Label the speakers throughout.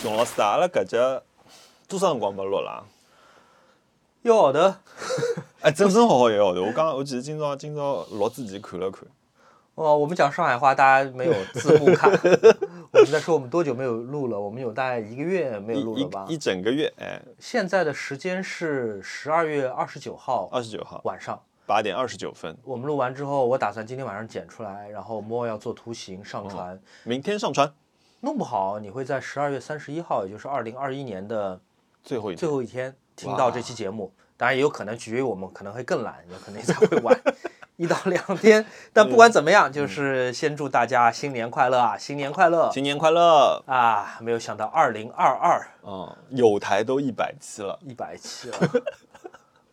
Speaker 1: 熊老师啊，阿拉搿节多少辰光没录了？
Speaker 2: 一个号头。
Speaker 1: 哎，整整好好一个号头。我刚刚我其实今朝今朝录之前看了看，
Speaker 2: 哦，我们讲上海话，大家没有字 幕看。我们在说我们多久没有录了？我们有大概一个月没有录了吧
Speaker 1: 一一？一整个月，哎，
Speaker 2: 现在的时间是十二月二十九号
Speaker 1: 二十九号
Speaker 2: 晚上。
Speaker 1: 八点二十九分，
Speaker 2: 我们录完之后，我打算今天晚上剪出来，然后莫要做图形上传。
Speaker 1: 明天上传
Speaker 2: 弄不好你会在十二月三十一号，也就是二零二一年的
Speaker 1: 最后一
Speaker 2: 最
Speaker 1: 天。
Speaker 2: 后一天听到这期节目。当然也有可能取决于我们，可能会更懒，也可能再会晚 一到两 天。但不管
Speaker 1: 嗯
Speaker 2: 怎么样，就是先祝大家新年快乐啊！新年快乐！
Speaker 1: 新年快乐！
Speaker 2: 啊，没有想到二零二二
Speaker 1: 嗯，有台都一百期了，
Speaker 2: 一百 期了，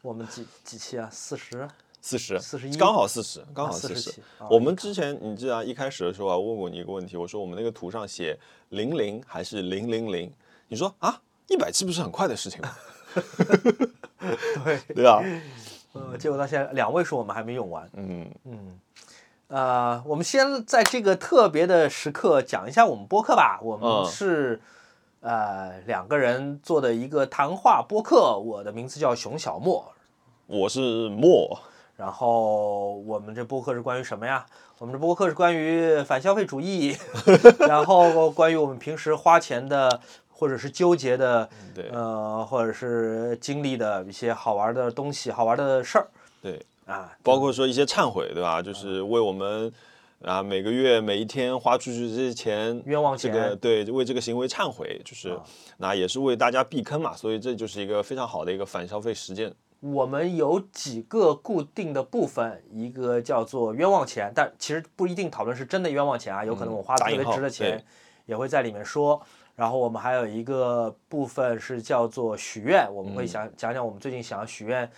Speaker 2: 我们几几期啊？四十？
Speaker 1: 四十，
Speaker 2: 41
Speaker 1: 刚好四十，刚好
Speaker 2: 四
Speaker 1: 十
Speaker 2: 期。。啊
Speaker 1: 我们之前你记得啊一开始的时候啊，我问过你一个问题，我说我们那个图上写零零还是零零零，你说啊，一百期不是很快的事情吗？
Speaker 2: 对，
Speaker 1: 对 吧？
Speaker 2: 呃，结果到现在两位数我们还没用完。
Speaker 1: 嗯，
Speaker 2: 呃，我们先在这个特别的时刻讲一下我们播客吧。我
Speaker 1: 嗯
Speaker 2: 们是、呃两个人做的一个谈话播客，我的名字叫熊小莫。
Speaker 1: 我是莫，
Speaker 2: 然后我们这播客是关于什么呀？我们这播客是关于反消费 主义，然后关于我们平时花钱的或者是纠结的，
Speaker 1: 对
Speaker 2: 呃，或者是经历的一些好玩的东西、好玩的事儿
Speaker 1: 对，
Speaker 2: 啊。
Speaker 1: 包括说一些忏悔，对
Speaker 2: 嗯
Speaker 1: 吧？就是为我们啊每个月每一天花出去这些钱，
Speaker 2: 冤枉
Speaker 1: 这
Speaker 2: 钱嗯
Speaker 1: 个对为这个行为忏悔，就是那也是为大家避坑嘛，所以这就是一个非常好的一个反消费实践。
Speaker 2: 我们有几个固定的部分，一个叫做冤枉钱，但其实不一定讨论是真的冤枉钱啊，有可能我花
Speaker 1: 嗯
Speaker 2: 的
Speaker 1: 打
Speaker 2: 特
Speaker 1: 引
Speaker 2: 别
Speaker 1: 号
Speaker 2: 值的钱
Speaker 1: 对
Speaker 2: 也会在里面说。然后我们还有一个部分是叫做许愿，我们
Speaker 1: 嗯
Speaker 2: 会想讲讲我们最近想要许愿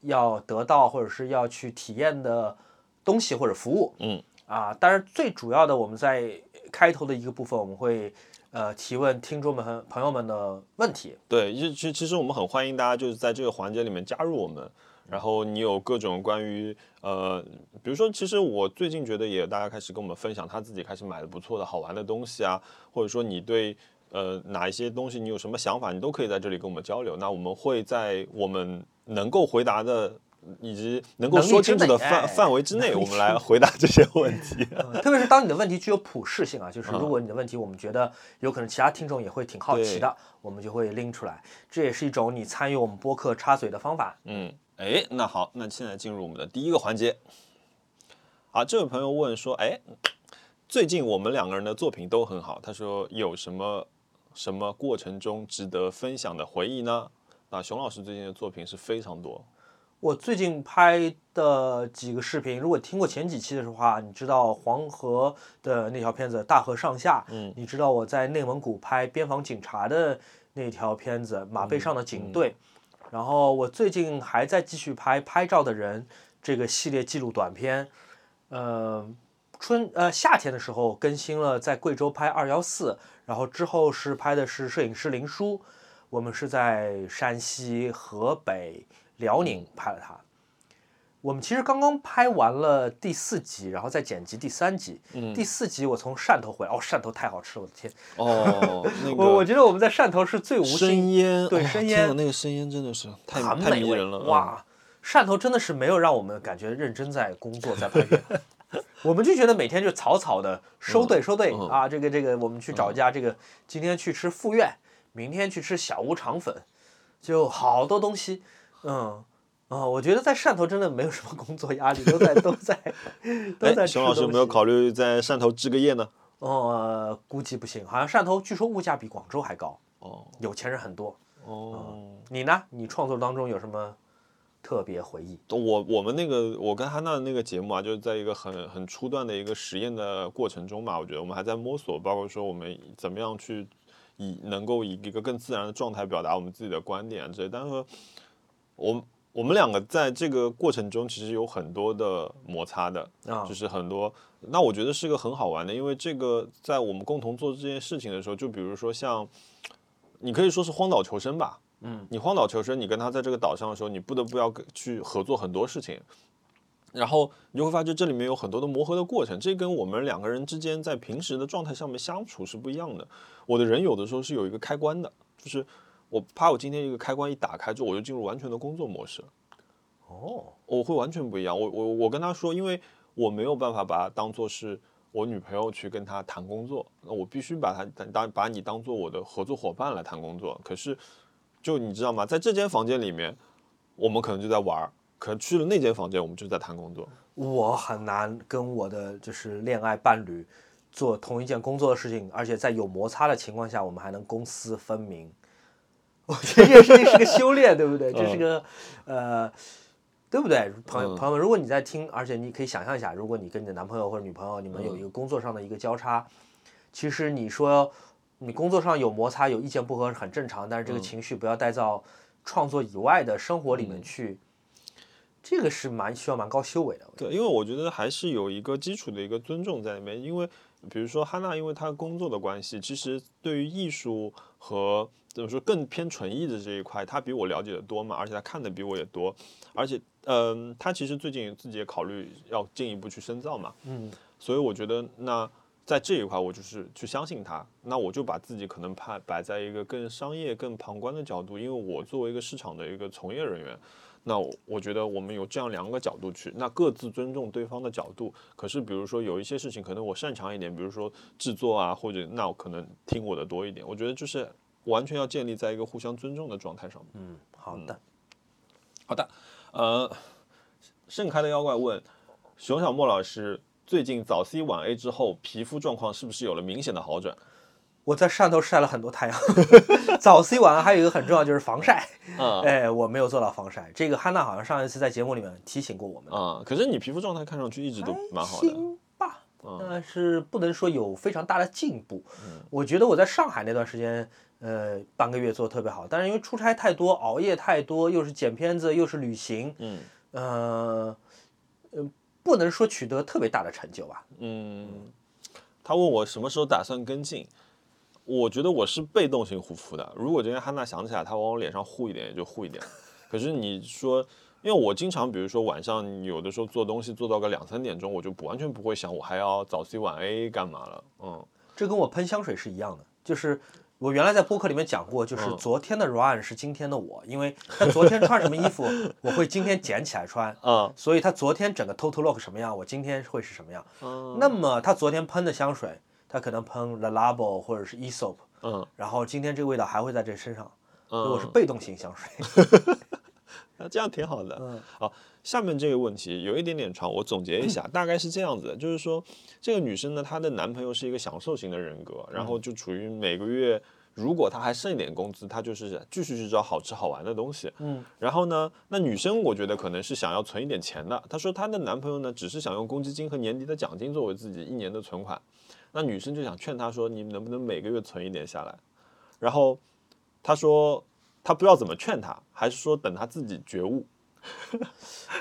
Speaker 2: 要得到或者是要去体验的东西或者服务。
Speaker 1: 嗯，
Speaker 2: 啊，当然最主要的我们在开头的一个部分我们会呃提问听众们和朋友们的问题。
Speaker 1: 对，其实其实我们很欢迎大家就是在这个环节里面加入我们。然后你有各种关于呃，比如说，其实我最近觉得也大家开始跟我们分享他自己开始买的不错的好玩的东西啊，或者说你对呃哪一些东西你有什么想法，你都可以在这里跟我们交流。那我们会在我们能够回答的以及能够
Speaker 2: 能力
Speaker 1: 说
Speaker 2: 之
Speaker 1: 清楚的
Speaker 2: 内
Speaker 1: 范
Speaker 2: 哎
Speaker 1: 范围之内，我们来回答这些问 题。
Speaker 2: 嗯特别是当你的问题具有普适性啊，就是如果你的问题我们觉得有可能其他听众也会挺好奇的，我们就会拎出来，这也是一种你参与我们播客插嘴的方法。
Speaker 1: 嗯，哎，那好，那现在进入我们的第一个环节。好，这位朋友问说，哎，最近我们两个人的作品都很好，他说有什么什么过程中值得分享的回忆呢？那熊老师最近的作品是非常多，
Speaker 2: 我最近拍的几个视频，如果听过前几期的话，你知道黄河的那条片子《大河上下》，嗯，你知道我在内蒙古拍边防警察的那条片子《马背上的警队》然后我最近还在继续拍《拍照的人》这个系列纪录短片，呃，春呃夏天的时候更新了在贵州拍二幺四，然后之后是拍的是摄影师林叔，我们是在山西、河北、辽宁拍了它。我们其实刚刚拍完了第四集，然后再剪辑第三集。第四集我从汕头回来，哦，汕头太好吃了，我的天！
Speaker 1: 哦，那
Speaker 2: 我我
Speaker 1: 个
Speaker 2: 觉得我们在汕头是最无心
Speaker 1: 生烟，哦
Speaker 2: 对生
Speaker 1: 天
Speaker 2: 腌
Speaker 1: 哪那个生烟真的是太
Speaker 2: 很
Speaker 1: 太
Speaker 2: 美
Speaker 1: 迷
Speaker 2: 味
Speaker 1: 人了，嗯，
Speaker 2: 哇！汕头真的是没有让我们感觉认真在工作在拍片， 我们就觉得每天就草草的
Speaker 1: 嗯
Speaker 2: 收队收队、啊，这个这个我们去找一家这个今天去吃富苑，明天去吃小屋肠粉，就好多东西，嗯。啊、我觉得在汕头真的没有什么工作压力，都在都在都在
Speaker 1: 哎，
Speaker 2: 吃
Speaker 1: 熊老师有
Speaker 2: 东
Speaker 1: 没有
Speaker 2: 西
Speaker 1: 考虑在汕头置个业呢？
Speaker 2: 呃，估计不行，好像汕头据说物价比广州还高，
Speaker 1: 哦
Speaker 2: 有钱人很多。啊
Speaker 1: 哦，
Speaker 2: 你呢？你创作当中有什么特别回忆？
Speaker 1: 我我们那个我跟哈娜的那个节目啊，就是在一个很很初段的一个实验的过程中嘛，我觉得我们还在摸索，包括说我们怎么样去以能够以一个更自然的状态表达我们自己的观点啊之类的。但是我们我们两个在这个过程中其实有很多的摩擦的，
Speaker 2: 啊
Speaker 1: 就是很多。那我觉得是个很好玩的，因为这个在我们共同做这件事情的时候，就比如说像你可以说是荒岛求生吧，你荒岛求生，你跟他在这个岛上的时候，你不得不要跟去合作很多事情。然后你就会发觉这里面有很多的磨合的过程，这跟我们两个人之间在平时的状态上面相处是不一样的。我的人有的时候是有一个开关的，就是我怕我今天这个开关一打开之后，我就进入完全的工作模式，
Speaker 2: 哦，
Speaker 1: 我会完全不一样。我我我跟他说，因为我没有办法把它当做是我女朋友去跟他谈工作，那我必须把他当把你当做我的合作伙伴来谈工作。可是，就你知道吗？在这间房间里面，我们可能就在玩儿，可能去了那间房间，我们就在谈工作。
Speaker 2: 我很难跟我的就是恋爱伴侣做同一件工作的事情，而且在有摩擦的情况下，我们还能公私分明。我觉得这个事情是个修炼，对不对？这是个、呃，对不对？朋友、
Speaker 1: 嗯
Speaker 2: 朋友们，如果你在听，而且你可以想象一下，如果你跟你的男朋友或者女朋友，你们有一个工作上的一个交叉，其实你说你工作上有摩擦、有意见不合是很正常，但是这个情绪不要带到创作以外的生活里面去，这个是蛮需要蛮高修为的。
Speaker 1: 对，因为我觉得还是有一个基础的一个尊重在里面。因为比如说哈娜，因为她工作的关系，其实对于艺术和怎么说更偏纯艺的这一块，她比我了解的多嘛，而且她看的比我也多，而且嗯、她其实最近自己也考虑要进一步去深造嘛，
Speaker 2: 嗯，
Speaker 1: 所以我觉得那。在这一块，我就是去相信她，那我就把自己可能怕摆在一个更商业、更旁观的角度，因为我作为一个市场的一个从业人员，那我我觉得我们有这样两个角度去，那各自尊重对方的角度。可是比如说有一些事情，可能我擅长一点，比如说制作啊，或者那我可能听我的多一点。我觉得就是完全要建立在一个互相尊重的状态上面。
Speaker 2: 嗯，好的。
Speaker 1: 呃，盛开的妖怪问熊小莫老师，最近早 C 晚 A 之后，皮肤状况是不是有了明显的好转？
Speaker 2: 我在汕头晒了很多太阳， 早 C 晚安还有一个很重要就是防晒。
Speaker 1: 啊、
Speaker 2: 哎，我没有做到防晒，这个汉娜好像上一次在节目里面提醒过我们，
Speaker 1: 啊、可是你皮肤状态看上去一直都蛮好的。嗯
Speaker 2: 行吧，但是不能说有非常大的进步。我觉得我在上海那段时间，呃，半个月做的特别好，但是因为出差太多，熬夜太多，又是剪片子，又是旅行，
Speaker 1: 嗯
Speaker 2: 呃，呃，不能说取得特别大的成就吧。
Speaker 1: 嗯，他问我什么时候打算跟进，我觉得我是被动性护肤的。如果今天汉娜想起来，她往我脸上护一点也就护一点。可是你说，因为我经常，比如说晚上有的时候做东西做到个两三点钟，我就不完全不会想我还要早 C 晚 A 干嘛了。嗯
Speaker 2: 这跟我喷香水是一样的，就是我原来在播客里面讲过，
Speaker 1: 嗯
Speaker 2: 就是昨天的 Ryan 是今天的我，因为他昨天穿什么衣 服，我会今天捡起来穿，
Speaker 1: 啊
Speaker 2: 所以他昨天整个 total look 什么样，我今天会是什么样。
Speaker 1: 嗯
Speaker 2: 那么他昨天喷的香水，他可能喷 La Labo 或者是 Esop，
Speaker 1: 嗯
Speaker 2: 然后今天这个味道还会在这身上，所以我是
Speaker 1: 嗯，
Speaker 2: 被动型 香水。
Speaker 1: 那哎这样挺好的。
Speaker 2: 嗯
Speaker 1: 下面这个问题有一点点长，我总结一下，大概是这样子的，就是说这个女生呢，她的男朋友是一个享受型的人格，然后就处于每个月如果她还剩一点工资，她就是继续去找好吃好玩的东西。
Speaker 2: 嗯，
Speaker 1: 然后呢，那女生我觉得可能是想要存一点钱的，她说她的男朋友呢，只是想用公积金和年底的奖金作为自己一年的存款，那女生就想劝她说，你能不能每个月存一点下来？然后她说她不知道怎么劝她，还是说等她自己觉悟。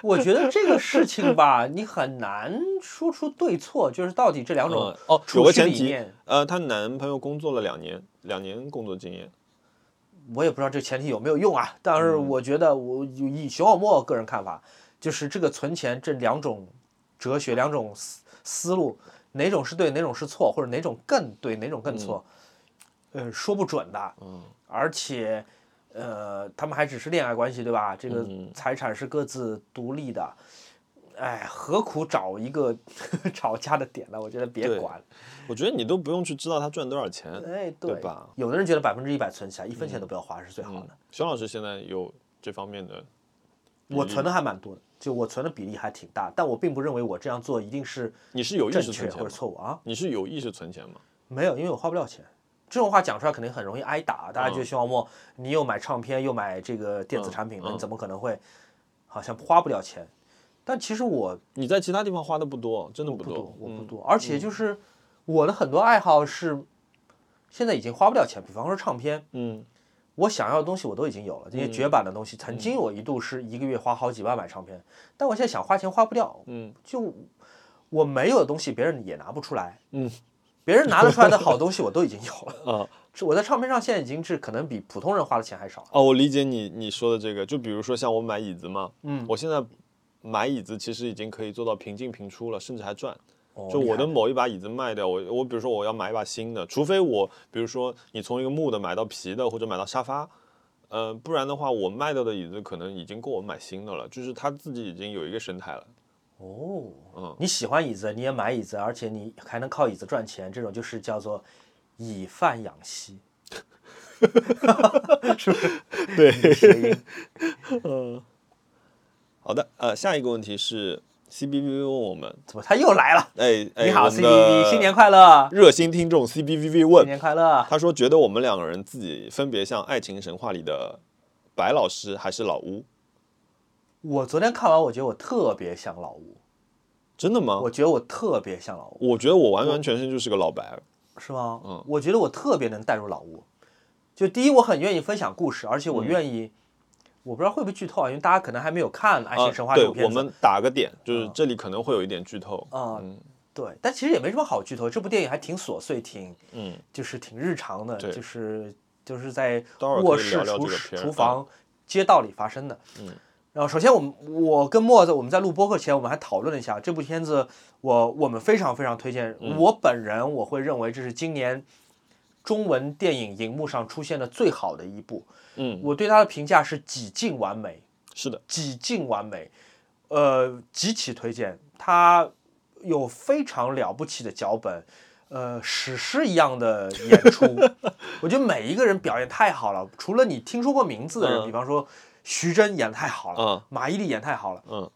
Speaker 2: 我觉得这个事情吧，你很难说出对错，就是到底这两种
Speaker 1: 嗯哦有
Speaker 2: 储
Speaker 1: 个
Speaker 2: 蓄
Speaker 1: 前
Speaker 2: 理
Speaker 1: 提
Speaker 2: 念，
Speaker 1: 呃，她男朋友工作了两年，两年工作经验。
Speaker 2: 我也不知道这前提有没有用啊，但是
Speaker 1: 嗯
Speaker 2: 我觉得我以熊小莫个人看法，就是这个存钱这两种哲学、两种思思路，哪种是对，哪种是错，或者哪种更对，哪种更错，呃，说不准的。
Speaker 1: 嗯，
Speaker 2: 而且，呃，他们还只是恋爱关系，对吧？这个
Speaker 1: 嗯
Speaker 2: 财产是各自独立的，哎，何苦找一个 吵架的点呢？我觉得别
Speaker 1: 对
Speaker 2: 管。
Speaker 1: 我觉得你都不用去知道他赚多少钱。
Speaker 2: 哎，
Speaker 1: 对吧？
Speaker 2: 有的人觉得百分之一百存起来，一分钱都不要花是最好的。
Speaker 1: 嗯，熊老师现在有这方面的，
Speaker 2: 我
Speaker 1: 嗯
Speaker 2: 存的还蛮多的，就我存的比例还挺大，但我并不认为我这样做一定是
Speaker 1: 你是有意
Speaker 2: 正
Speaker 1: 识
Speaker 2: 确
Speaker 1: 存
Speaker 2: 或
Speaker 1: 钱
Speaker 2: 者
Speaker 1: 吗？
Speaker 2: 错误啊。
Speaker 1: 你是有意识存钱吗？
Speaker 2: 没有，因为我花不了钱。这种话讲出来肯定很容易挨打，大家觉得徐小莫，你又买唱片又买这个电子产品
Speaker 1: 嗯
Speaker 2: 了，
Speaker 1: 嗯
Speaker 2: 你怎么可能会好像花不了钱？但其实我
Speaker 1: 你在其他地方花的不多，真的
Speaker 2: 哦不多
Speaker 1: 多，。
Speaker 2: 我不
Speaker 1: 嗯
Speaker 2: 多，而且就是我的很多爱好是现在已经花不了钱，比方说唱片，
Speaker 1: 嗯
Speaker 2: 我想要的东西我都已经有了，这些绝版的东西，曾
Speaker 1: 嗯
Speaker 2: 经我一度是一个月花好几万买唱片，但我现在想花钱花不掉，
Speaker 1: 嗯，
Speaker 2: 就我没有的东西，别人也拿不出来。
Speaker 1: 嗯，
Speaker 2: 别人拿得出来的好东西，我都已经有 了。
Speaker 1: 啊
Speaker 2: 是我在唱片上现在已经是可能比普通人花的钱还少。
Speaker 1: 哦，我理解你你说的这个，就比如说像我买椅子嘛，
Speaker 2: 嗯，
Speaker 1: 我现在买椅子其实已经可以做到平进平出了，甚至还赚。
Speaker 2: 哦
Speaker 1: 就我的
Speaker 2: 厉害
Speaker 1: 某一把椅子卖掉，我我比如说我要买一把新的，除非我比如说你从一个木的买到皮的，或者买到沙发，呃，不然的话我卖掉的椅子可能已经够我买新的了，就是它自己已经有一个生态了。
Speaker 2: 哦，
Speaker 1: 嗯
Speaker 2: 你喜欢椅子，你也买椅子，而且你还能靠椅子赚钱，这种就是叫做以贩养吸，
Speaker 1: 对，
Speaker 2: 谐音
Speaker 1: 好的，呃，下一个问题是 CBV 问我们，
Speaker 2: 怎么他又来了？
Speaker 1: 哎，哎
Speaker 2: 你好
Speaker 1: 我们的
Speaker 2: CBB，新年快乐，
Speaker 1: 热心听众 CBVV
Speaker 2: 新
Speaker 1: 问，
Speaker 2: 年快乐。
Speaker 1: 他说觉得我们两个人自己分别像爱情神话里的白老师还是老吴，
Speaker 2: 我昨天看完，我觉得我特别像老吴，
Speaker 1: 真的吗？
Speaker 2: 我觉得我特别像老吴，
Speaker 1: 我觉得我完完全全就是个老白，
Speaker 2: 是吗？
Speaker 1: 嗯，
Speaker 2: 我觉得我特别能带入老吴。就第一，我很愿意分享故事，而
Speaker 1: 嗯
Speaker 2: 且我愿意，我不知道会不会剧透啊，因为大家可能还没有看《爱情神话》
Speaker 1: 啊
Speaker 2: 这
Speaker 1: 对，
Speaker 2: 部片
Speaker 1: 我
Speaker 2: 子。嗯
Speaker 1: 们打个点，就是这里可能会有一点剧透。
Speaker 2: 啊、
Speaker 1: 嗯
Speaker 2: 对，但其实也没什么好剧透。这部电影还挺琐碎，挺
Speaker 1: 嗯，
Speaker 2: 就是挺日常的，
Speaker 1: 对
Speaker 2: 就是就是在
Speaker 1: 待会儿可以
Speaker 2: 卧室、
Speaker 1: 聊聊这
Speaker 2: 厨
Speaker 1: 个
Speaker 2: 室、
Speaker 1: 片儿
Speaker 2: 厨
Speaker 1: 嗯
Speaker 2: 房、街道里发生的。嗯，然后首先我们我跟莫子我们在录播客前，我们还讨论了一下这部片子我，我们非常非常推荐。
Speaker 1: 嗯
Speaker 2: 我本人我会认为这是今年中文电影荧幕上出现的最好的一部。
Speaker 1: 嗯，
Speaker 2: 我对它的评价是几近完美，
Speaker 1: 是的，
Speaker 2: 几近完美，呃，极其推荐。它有非常了不起的脚本，呃，史诗一样的演 出。我觉得每一个人表演太好了，除了你听说过名字的人，
Speaker 1: 嗯
Speaker 2: 比方说徐峥演得太好了，
Speaker 1: 嗯
Speaker 2: 马伊琍演太好了，
Speaker 1: 嗯，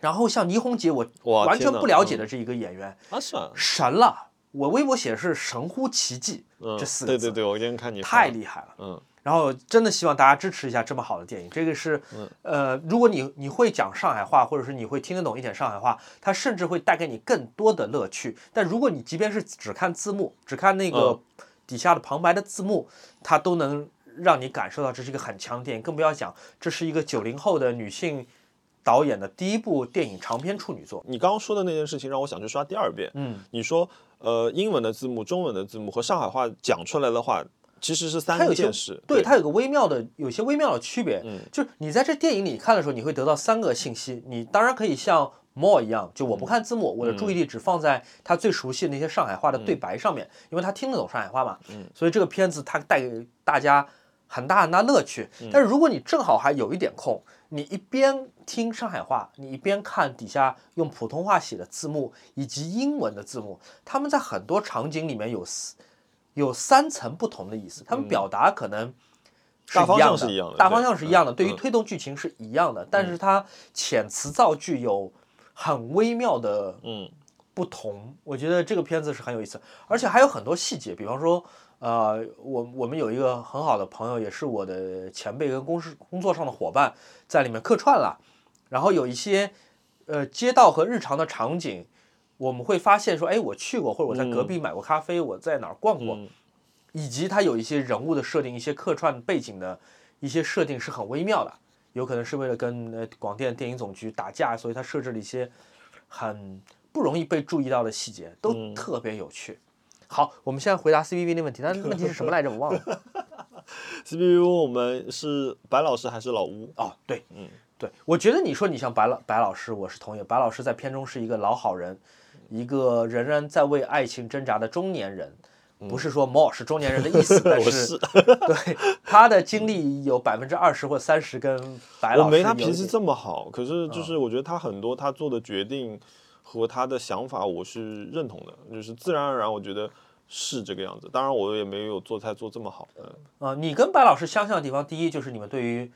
Speaker 2: 然后像倪虹洁，我
Speaker 1: 哇
Speaker 2: 完
Speaker 1: 天
Speaker 2: 全
Speaker 1: 哪嗯
Speaker 2: 不了解的这一个演员，
Speaker 1: 啊是啊，
Speaker 2: 神了！我微博写的是“神乎其技”
Speaker 1: 嗯，
Speaker 2: 这四个
Speaker 1: 对
Speaker 2: 字，
Speaker 1: 对对，我今天看你
Speaker 2: 太
Speaker 1: 发，
Speaker 2: 厉害了。
Speaker 1: 嗯
Speaker 2: 然后真的希望大家支持一下这么好的电影。这个是，呃，如果你你会讲上海话，或者是你会听得懂一点上海话，它甚至会带给你更多的乐趣。但如果你即便是只看字幕，只看那个底下的旁白的字幕，它都能让你感受到这是一个很强的电影。更不要讲这是一个九零后的女性导演的第一部电影长篇处女作。
Speaker 1: 你刚刚说的那件事情让我想去刷第二遍。
Speaker 2: 嗯，
Speaker 1: 你说呃，英文的字幕、中文的字幕和上海话讲出来的话，其实是
Speaker 2: 它有
Speaker 1: 三
Speaker 2: 一些
Speaker 1: 件事。
Speaker 2: 对，它有个微妙的，有些微妙的区别。
Speaker 1: 嗯
Speaker 2: 就是你在这电影里看的时候，你会得到三个信息。你当然可以像 More 一样，就我不看字幕，我的注意力只放在他最熟悉的那些上海话的对白上面，因为他听得懂上海话嘛。
Speaker 1: 嗯
Speaker 2: 所以这个片子它带给大家很大很大乐趣。
Speaker 1: 嗯
Speaker 2: 但是如果你正好还有一点空，你一边听上海话，你一边看底下用普通话写的字幕以及英文的字幕，他们在很多场景里面有四有三层不同的意思，他们表达可能是
Speaker 1: 大
Speaker 2: 一
Speaker 1: 方
Speaker 2: 样
Speaker 1: 向嗯
Speaker 2: 的，
Speaker 1: 是一样的
Speaker 2: 大
Speaker 1: 对
Speaker 2: 方向是一样的，对于
Speaker 1: 嗯
Speaker 2: 推动剧情是一样的，但是它遣词造句有很微妙的
Speaker 1: 嗯
Speaker 2: 不同。我觉得这个片子是很有意思，而且还有很多细节，比方说，呃，我我们有一个很好的朋友，也是我的前辈跟公事工作上的伙伴，在里面客串了。然后有一些呃街道和日常的场景，我们会发现说，哎，我去过，或者我在隔壁买过咖啡，我在哪儿逛过，
Speaker 1: 嗯
Speaker 2: 以及它有一些人物的设定、一些客串背景的一些设定是很微妙的，有可能是为了跟呃广电电影总局打架，所以它设置了一些很不容易被注意到的细节，都特别有趣。好，我们现在回答 C B B 的问题，但问题是什么来着？我忘了。
Speaker 1: ，CBV 问我们是白老师还是老吴？
Speaker 2: 哦，对，
Speaker 1: 嗯，
Speaker 2: 对，我觉得你说你像白老白老师，我是同意。白老师在片中是一个老好人，一个仍然在为爱情挣扎的中年人。不是说 more 是中年人的意 思，但
Speaker 1: 嗯我
Speaker 2: 是对他的经历有百分之二十或三十跟白老
Speaker 1: 我
Speaker 2: 师嗯
Speaker 1: 没他
Speaker 2: 有一
Speaker 1: 脾气
Speaker 2: 点
Speaker 1: 这么好，可是就是我觉得他很多他做的决定和他的想法我是认同的，就是自然而然我觉得是这个样子。当然我也没有做菜做这么好，嗯
Speaker 2: 呃，你跟白老师相像的地方，第一就是你们对于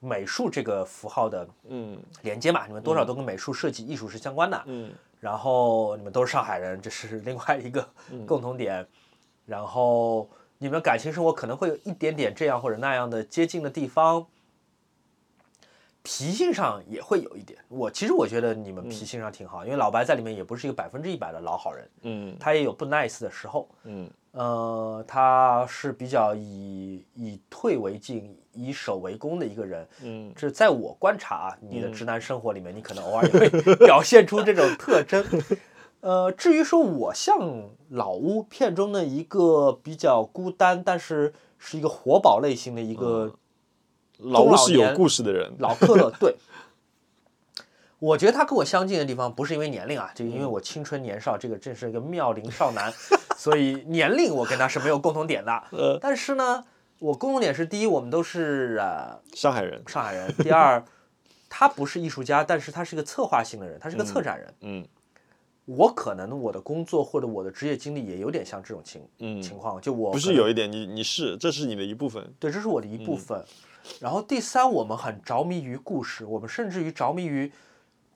Speaker 2: 美术这个符号的
Speaker 1: 嗯
Speaker 2: 连接嘛，你们多少都跟美术、设计、艺术是相关的。
Speaker 1: 嗯
Speaker 2: 然后你们都是上海人，这是另外一个共同点。然后你们感情生活可能会有一点点这样或者那样的接近的地方，脾性上也会有一点。我其实我觉得你们脾性上挺好，因为老白在里面也不是一个百分之一百的老好人，
Speaker 1: 嗯
Speaker 2: 他也有不 nice 的时候。
Speaker 1: 嗯
Speaker 2: 呃，他是比较以以退为进、以守为攻的一个人。
Speaker 1: 嗯，
Speaker 2: 这在我观察啊，你的直男生活里面，你可能偶尔也会 表现出这种特征。呃，至于说我像老屋片中的一个比较孤单，但是是一个活宝类型的一个
Speaker 1: 老
Speaker 2: 中
Speaker 1: 吴
Speaker 2: 老
Speaker 1: 是有
Speaker 2: 年
Speaker 1: 故事的人，
Speaker 2: 老克勒，对，我觉得他跟我相近的地方不是因为年龄啊，就因为我青春年少，这个真是一个妙龄少男， 所以年龄我跟他是没有共同点的。
Speaker 1: 呃，
Speaker 2: 但是呢，我共同点是第一，我们都是呃
Speaker 1: 上海人，
Speaker 2: 上海人；第二，他不是艺术家，但是他是一个策划型的人，他是个策展人。
Speaker 1: 嗯
Speaker 2: 我可能我的工作或者我的职业经历也有点像这种情
Speaker 1: 嗯，
Speaker 2: 情况，就我
Speaker 1: 不
Speaker 2: 可
Speaker 1: 是
Speaker 2: 能
Speaker 1: 有嗯一点，你你是这是你的一部分，
Speaker 2: 对，这是我的一部分。然后第三，我们很着迷于故事，我们甚至于着迷于，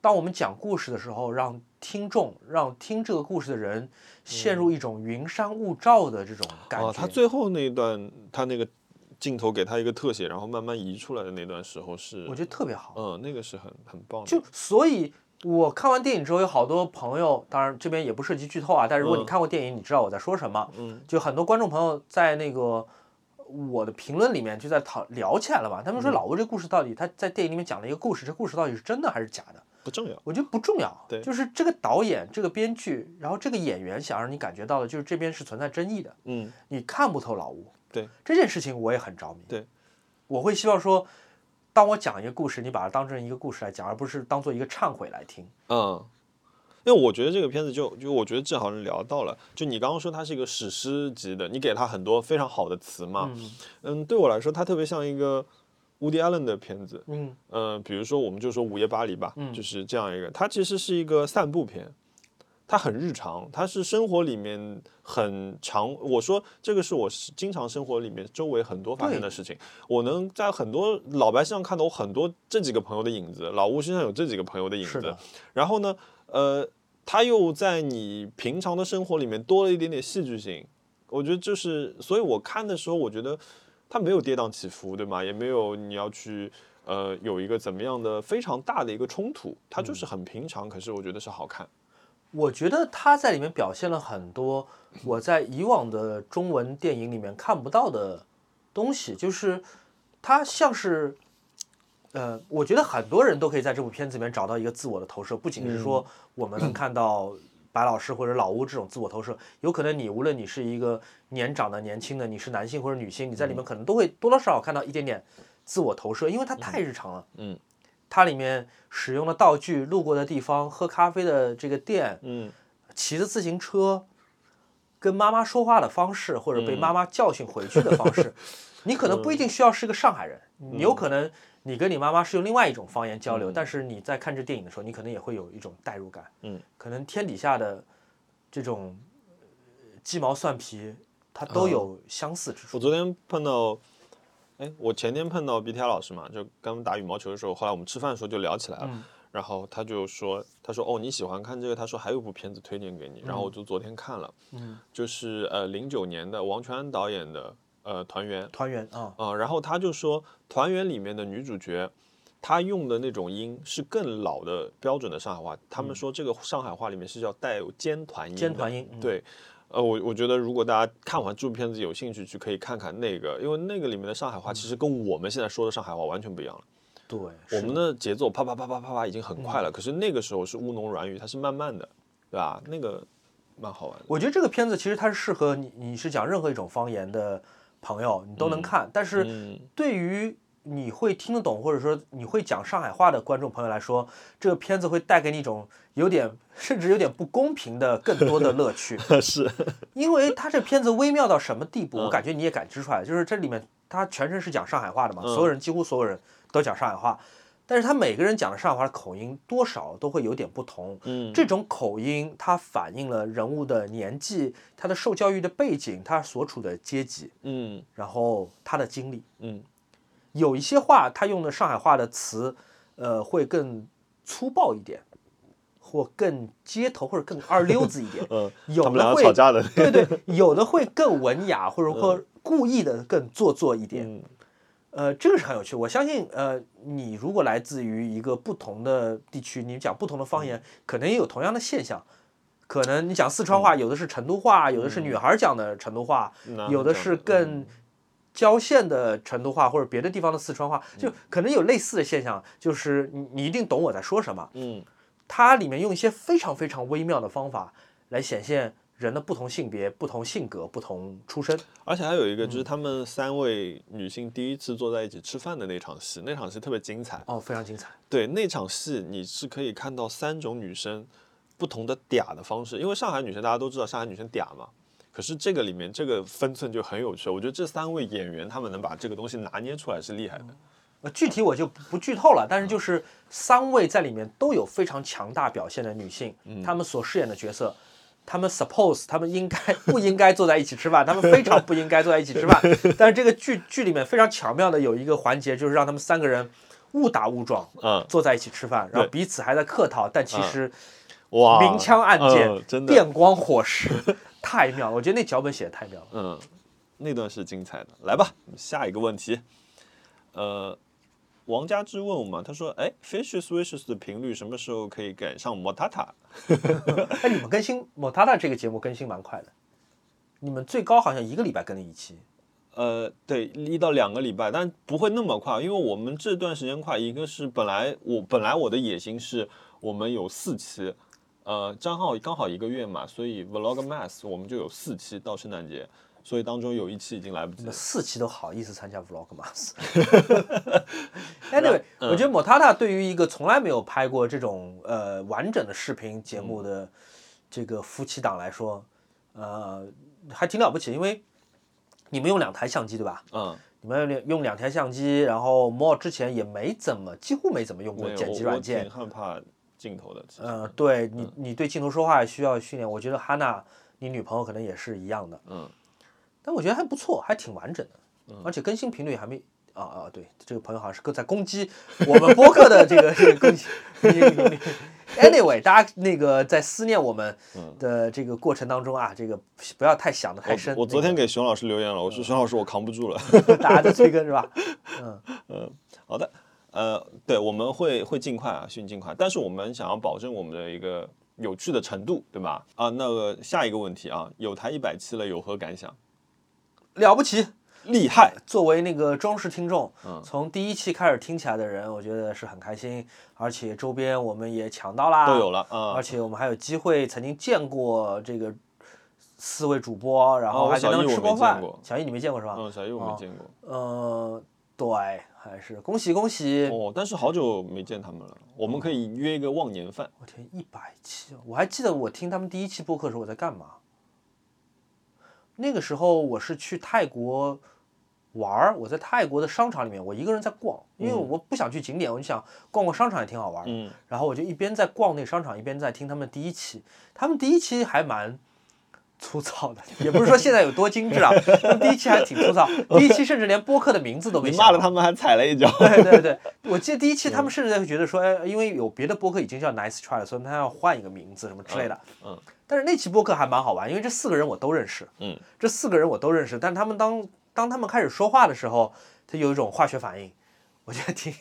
Speaker 2: 当我们讲故事的时候，让听众、让听这个故事的人陷入一种云山雾罩的这种感觉。
Speaker 1: 嗯哦，他最后那一段，他那个镜头给他一个特写，然后慢慢移出来的那段时候是，
Speaker 2: 我觉得特别好。
Speaker 1: 嗯，那个是很很棒的。
Speaker 2: 就所以，我看完电影之后，有好多朋友，当然这边也不涉及剧透啊，但如果你
Speaker 1: 嗯
Speaker 2: 看过电影，你知道我在说什么。
Speaker 1: 嗯，
Speaker 2: 就很多观众朋友在那个我的评论里面就在讨聊起来了嘛，他们
Speaker 1: 嗯
Speaker 2: 说老吴这故事到底他在电影里面讲了一个故事，这故事到底是真的还是假的？
Speaker 1: 不重要。
Speaker 2: 我觉得不重要，
Speaker 1: 对
Speaker 2: 就是这个导演、这个编剧，然后这个演员想让你感觉到的，就是这边是存在争议的，
Speaker 1: 嗯，
Speaker 2: 你看不透老吴。
Speaker 1: 对
Speaker 2: 这件事情，我也很着迷。
Speaker 1: 对，
Speaker 2: 我会希望说，当我讲一个故事，你把它当成一个故事来讲，而不是当做一个忏悔来听。
Speaker 1: 嗯，因为我觉得这个片子就就我觉得正好聊到了，就你刚刚说它是一个史诗级的，你给它很多非常好的词嘛，
Speaker 2: 嗯
Speaker 1: 嗯对我来说它特别像一个 Woody Allen 的片子，
Speaker 2: 嗯，
Speaker 1: 嗯，比如说我们就说《午夜巴黎》吧，
Speaker 2: 嗯
Speaker 1: 就是这样一个，它其实是一个散步片，它很日常，它是生活里面很常。我说这个是我是经常生活里面周围很多发生的事情，我能在很多老白身上看到我很多这几个朋友的影子，老吴身上有这几个朋友的影
Speaker 2: 是
Speaker 1: 子
Speaker 2: 的，，
Speaker 1: 然后呢，呃，它又在你平常的生活里面多了一点点戏剧性。我觉得就是，所以我看的时候，我觉得它没有跌宕起伏，对吗？也没有你要去呃有一个怎么样的非常大的一个冲突，它就是很平常，可是我觉得是好看。
Speaker 2: 我觉得他在里面表现了很多我在以往的中文电影里面看不到的东西，就是他像是，呃，我觉得很多人都可以在这部片子里面找到一个自我的投射，不仅是说
Speaker 1: 嗯
Speaker 2: 我们能看到白老师或者老吴这种自我投射，有可能你无论你是一个年长的、年轻的，你是男性或者女性，你在里
Speaker 1: 嗯
Speaker 2: 面可能都会多多少少看到一点点自我投射，因为它太日常了。
Speaker 1: 嗯，
Speaker 2: 它里面使用的道具、路过的地方、喝咖啡的这个店，
Speaker 1: 嗯
Speaker 2: 骑着自行车跟妈妈说话的方式，或者
Speaker 1: 嗯
Speaker 2: 被妈妈教训回去的方式， 你可能不一定需要是个上海人，
Speaker 1: 嗯
Speaker 2: 你有可能你跟你妈妈是用另外一种方言交流，但是你在看这电影的时候，你可能也会有一种代入感。
Speaker 1: 嗯，
Speaker 2: 可能天底下的这种呃鸡毛蒜皮，它
Speaker 1: 嗯
Speaker 2: 都有相似之处。
Speaker 1: 我昨天碰到，哎，我前天碰到 BTR 老师嘛，就跟他们打羽毛球的时候，后来我们吃饭的时候就聊起来了。
Speaker 2: 嗯
Speaker 1: 然后他就说，他说哦你喜欢看这个，他说还有部片子推荐给你，然后我就昨天看了，
Speaker 2: 嗯，
Speaker 1: 就是呃零九年的王全安导演的呃团圆，
Speaker 2: 团圆啊，
Speaker 1: 啊、然后他就说团圆里面的女主角，她用的那种音是更老的标准的上海话，他们说这个上海话里面是叫带有尖团音的，
Speaker 2: 嗯尖团音。嗯，
Speaker 1: 对，呃，我我觉得如果大家看完这部片子有兴趣，去可以看看那个，因为那个里面的上海
Speaker 2: 嗯
Speaker 1: 话其实跟我们现在说的上海话完全不一样了。
Speaker 2: 对，
Speaker 1: 我
Speaker 2: 是嗯
Speaker 1: 们的节奏啪啪啪啪啪啪已经很快了，可是那个时候是乌侬软语，它是慢慢的，对吧？那个蛮好玩的。
Speaker 2: 我觉得这个片子其实它是适合你，你是讲任何一种方言的朋友，你都能看。但是
Speaker 1: 嗯
Speaker 2: 对于你会听得懂，或者说你会讲上海话的观众朋友来说，这个片子会带给你一种有点甚至有点不公平的更多的乐趣，
Speaker 1: 是，
Speaker 2: 因为它这片子微妙到什么地步，我感觉你也感知出来，就是这里面他全程是讲上海话的嘛，所有人几乎所有人都讲上海话，但是他每个人讲的上海话的口音多少都会有点不同，
Speaker 1: 嗯，
Speaker 2: 这种口音，它反映了人物的年纪、他的受教育的背景、他所处的阶级，
Speaker 1: 嗯
Speaker 2: 然后他的经历。
Speaker 1: 嗯。
Speaker 2: 有一些话，他用的上海话的词，呃，会更粗暴一点，或更街头或者更二溜子一点
Speaker 1: 嗯，
Speaker 2: 有
Speaker 1: 他们
Speaker 2: 的
Speaker 1: 俩
Speaker 2: 会
Speaker 1: 吵架的，
Speaker 2: 对对，有的会更文雅，或者说故意的更做作一点。
Speaker 1: 嗯
Speaker 2: 呃，这个是很有趣。我相信，呃，你如果来自于一个不同的地区，你讲不同的方言，可能也有同样的现象。可能你讲四川话，有的是成都话，有的是女孩儿讲的成都话，
Speaker 1: 那
Speaker 2: 嗯有的嗯
Speaker 1: 这样
Speaker 2: 是更郊县的成都话，或者别的地方的四川话，就可能有类似的现象。就是你你一定懂我在说什么。
Speaker 1: 嗯
Speaker 2: 它里面用一些非常非常微妙的方法来显现人的不同性别、不同性格、不同出身。
Speaker 1: 而且还有一个就是
Speaker 2: 嗯
Speaker 1: 他们三位女性第一次坐在一起吃饭的那场戏，那场戏特别精彩。
Speaker 2: 哦，非常精彩。
Speaker 1: 对，那场戏你是可以看到三种女生不同的嗲的方式，因为上海女生大家都知道上海女生嗲嘛，可是这个里面这个分寸就很有趣。我觉得这三位演员他们能把这个东西拿捏出来是厉害的。
Speaker 2: 呃，具体我就不不剧透了，但是就是三位在里面都有非常强大表现的女性，
Speaker 1: 嗯
Speaker 2: 她们所饰演的角色，她们 suppose 她们应该 不应该坐在一起吃饭，她们非常不应该坐在一起吃饭。 但是这个剧剧里面非常巧妙的有一个环节，就是让他们三个人误打误撞
Speaker 1: 嗯，
Speaker 2: 坐在一起吃饭，然后
Speaker 1: 对
Speaker 2: 彼此还在客套，但其实
Speaker 1: 哇，
Speaker 2: 明枪暗箭，
Speaker 1: 嗯真的，
Speaker 2: 电光 火石，太妙了！我觉得那脚本写的太妙了。
Speaker 1: 嗯，那段是精彩的。来吧，下一个问题，呃。王佳芝问我们，他说：“哎，Fishes Wishes 的频率什么时候可以赶上 Motata？”
Speaker 2: 哎，你们更新《莫塔塔》这个节目更新蛮快的，你们最高好像一个礼拜更了一期。
Speaker 1: 呃，对，一到两个礼拜，但不会那么快，因为我们这段时间快，一个是本来我本来我的野心是我们有四期，呃，张浩刚好一个月嘛，所以 Vlogmas 我们就有四期到圣诞节，所以当中有一期已经来不及了
Speaker 2: 你们。四期都好意思参加 Vlogmas。anyway，、我
Speaker 1: 嗯
Speaker 2: 觉得 Motata 对于一个从来没有拍过这种呃完整的视频节目
Speaker 1: 嗯
Speaker 2: 的这个夫妻档来说，呃，还挺了不起，因为你们用两台相机对吧？
Speaker 1: 嗯，
Speaker 2: 你们用两用两台相机，然后 Mo 之前也没怎么几乎没怎么用过
Speaker 1: 对
Speaker 2: 剪辑
Speaker 1: 我嗯
Speaker 2: 软件
Speaker 1: 我，挺害怕镜头的。其实
Speaker 2: 呃，对你，你对镜头说话也需要训练。我觉得哈娜，你女朋友可能也是一样的。
Speaker 1: 嗯，
Speaker 2: 但我觉得还不错，还挺完整的，而且更新频率还没啊啊！对，这个朋友好像是在攻击我们播客的这个这个攻击。你你你 Anyway，大家那个在思念我们的这个过程当中啊，这个不要太想的太深。
Speaker 1: 嗯哦我我昨天
Speaker 2: 那嗯
Speaker 1: 给熊老师留言了，我说熊老师我扛不住了。
Speaker 2: 个大家在催更是吧？
Speaker 1: 好的，呃，对，我们会会尽快啊，迅尽快，但是我们想要保证我们的一个有趣的程度，对吧？啊，那个下一个问题啊，有台一百期了，有何感想？
Speaker 2: 了不起！
Speaker 1: 厉害，
Speaker 2: 作为那个忠实听众，
Speaker 1: 嗯
Speaker 2: 从第一期开始听起来的人，我觉得是很开心，而且周边我们也抢到啦，
Speaker 1: 都有了啊
Speaker 2: 而！且我们还有机会曾经见过这个四位主播，然后
Speaker 1: 哦
Speaker 2: 还跟他们
Speaker 1: 小易我
Speaker 2: 吃过
Speaker 1: 没
Speaker 2: 饭
Speaker 1: 见过。
Speaker 2: 小易你没见过是吧？
Speaker 1: 嗯，小叶
Speaker 2: 哦
Speaker 1: 我没见过
Speaker 2: 呃，对，还是恭喜恭喜！
Speaker 1: 哦，但是好久没见他们了，我们可以约一个忘年饭。
Speaker 2: 我天，一百期哦！我还记得我听他们第一期播客的时候我在干嘛。那个时候我是去泰国玩儿，我在泰国的商场里面，我一个人在逛，因为我不想去景点，我就想逛逛商场也挺好玩。
Speaker 1: 嗯，
Speaker 2: 然后我就一边在逛那个商场，一边在听他们第一期。他们第一期还蛮粗糙的，也不是说现在有多精致啊，他们第一期还挺粗糙，第一期甚至连播客的名字都没
Speaker 1: 你骂
Speaker 2: 想好
Speaker 1: 了他们还踩了一 脚。
Speaker 2: 对 对对，我记得第一期他们甚至会觉得说，哎，因为有别的播客已经叫 Nice Try 了，所以他要换一个名字什么之类的。
Speaker 1: 嗯嗯
Speaker 2: 但是那期播客还蛮好玩，因为这四个人我都认识。
Speaker 1: 嗯。
Speaker 2: 这四个人我都认识，但他们当当他们开始说话的时候，他有一种化学反应，我觉得挺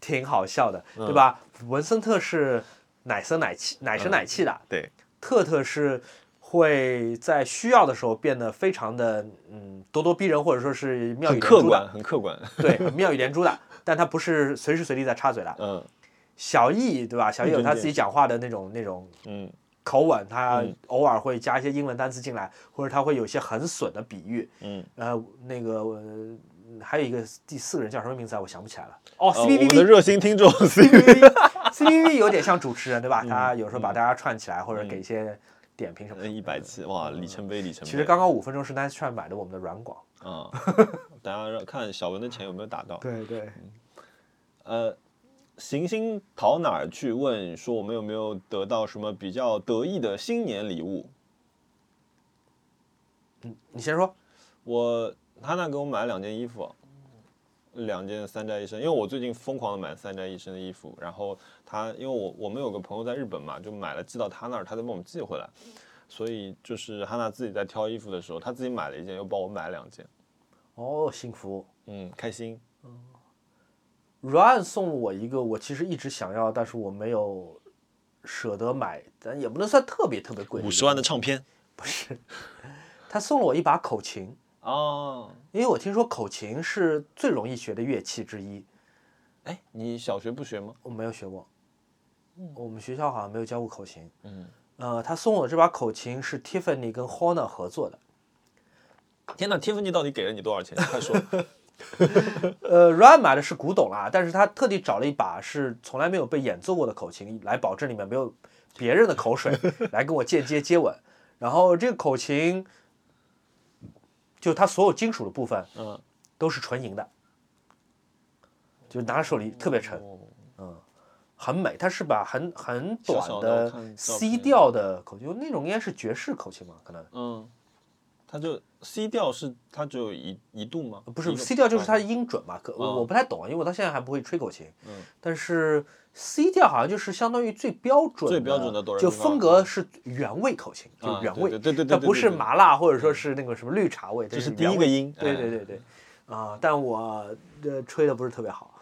Speaker 2: 挺好笑的，
Speaker 1: 嗯
Speaker 2: 对吧？文森特是奶声奶气、奶
Speaker 1: 嗯
Speaker 2: 声奶气的，
Speaker 1: 对，
Speaker 2: 特特是会在需要的时候变得非常的嗯咄咄逼人，或者说是妙语
Speaker 1: 很
Speaker 2: 连
Speaker 1: 客
Speaker 2: 珠的。
Speaker 1: 观，很客观。
Speaker 2: 对，妙语连珠的，但他不是随时随地在插嘴的。
Speaker 1: 嗯
Speaker 2: 小易对吧？嗯小易有
Speaker 1: 认
Speaker 2: 他
Speaker 1: 真
Speaker 2: 自己讲话的那种那种
Speaker 1: 嗯
Speaker 2: 口吻，他偶尔会加一些英文单词进来，或者他会有一些很损的比喻。
Speaker 1: 嗯，
Speaker 2: 呃，那个、呃还有一个第四个人叫什么名字啊？我想不起来了。哦
Speaker 1: 呃我们的
Speaker 2: ，CVV。
Speaker 1: 热心听众 C V
Speaker 2: CVV 有点像主持人对吧？他有时候把大家串起来，或者给一些点评什么的。
Speaker 1: 嗯一百期，哇，里程碑，里程碑。
Speaker 2: 其实刚刚五分钟是 Nice Try 买的我们的软广。
Speaker 1: 啊，大家让看小文的钱有没有打到。
Speaker 2: 对对，
Speaker 1: 呃，行星逃哪儿去？问说我们有没有得到什么比较得意的新年礼物？
Speaker 2: 你先说。
Speaker 1: 我他那给我买了两件衣服，两件三宅一生，因为我最近疯狂的买三宅一生的衣服，然后他因为我我们有个朋友在日本嘛，就买了寄到他那儿，他再帮我们寄回来，所以就是哈娜自己在挑衣服的时候，她自己买了一件，又帮我买了两件，
Speaker 2: 哦，幸福。
Speaker 1: 嗯，开心，
Speaker 2: Ryan 送了我一个，我其实一直想要，但是我没有舍得买，但也不能算特别特别贵。
Speaker 1: 五十万的唱片
Speaker 2: 他送了我一把口琴，
Speaker 1: 哦，
Speaker 2: 因为我听说口琴是最容易学的乐器之一。
Speaker 1: 哎，你小学不学吗？
Speaker 2: 我没有学过，我们学校好像没有教过口琴。
Speaker 1: 嗯，
Speaker 2: 呃，他送我这把口琴是 Tiffany 跟 Horner 合作的。
Speaker 1: 天哪，Tiffany 到底给了你多少钱？快 说。
Speaker 2: 呃，Ryan 买的是古董啦，但是他特地找了一把是从来没有被演奏过的口琴，来保证里面没有别人的口 水，来跟我间接接吻。然后这个口琴，就它所有金属的部分
Speaker 1: 嗯，
Speaker 2: 都是纯银的，就拿手里特别沉，
Speaker 1: 哦
Speaker 2: 很美。它是把很很
Speaker 1: 小
Speaker 2: 短
Speaker 1: 小的我
Speaker 2: 的
Speaker 1: 看照
Speaker 2: C
Speaker 1: 片
Speaker 2: 调的口琴，那种应该是爵士口琴嘛，可能
Speaker 1: 嗯，它就 C 调是它只有一一度吗？
Speaker 2: 不是
Speaker 1: 一个
Speaker 2: C 调就是它
Speaker 1: 哦
Speaker 2: 的音准嘛，可我
Speaker 1: 嗯
Speaker 2: 我不太懂啊，因为我到现在还不会吹口琴。
Speaker 1: 嗯，
Speaker 2: 但是 C 调好像就是相当于最标准
Speaker 1: 最标准的哆来咪
Speaker 2: 就
Speaker 1: 发
Speaker 2: 风格是原味口琴，就
Speaker 1: 啊
Speaker 2: 是原
Speaker 1: 对
Speaker 2: 味，
Speaker 1: 对对对
Speaker 2: 它
Speaker 1: 对对
Speaker 2: 不是
Speaker 1: 对嗯
Speaker 2: 麻辣或者说是那个什么绿茶味，这
Speaker 1: 这是
Speaker 2: 是
Speaker 1: 第一
Speaker 2: 原
Speaker 1: 个
Speaker 2: 味。
Speaker 1: 音。
Speaker 2: 对
Speaker 1: 哎
Speaker 2: 对对对，啊，但我呃吹的不是特别 好，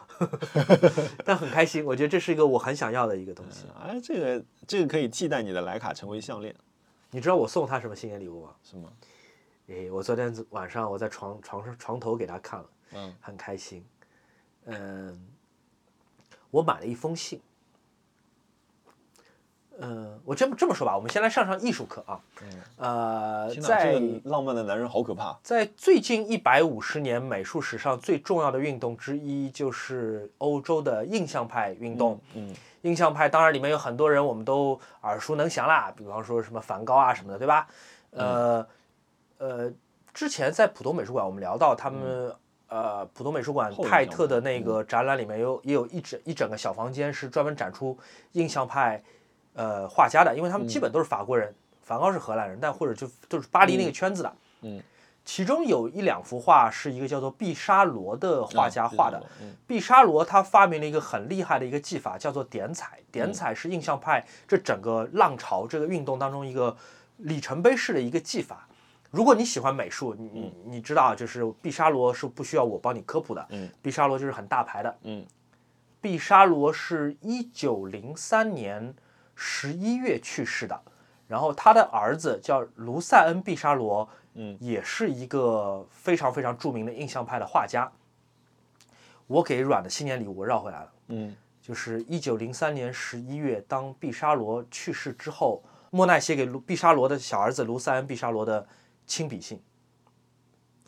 Speaker 2: 但很开心，我觉得这是一个我很想要的一个东西。
Speaker 1: 哎，这个这个可以替代你的徕卡成为项链，
Speaker 2: 你知道我送他什么新年礼物吗？
Speaker 1: 是吗？
Speaker 2: 诶，我昨天晚上我在床床上床头给他看了，
Speaker 1: 嗯，
Speaker 2: 很开心。嗯，我买了一封信。嗯，我这么这么说吧，我们先来上上艺术课啊。呃，
Speaker 1: 天哪，嗯这
Speaker 2: 在
Speaker 1: 个浪漫的男人好可怕。
Speaker 2: 在最近一百五十年美术史上最重要的运动之一，就是欧洲的印象派运动。
Speaker 1: 嗯，
Speaker 2: 印象派当然里面有很多人我们都耳熟能详啦，比方说什么梵高啊什么的，对吧？呃、
Speaker 1: 嗯
Speaker 2: 呃，之前在浦东美术馆我们聊到他们、呃浦东美术馆
Speaker 1: 后印象
Speaker 2: 泰特的
Speaker 1: 嗯
Speaker 2: 那个展览里面有也有一整一整个小房间是专门展出印象派呃画家的，因为他们基本都是法国人，梵高是荷兰人，但或者就就是巴黎那个圈子的。
Speaker 1: 嗯嗯嗯
Speaker 2: 其中有一两幅画是一个叫做毕沙罗的画家画的，嗯
Speaker 1: 啊，对对对
Speaker 2: 毕沙罗他发明了一个很厉害的一个技法，叫做点彩。点彩是印象派这整个浪潮这个运动当中一个里程碑式的一个技法。如果你喜欢美术，你你你知道啊，就是毕沙罗是不需要我帮你科普的。
Speaker 1: 嗯，
Speaker 2: 毕沙罗就是很大牌的。
Speaker 1: 嗯，
Speaker 2: 毕沙罗是一九零三年十一月去世的，然后他的儿子叫卢塞恩·毕沙罗，
Speaker 1: 嗯，
Speaker 2: 也是一个非常非常著名的印象派的画家。我给阮的新年礼物我绕回来了，
Speaker 1: 嗯
Speaker 2: 就是一九零三年十一月，当毕沙罗去世之后，莫奈写给卢毕沙罗的小儿子卢塞恩·毕沙罗的亲笔信，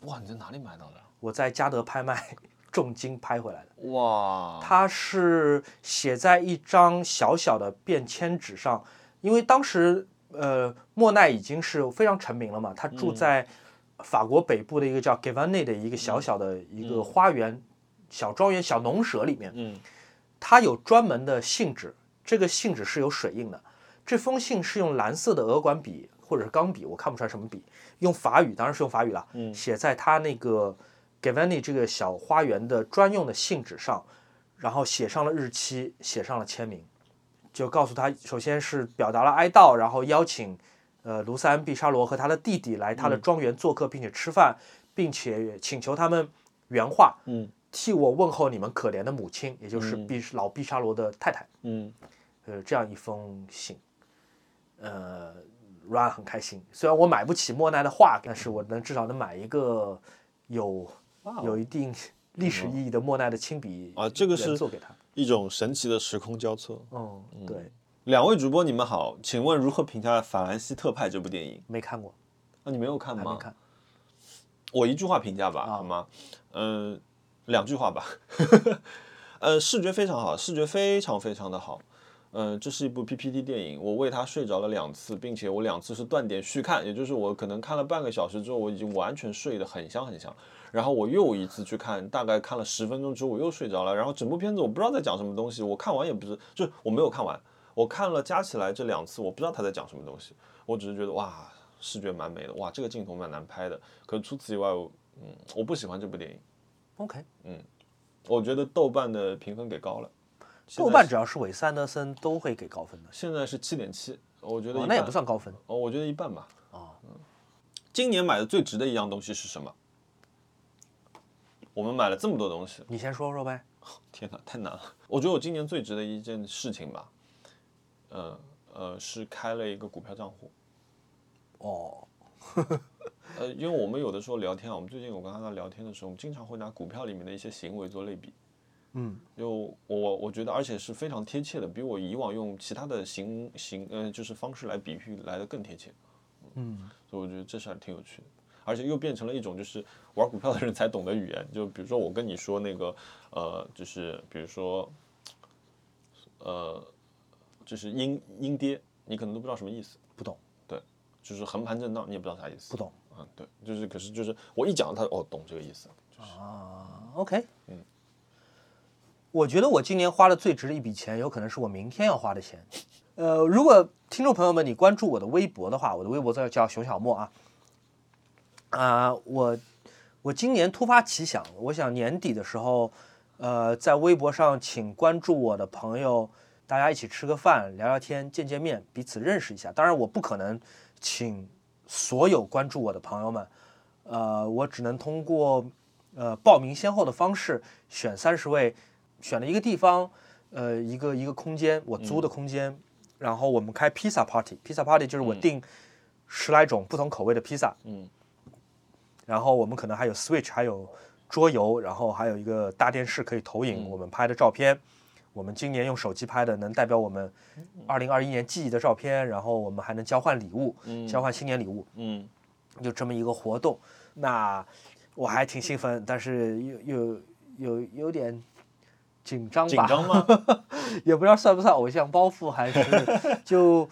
Speaker 1: 嗯，哇，你在哪里买到的？
Speaker 2: 我在嘉德拍卖重金拍回来的。
Speaker 1: 哇，
Speaker 2: 它是写在一张小小的便签纸上，因为当时呃莫奈已经是非常成名了嘛，他住在法国北部的一个叫 g a v a n n 的一个小小的一个花园、小庄园、小农舍里面，
Speaker 1: 嗯
Speaker 2: 它有专门的信纸，这个信纸是有水印的。这封信是用蓝色的鹅管笔或者是钢笔，我看不出来什么笔，用法语，当然是用法语了，
Speaker 1: 嗯
Speaker 2: 写在他那个 Gavani 这个小花园的专用的信纸上，然后写上了日期，写上了签名，就告诉他，首先是表达了哀悼，然后邀请呃卢塞恩·毕沙罗和他的弟弟来他的庄园做客，并且吃饭，并且请求他们原话，
Speaker 1: 嗯
Speaker 2: 替我问候你们可怜的母亲，也就是
Speaker 1: 嗯
Speaker 2: 毕老毕沙罗的太太，
Speaker 1: 嗯，
Speaker 2: 呃，这样一封信，呃，Run 很开心。虽然我买不起莫奈的画，但是我能至少能买一个有
Speaker 1: 哇哦
Speaker 2: 有一定历史意义的莫奈的亲笔
Speaker 1: 啊这个是
Speaker 2: 原作给他。
Speaker 1: 一种神奇的时空交错。
Speaker 2: 嗯，对，
Speaker 1: 两位主播，你们好，请问如何评价《法兰西特派》这部电影？
Speaker 2: 没看过，
Speaker 1: 啊，你没有看
Speaker 2: 还
Speaker 1: 吗？
Speaker 2: 没看。
Speaker 1: 我一句话评价吧，好吗？嗯、两句话吧。 呃，视觉非常好，视觉非常非常的好。嗯、这是一部 PPT 电影，我为它睡着了两次，并且我两次是断点续看，也就是我可能看了半个小时之后，我已经完全睡得很香很香。然后我又一次去看，大概看了十分钟之后，我又睡着了。然后整部片子我不知道在讲什么东西，我看完也不是，就是我没有看完，我看了加起来这两次，我不知道他在讲什么东西，我只是觉得哇，视觉蛮美的，哇，这个镜头蛮难拍的。可除此以外，我嗯，我不喜欢这部电影，
Speaker 2: OK，
Speaker 1: 我觉得豆瓣的评分给高了，现在
Speaker 2: 豆瓣只要是韦斯安德森都会给高分的，
Speaker 1: 现在是七点七，我觉得一
Speaker 2: 哦
Speaker 1: 半、
Speaker 2: 那也不算高分。
Speaker 1: 哦，我觉得一半吧。
Speaker 2: 哦
Speaker 1: 嗯，今年买的最值的一样东西是什么？我们买了这么多东西，
Speaker 2: 你先说说呗。
Speaker 1: 天哪，太难了！我觉得我今年最值的一件事情吧，呃呃，是开了一个股票账户。
Speaker 2: 哦，
Speaker 1: 呃，因为我们有的时候聊天啊，我们最近我跟他聊天的时候，我们经常会拿股票里面的一些行为做类比。
Speaker 2: 嗯，
Speaker 1: 就我我觉得，而且是非常贴切的，比我以往用其他的形形呃就是方式来比喻来的更贴切。
Speaker 2: 嗯，
Speaker 1: 所以我觉得这事儿挺有趣的，而且又变成了一种就是玩股票的人才懂的语言。就比如说我跟你说那个呃，就是比如说呃，就是阴阴跌，你可能都不知道什么意思，
Speaker 2: 不懂，
Speaker 1: 就是横盘震荡，你也不知道啥意思。
Speaker 2: 不懂
Speaker 1: 嗯，对，就是可是就是我一讲他哦懂这个意思，
Speaker 2: 啊，OK，
Speaker 1: 嗯，
Speaker 2: 我觉得我今年花的最值的一笔钱，有可能是我明天要花的钱。呃，如果听众朋友们你关注我的微博的话，我的微博叫叫熊小莫啊，啊、我我今年突发奇想，我想年底的时候，呃，在微博上请关注我的朋友，大家一起吃个饭、聊聊天、见见面，彼此认识一下。当然，我不可能请所有关注我的朋友们，呃，我只能通过呃报名先后的方式选三十位，选了一个地方，呃，一个一个空间，我租的空间，然后我们开披萨 party，披萨 party 就是我订十来种不同口味的披萨，
Speaker 1: 嗯
Speaker 2: 然后我们可能还有 Switch，还有桌游，然后还有一个大电视可以投影我们拍的照片。我们今年用手机拍的，能代表我们二零二一年记忆的照片，然后我们还能交换礼物，交换新年礼物，
Speaker 1: 嗯
Speaker 2: 有这么一个活动。那我还挺兴奋，但是又又有有点紧张吧？
Speaker 1: 紧张 吗？
Speaker 2: 也不知道算不算偶像包袱，还是就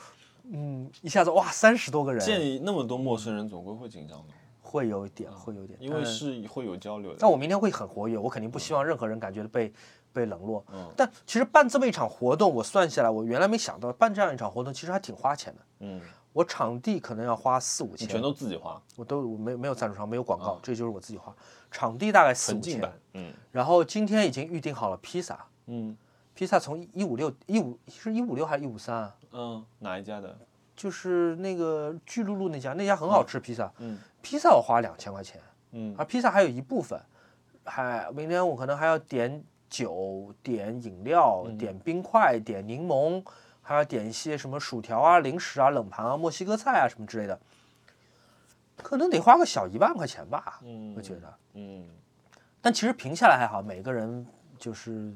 Speaker 2: 嗯一下子哇三十多个人，
Speaker 1: 见那么多陌生人，总归会紧张的，
Speaker 2: 会有一点，会有一点，
Speaker 1: 因为
Speaker 2: 但
Speaker 1: 是会有交流的。
Speaker 2: 但我明天会很活跃，我肯定不希望任何人感觉被被冷落。
Speaker 1: 嗯
Speaker 2: 但其实办这么一场活动，我算下来，我原来没想到办这样一场活动其实还挺花钱的。
Speaker 1: 嗯，
Speaker 2: 我场地可能要花四五
Speaker 1: 你
Speaker 2: 千，
Speaker 1: 全都自己花，
Speaker 2: 我都我没没有赞助商，没有广告，这就是我自己花。场地大概四五
Speaker 1: 纯净
Speaker 2: 千，
Speaker 1: 版。嗯
Speaker 2: 然后今天已经预定好了披萨，
Speaker 1: 嗯
Speaker 2: 披萨从一五六一五是一五六还是一五三啊？
Speaker 1: 嗯，哪一家的？
Speaker 2: 就是那个巨鹿路那家，那家很好吃披萨。
Speaker 1: 嗯
Speaker 2: 披萨我花两千块钱，啊
Speaker 1: 嗯
Speaker 2: 而披萨还有一部分，还明天我可能还要点酒、点饮料、
Speaker 1: 嗯
Speaker 2: 点冰块、点柠檬，还要点一些什么薯条啊、零食啊、冷盘啊、墨西哥菜啊什么之类的，可能得花个小一万块钱吧，
Speaker 1: 嗯
Speaker 2: 我觉得。
Speaker 1: 嗯，
Speaker 2: 但其实平下来还好，每个人就是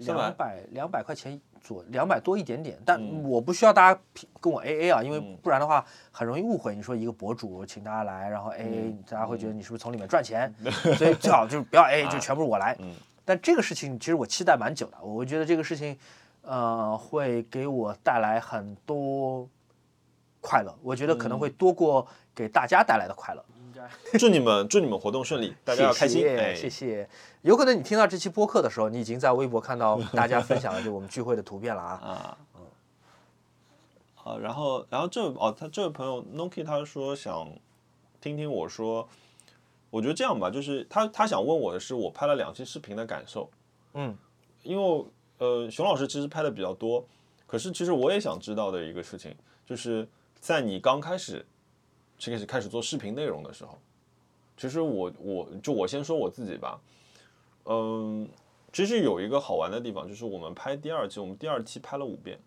Speaker 1: 三
Speaker 2: 两
Speaker 1: 百
Speaker 2: 百两百块钱左两百多一点点，但
Speaker 1: 嗯
Speaker 2: 我不需要大家平跟我 A A 啊，因为不然的话很容易误会。你说一个博主请大家来，然后 A
Speaker 1: 嗯
Speaker 2: A，、大家会觉得你是不是从里面 赚钱？所以最好就是不要
Speaker 1: 啊
Speaker 2: A A，就全部是我来。
Speaker 1: 嗯
Speaker 2: 但这个事情其实我期待蛮久的，我觉得这个事情，呃，会给我带来很多快乐，我觉得
Speaker 1: 嗯
Speaker 2: 可能会多过给大家带来的快乐。
Speaker 1: 祝你们祝你们活动顺利，大家要开心。
Speaker 2: 谢谢
Speaker 1: 哎，
Speaker 2: 谢谢。有可能你听到这期播客的时候，你已经在微博看到 大家分享了就我们聚会的图片了啊。
Speaker 1: 啊。好，然后，然后这哦，他这位朋友 Noki 他说想听听我说，我觉得这样吧，就是他他想问我的是我拍了两期视频的感受，
Speaker 2: 嗯，
Speaker 1: 因为呃熊老师其实拍的比较多，可是其实我也想知道的一个事情，就是在你刚开始最开始开始做视频内容的时候，其实我我就我先说我自己吧，嗯，其实有一个好玩的地方，就是我们拍第二期，我们第二期拍了五遍。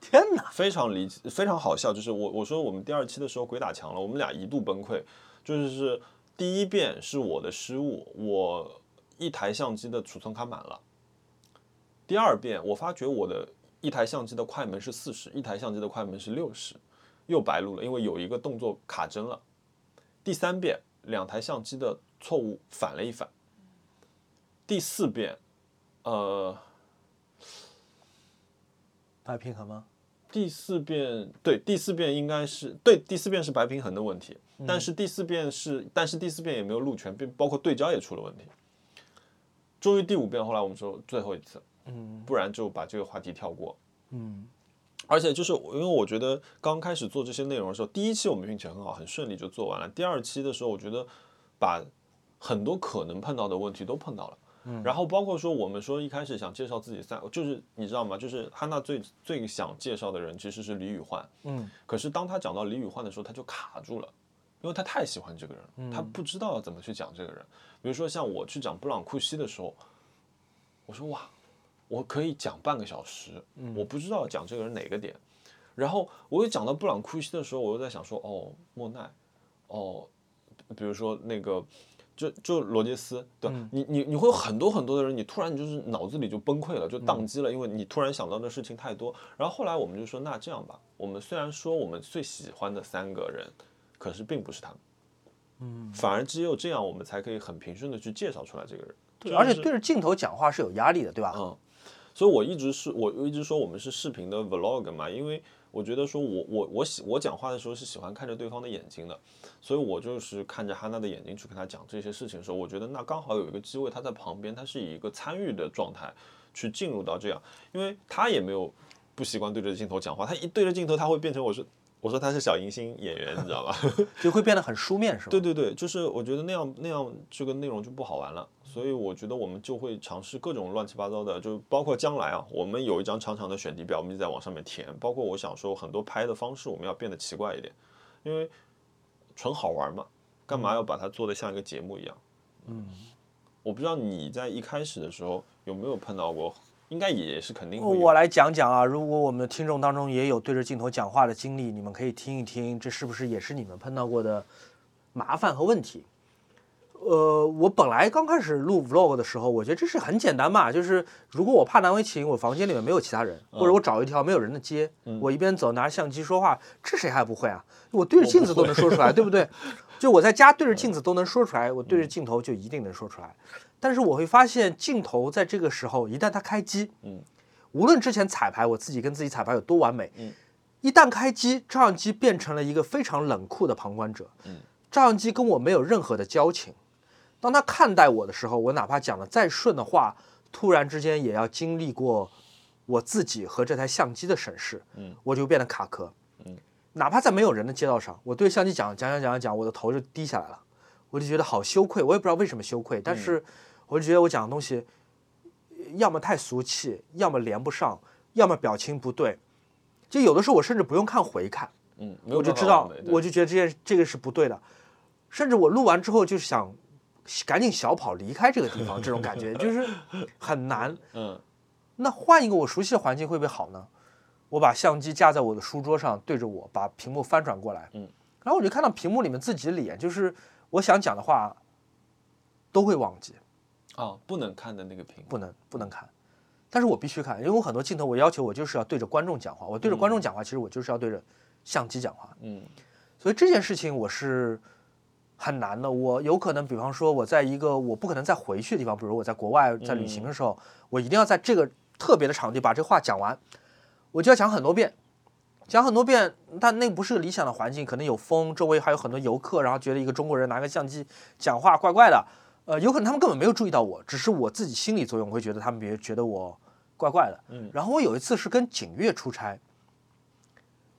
Speaker 2: 天哪！
Speaker 1: 非常离奇，非常好笑。就是我我说我们第二期的时候鬼打墙了，我们俩一度崩溃。就是第一遍是我的失误，我一台相机的储存卡满了。第二遍我发觉我的一台相机的快门是四十，一台相机的快门是六十，又白录了，因为有一个动作卡针了。第三遍两台相机的错误反了一反。第四遍，呃，
Speaker 2: 白平衡吗？
Speaker 1: 第四遍对，第四遍应该是对，第四遍是白平衡的问题，但是第四遍是，但是第四遍也没有录全，并包括对焦也出了问题。终于第五遍，后来我们说最后一次，
Speaker 2: 嗯
Speaker 1: 不然就把这个话题跳过。
Speaker 2: 嗯
Speaker 1: 而且就是我因为我觉得刚开始做这些内容的时候，第一期我们运气很好，很顺利就做完了。第二期的时候，我觉得把很多可能碰到的问题都碰到了。然后包括说我们说一开始想介绍自己三，就是你知道吗？就是汉娜最最想介绍的人其实是李宇焕，
Speaker 2: 嗯
Speaker 1: 可是当他讲到李宇焕的时候，他就卡住了，因为他太喜欢这个人，他不知道要怎么去讲这个人。比如说像我去讲布朗库西的时候，我说哇，我可以讲半个小时，
Speaker 3: 嗯
Speaker 1: 我不知道讲这个人哪个点。然后我又讲到布朗库西的时候，我又在想说，哦，莫奈，哦，比如说那个就就罗杰斯，对、
Speaker 3: 嗯
Speaker 1: 你你你会有很多很多的人，你突然你就是脑子里就崩溃了，就
Speaker 3: 嗯
Speaker 1: 宕机了，因为你突然想到的事情太多。然后后来我们就说，那这样吧，我们虽然说我们最喜欢的三个人，可是并不是他们，嗯，反而只有这样，我们才可以很平顺的去介绍出来这个人。
Speaker 3: 对而且对着镜头讲话是有压力的，对吧？
Speaker 1: 嗯，所以我一直是我我一直说我们是视频的 vlog 嘛，因为我觉得说我我我喜我讲话的时候是喜欢看着对方的眼睛的，所以我就是看着哈娜的眼睛去跟她讲这些事情的时候，我觉得那刚好有一个机会，她在旁边，她是以一个参与的状态去进入到这样，因为她也没有不习惯对着镜头讲话，她一对着镜头，她会变成我是我说她是小迎新演员，你知道吧？
Speaker 3: 就会变得很书面，是吧？
Speaker 1: 对对对，就是我觉得那样那样这个内容就不好玩了，所以我觉得我们就会尝试各种乱七八糟的，就包括将来啊，我们有一张长长的选题表，我们就在往上面填。包括我想说，很多拍的方式我们要变得奇怪一点，因为纯好玩嘛，干
Speaker 2: 嗯
Speaker 1: 嘛要把它做得像一个节目一样？嗯，我不知道你在一开始的时候有没有碰到过，应该也是肯定会有
Speaker 2: 哦我来讲讲啊，如果我们的听众当中也有对着镜头讲话的经历，你们可以听一听，这是不是也是你们碰到过的麻烦和问题？呃，我本来刚开始录 vlog 的时候，我觉得这是很简单嘛，就是如果我怕难为情，我房间里面没有其他人，
Speaker 1: 嗯
Speaker 2: 或者我找一条没有人的街，我一边走拿着相机说话，这谁还不会啊？我对着镜子都能说出来，对 不对？就我在家对着镜
Speaker 1: 嗯
Speaker 2: 子都能说出来，我对着镜头就一定能说出来。但是我会发现，镜头在这个时候一旦它开机，
Speaker 1: 嗯，
Speaker 2: 无论之前彩排我自己跟自己彩排有多完美，
Speaker 1: 嗯，
Speaker 2: 一旦开机，照相机变成了一个非常冷酷的旁观者，
Speaker 1: 嗯，
Speaker 2: 照相机跟我没有任何的交情。当他看待我的时候，我哪怕讲的再顺的话，突然之间也要经历过我自己和这台相机的审视，
Speaker 1: 嗯，
Speaker 2: 我就变得卡壳，
Speaker 1: 嗯，
Speaker 2: 哪怕在没有人的街道上，我对相机讲讲讲讲讲，我的头就低下来了，我就觉得好羞愧，我也不知道为什么羞愧，
Speaker 1: 嗯
Speaker 2: 但是我就觉得我讲的东西，要么太俗气，要么连不上，要么表情不对，就有的时候我甚至不用看回看，
Speaker 1: 嗯，没有
Speaker 2: 我就
Speaker 1: 办法
Speaker 2: 知道
Speaker 1: 完美，对
Speaker 2: 我就觉得这件这个是不对的，甚至我录完之后就是想赶紧小跑离开这个地方，这种感觉就是很难。
Speaker 1: 嗯
Speaker 2: 那换一个我熟悉的环境会不会好呢？我把相机架在我的书桌上，对着我，把屏幕翻转过来，
Speaker 1: 嗯，
Speaker 2: 然后我就看到屏幕里面自己的脸，就是我想讲的话都会忘记，
Speaker 1: 啊，不能看的那个屏幕，
Speaker 2: 不能不能看。但是我必须看，因为我很多镜头，我要求我就是要对着观众讲话。我对着观众讲话，其实我就是要对着相机讲话。
Speaker 1: 嗯
Speaker 2: 所以这件事情我是很难的。我有可能，比方说我在一个我不可能再回去的地方，比如我在国外在旅行的时候，我一定要在这个特别的场地把这话讲完，我就要讲很多遍，讲很多遍。但那不是个理想的环境，可能有风，周围还有很多游客，然后觉得一个中国人拿个相机讲话怪怪的。呃，有可能他们根本没有注意到我，只是我自己心理作用，我会觉得他们别觉得我怪怪的。
Speaker 1: 嗯，
Speaker 2: 然后我有一次是跟景岳出差，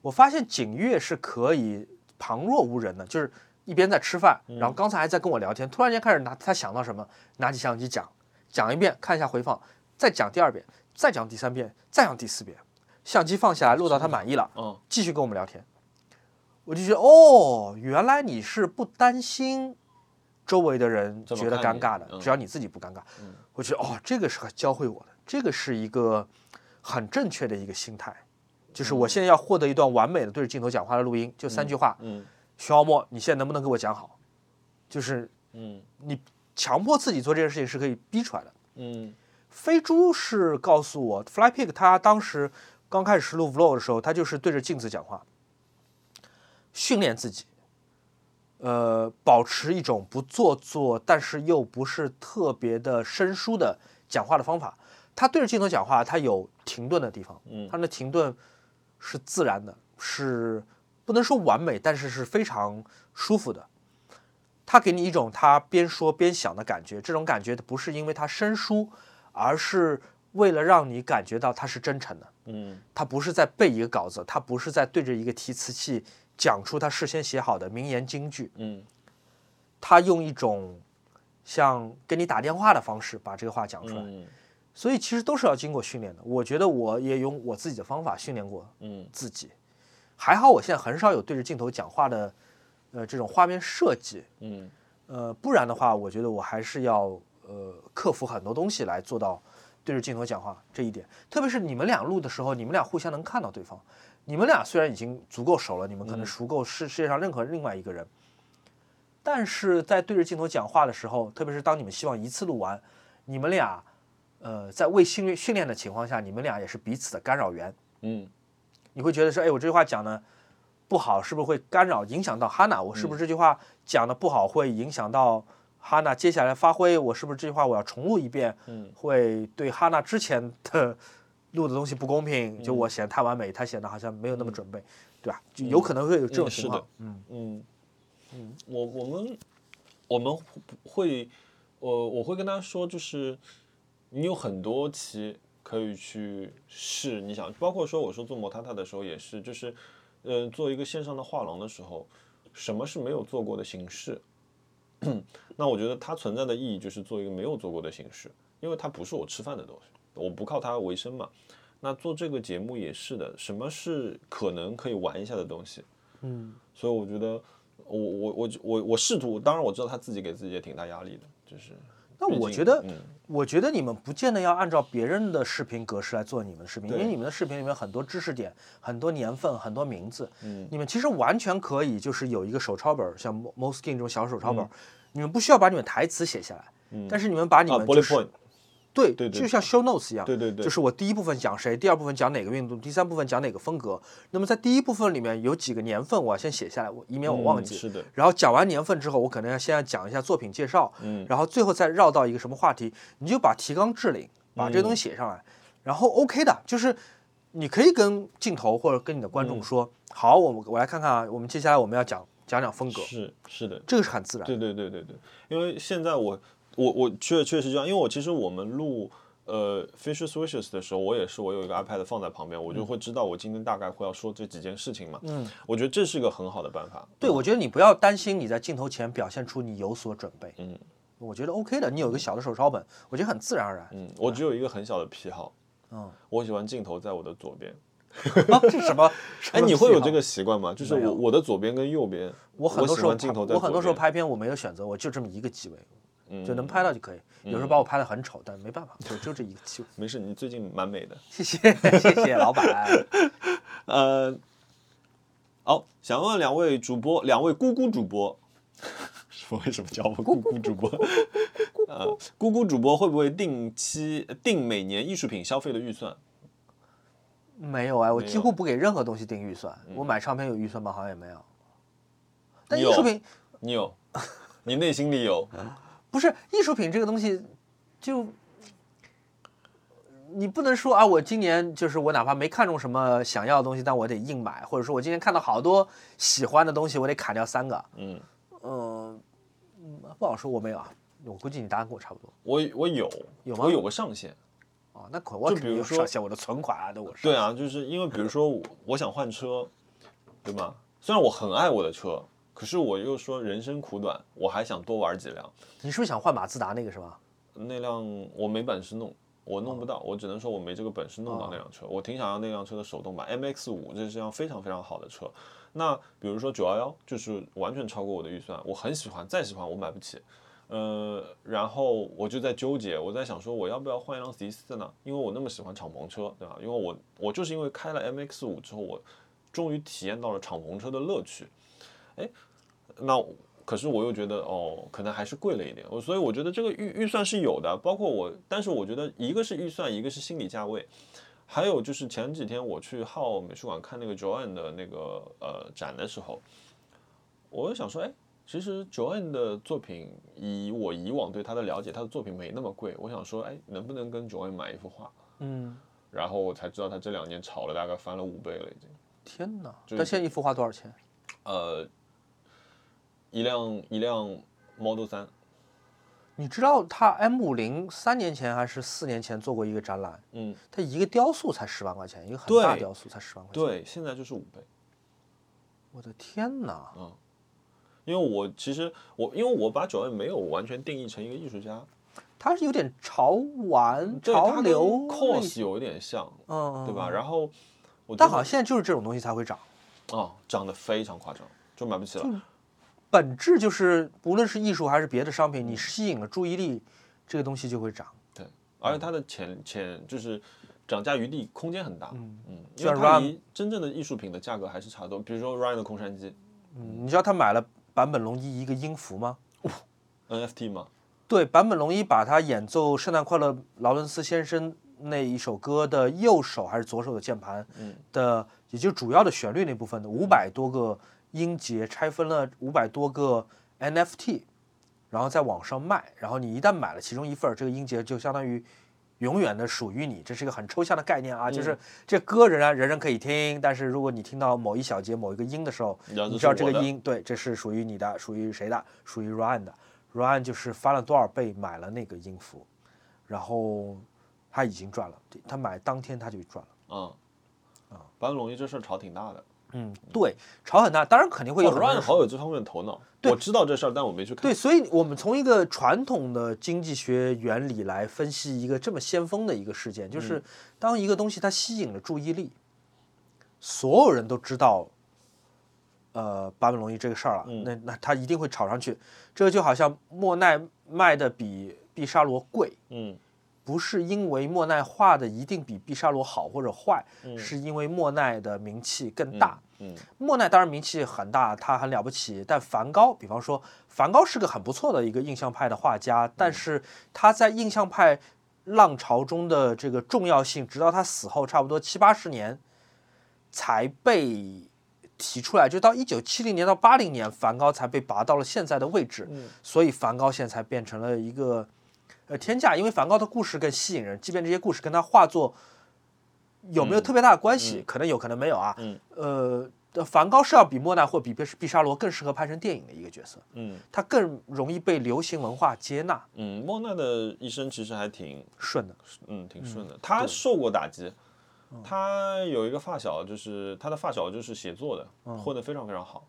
Speaker 2: 我发现景岳是可以旁若无人的，就是一边在吃饭，
Speaker 1: 嗯
Speaker 2: 然后刚才还在跟我聊天，突然间开始拿他想到什么，拿起相机讲，讲一遍，看一下回放，再讲第二遍，再讲第三遍，再讲第四遍，相机放下来，录到他满意了，
Speaker 1: 嗯
Speaker 2: 继续跟我们聊天。我就觉得哦，原来你是不担心周围的人
Speaker 1: 怎么
Speaker 2: 觉得
Speaker 1: 看
Speaker 2: 尴
Speaker 1: 你
Speaker 2: 尬的，
Speaker 1: 嗯
Speaker 2: 只要你自己不尴尬。
Speaker 1: 嗯
Speaker 2: 我觉得哦，这个是很教会我的，这个是一个很正确的一个心态，就是我现在要获得一段完美的对着镜头讲话的录音，就三句话：
Speaker 1: 嗯嗯
Speaker 2: 徐浩墨，你现在能不能给我讲好？就是
Speaker 1: 嗯
Speaker 2: 强迫自己做这件事情是可以逼出来的。
Speaker 1: 嗯
Speaker 2: 飞猪是告诉我，Flypig 他当时刚开始录 vlog 的时候，他就是对着镜子讲话，训练自己，呃，保持一种不做作，但是又不是特别的生疏的讲话的方法。他对着镜头讲话，他有停顿的地方，
Speaker 1: 嗯
Speaker 2: 他的停顿是自然的，是不能说完美，但是是非常舒服的。他给你一种他边说边想的感觉，这种感觉不是因为他生疏，而是为了让你感觉到他是真诚的，
Speaker 1: 嗯
Speaker 2: 他不是在背一个稿子，他不是在对着一个提词器讲出他事先写好的名言金句，
Speaker 1: 嗯
Speaker 2: 他用一种像给你打电话的方式把这个话讲出来，
Speaker 1: 嗯
Speaker 2: 所以其实都是要经过训练的。我觉得我也用我自己的方法训练过
Speaker 1: 嗯
Speaker 2: 自己，还好我现在很少有对着镜头讲话的，呃，这种画面设计，
Speaker 1: 嗯
Speaker 2: 呃，不然的话，我觉得我还是要呃克服很多东西来做到对着镜头讲话这一点。特别是你们俩录的时候，你们俩互相能看到对方，你们俩虽然已经足够熟了，你们可能熟够世世界上任何另外一个人，但是在对着镜头讲话的时候，特别是当你们希望一次录完，你们俩，呃，在未训练训练的情况下，你们俩也是彼此的干扰源。
Speaker 1: 嗯
Speaker 2: 你会觉得说，哎，我这句话讲的不好，是不是会干扰影响到哈
Speaker 1: 嗯
Speaker 2: 娜？我是不是这句话讲的不好，会影响到哈娜接下来发挥？我是不是这句话我要重录一遍，
Speaker 1: 嗯
Speaker 2: 会对哈娜之前的录的东西不公平？就我显得太完美，她显得好像没有那么准备，对吧？就有可能会有这种
Speaker 1: 嗯
Speaker 2: 情
Speaker 1: 是
Speaker 2: 况
Speaker 1: 的。嗯嗯，我我们我们会，呃我我会跟他说，就是你有很多期可以去试，你想，包括说我说做摩塔塔的时候也是，就是呃，做一个线上的画廊的时候，什么是没有做过的形式？ 那我觉得它存在的意义就是做一个没有做过的形式，因为它不是我吃饭的东西，我不靠它为生嘛。那做这个节目也是的，什么是可能可以玩一下的东西？所以我觉得我我我我我试图，当然我知道他自己给自己也挺大压力的，就是。
Speaker 2: 那
Speaker 1: 毕
Speaker 2: 我
Speaker 1: 竟
Speaker 2: 觉得
Speaker 1: 嗯
Speaker 2: 我觉得你们不见得要按照别人的视频格式来做你们的视频，因为
Speaker 1: 对
Speaker 2: 你们的视频里面很多知识点、很多年份、很多名字，
Speaker 1: 嗯
Speaker 2: 你们其实完全可以就是有一个手抄本儿，像 Mo- Moskin 这种小手抄
Speaker 1: 嗯
Speaker 2: 本儿，你们不需要把你们台词写下来，但是你们把你
Speaker 1: 啊
Speaker 2: 们、就
Speaker 1: ，bullet
Speaker 2: 是
Speaker 1: point，
Speaker 2: 对
Speaker 1: 对对
Speaker 2: 就像 show notes 一样，
Speaker 1: 对对对
Speaker 2: 就是我第一部分讲谁，第二部分讲哪个运动，第三部分讲哪个风格。那么在第一部分里面有几个年份，我要先写下来，我以免我忘
Speaker 1: 嗯
Speaker 2: 记。
Speaker 1: 是的，
Speaker 2: 然后讲完年份之后，我可能要先要讲一下作品介绍，
Speaker 1: 嗯
Speaker 2: 然后最后再绕到一个什么话题，你就把提纲挈领，把这个东西写上
Speaker 1: 嗯
Speaker 2: 来，然后 OK 的，就是你可以跟镜头或者跟你的观众说，
Speaker 1: 嗯
Speaker 2: 好，我们我来看看啊，我们接下来我们要讲讲讲风格，
Speaker 1: 是是的，
Speaker 2: 这个是很自然的。
Speaker 1: 对对对对对，因为现在我我我确确实这样，因为我其实我们录呃 Fisher Swishes 的时候，我也是我有一个 iPad 放在旁边，我就
Speaker 2: 嗯
Speaker 1: 会知道我今天大概会要说这几件事情嘛。嗯，我觉得这是个很好的办法。
Speaker 2: 对，我觉得你不要担心你在镜头前表现出你有所准备，
Speaker 1: 嗯，
Speaker 2: 我觉得 OK 的，你有一个小的手抄本，我觉得很自然而然。
Speaker 1: 嗯，我只有一个很小的癖好，
Speaker 2: 嗯，啊
Speaker 1: 我喜欢镜头在我的左边。
Speaker 2: 这是 什么？
Speaker 1: 哎，
Speaker 2: 什么
Speaker 1: 你会有
Speaker 2: 癖好
Speaker 1: 这个？习惯吗？就是
Speaker 2: 没有
Speaker 1: 我我的左边跟右边，
Speaker 2: 我很多
Speaker 1: 喜
Speaker 2: 时候
Speaker 1: 欢镜头
Speaker 2: 拍
Speaker 1: 在
Speaker 2: 我很
Speaker 1: 左
Speaker 2: 多时候
Speaker 1: 边嗯
Speaker 2: 拍片我没有选择，我就这么一个机位，就能拍到就可以。有时候把我拍的很丑，但没办法，就就这一个 机位。
Speaker 1: 没事，你最近蛮美的。
Speaker 2: 谢谢谢谢老 板。
Speaker 1: 呃，好、想问问两位主播，两位姑姑主播，我为什么叫我姑姑主 播？呃，姑姑主播会不会定期定每年艺术品消费的预算？
Speaker 2: 没有哎，我
Speaker 1: 没
Speaker 2: 几
Speaker 1: 有
Speaker 2: 乎不给任何东西定预算。我买唱片有预算吗？好像也没有。但艺
Speaker 1: 有
Speaker 2: 术品
Speaker 1: 你有，你内心里有，
Speaker 2: 不是艺术品这个东西，就你不能说啊，我今年就是我哪怕没看中什么想要的东西，但我得硬买，或者说我今年看到好多喜欢的东西，我得砍掉三个。
Speaker 1: 嗯，
Speaker 2: 嗯，嗯不好说，我没有啊，我估计你答案跟我差不多
Speaker 1: 我我有，
Speaker 2: 有吗
Speaker 1: 我有个上限。
Speaker 2: 啊。那可我
Speaker 1: 就
Speaker 2: 肯
Speaker 1: 比
Speaker 2: 定
Speaker 1: 如
Speaker 2: 有
Speaker 1: 说
Speaker 2: 上限，我的存款啊，对我是。
Speaker 1: 对啊，就是因为比如说我我想换车，对吗？虽然我很爱我的车，可是我又说人生苦短，我还想多玩几辆。
Speaker 2: 你是不是想换马自达那个是吧？
Speaker 1: 那辆我没本事弄，我弄不到，我只能说我没这个本事弄到那辆车。我挺想要那辆车的手动版 MX 五，这是一辆非常非常好的车。那比如说九幺幺，就是完全超过我的预算，我很喜欢，再喜欢我买不起。呃，然后我就在纠结，我在想说我要不要换一辆 C 四呢？因为我那么喜欢敞篷车，对吧？因为我我就是因为开了 MX 五之后，我终于体验到了敞篷车的乐趣。那我可是我又觉得哦，可能还是贵了一点，我所以我觉得这个预预算是有的，包括我，但是我觉得一个是预算，一个是心理价位，还有就是前几天我去浩美术馆看那个 Joanne 的那个呃展的时候，我就想说，哎，其实 Joanne 的作品以我以往对她的了解，她的作品没那么贵，我想说，哎，能不能跟 Joanne 买一幅画？
Speaker 2: 嗯，
Speaker 1: 然后我才知道她这两年炒了大概翻了五倍了，已经。
Speaker 2: 天哪！
Speaker 1: 就是
Speaker 2: 但现在一幅画多少钱？
Speaker 1: 呃，一辆一辆 Model 三。
Speaker 2: 你知道他 M 五零三年前还是四年前做过一个展览，
Speaker 1: 嗯，
Speaker 2: 它一个雕塑才十万块钱，一个很
Speaker 1: 对
Speaker 2: 大雕塑才十万块钱。
Speaker 1: 对，现在就是五倍。
Speaker 2: 我的天哪！
Speaker 1: 因为我其实我因为我把九恩没有完全定义成一个艺术家，
Speaker 2: 它是有点潮玩、
Speaker 1: 对
Speaker 2: 潮
Speaker 1: 他跟
Speaker 2: 流类
Speaker 1: cos 有一点像，
Speaker 2: 嗯，
Speaker 1: 对吧？然后我
Speaker 2: 但
Speaker 1: 觉
Speaker 2: 好
Speaker 1: 得
Speaker 2: 像现在就是这种东西才会涨，
Speaker 1: 啊涨得非常夸张，就买不起了。
Speaker 2: 本质就是无论是艺术还是别的商品，你吸引了注意力，这个东西就会涨。
Speaker 1: 对，而且它的潜潜就是涨价余地空间很大，嗯因
Speaker 2: 像
Speaker 1: 为它
Speaker 2: Ryan-
Speaker 1: 离真正的艺术品的价格还是差得多。比如说 Ryan 的空山鸡，
Speaker 2: 嗯，你知道他买了坂本龙一一个音符吗？
Speaker 1: NFT 嘛，
Speaker 2: 对，坂本龙一把他演奏《圣诞快乐，劳伦斯先生》那一首歌的右手还是左手的键盘
Speaker 1: 嗯
Speaker 2: 的，也就主要的旋律那部分的五百多个音节拆分了五百多个 NFT，然后在网上卖。然后你一旦买了其中一份儿，这个音节就相当于永远的属于你。这是一个很抽象的概念啊，
Speaker 1: 嗯
Speaker 2: 就是这歌仍然人人可以听，但是如果你听到某一小节某一个音的时候，
Speaker 1: 你知道这
Speaker 2: 你
Speaker 1: 是
Speaker 2: 知道这
Speaker 1: 我
Speaker 2: 个
Speaker 1: 的
Speaker 2: 音对，这是属于你的，属于谁的？属于 Ryan 的。Ryan 就是翻了多少倍买了那个音符，然后他已经赚了，对他买当天他就赚了。
Speaker 1: 嗯，啊，坂本龙一这事儿吵挺大的。
Speaker 2: 嗯，对，炒很大，当然肯定会有
Speaker 1: 哦
Speaker 2: 很多人
Speaker 1: ，Ryan 好有这方面的头脑，我知道这事儿，但我没去看。
Speaker 2: 对，所以我们从一个传统的经济学原理来分析一个这么先锋的一个事件，就是当一个东西它吸引了注意力，所有人都知道，呃，巴本龙一这个事儿了，那那它一定会炒上去。这就好像莫奈卖的比毕沙罗贵，
Speaker 1: 嗯，
Speaker 2: 不是因为莫奈画的一定比毕沙罗好或者坏，是因为莫奈的名气更大。
Speaker 1: 嗯，
Speaker 2: 莫奈当然名气很大，他很了不起。但梵高，比方说，梵高是个很不错的一个印象派的画家，
Speaker 1: 嗯
Speaker 2: 但是他在印象派浪潮中的这个重要性，直到他死后差不多七八十年才被提出来。就到一九七零年到八零年，梵高才被拔到了现在的位置，
Speaker 1: 嗯
Speaker 2: 所以梵高现在才变成了一个呃天价。因为梵高的故事更吸引人，即便这些故事跟他画作有没有特别大的关系，可能有可能没有啊。
Speaker 1: 嗯
Speaker 2: 呃，梵高是要比莫奈或比毕毕沙罗更适合拍成电影的一个角色，
Speaker 1: 嗯
Speaker 2: 他更容易被流行文化接纳。
Speaker 1: 嗯，莫奈的一生其实还挺，
Speaker 2: 顺的，
Speaker 1: 嗯，挺顺的。他受过打击，他有一个发小，就是他的发小就是写作的，混得非常非常好。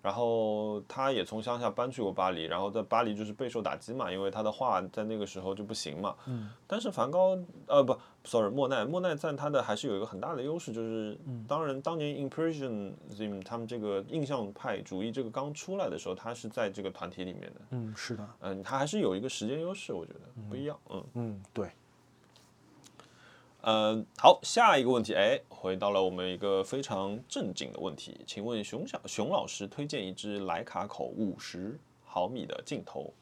Speaker 1: 然后他也从乡下搬去过巴黎，然后在巴黎就是备受打击嘛，因为他的画在那个时候就不行嘛。嗯。但是梵高，呃，不，sorry，莫奈，莫奈赞他的还是有一个很大的优势，就是，当然当年 Impressionism 他们这个印象派主义这个刚出来的时候，他是在这个团体里面的，
Speaker 2: 嗯，是的，
Speaker 1: 嗯，他还是有一个时间优势，我觉得不一样，嗯。
Speaker 2: 嗯，对，
Speaker 1: 呃，好，下一个问题，哎，回到了我们一个非常正经的问题，请问熊小熊老师推荐一支徕卡口五十毫米的镜头，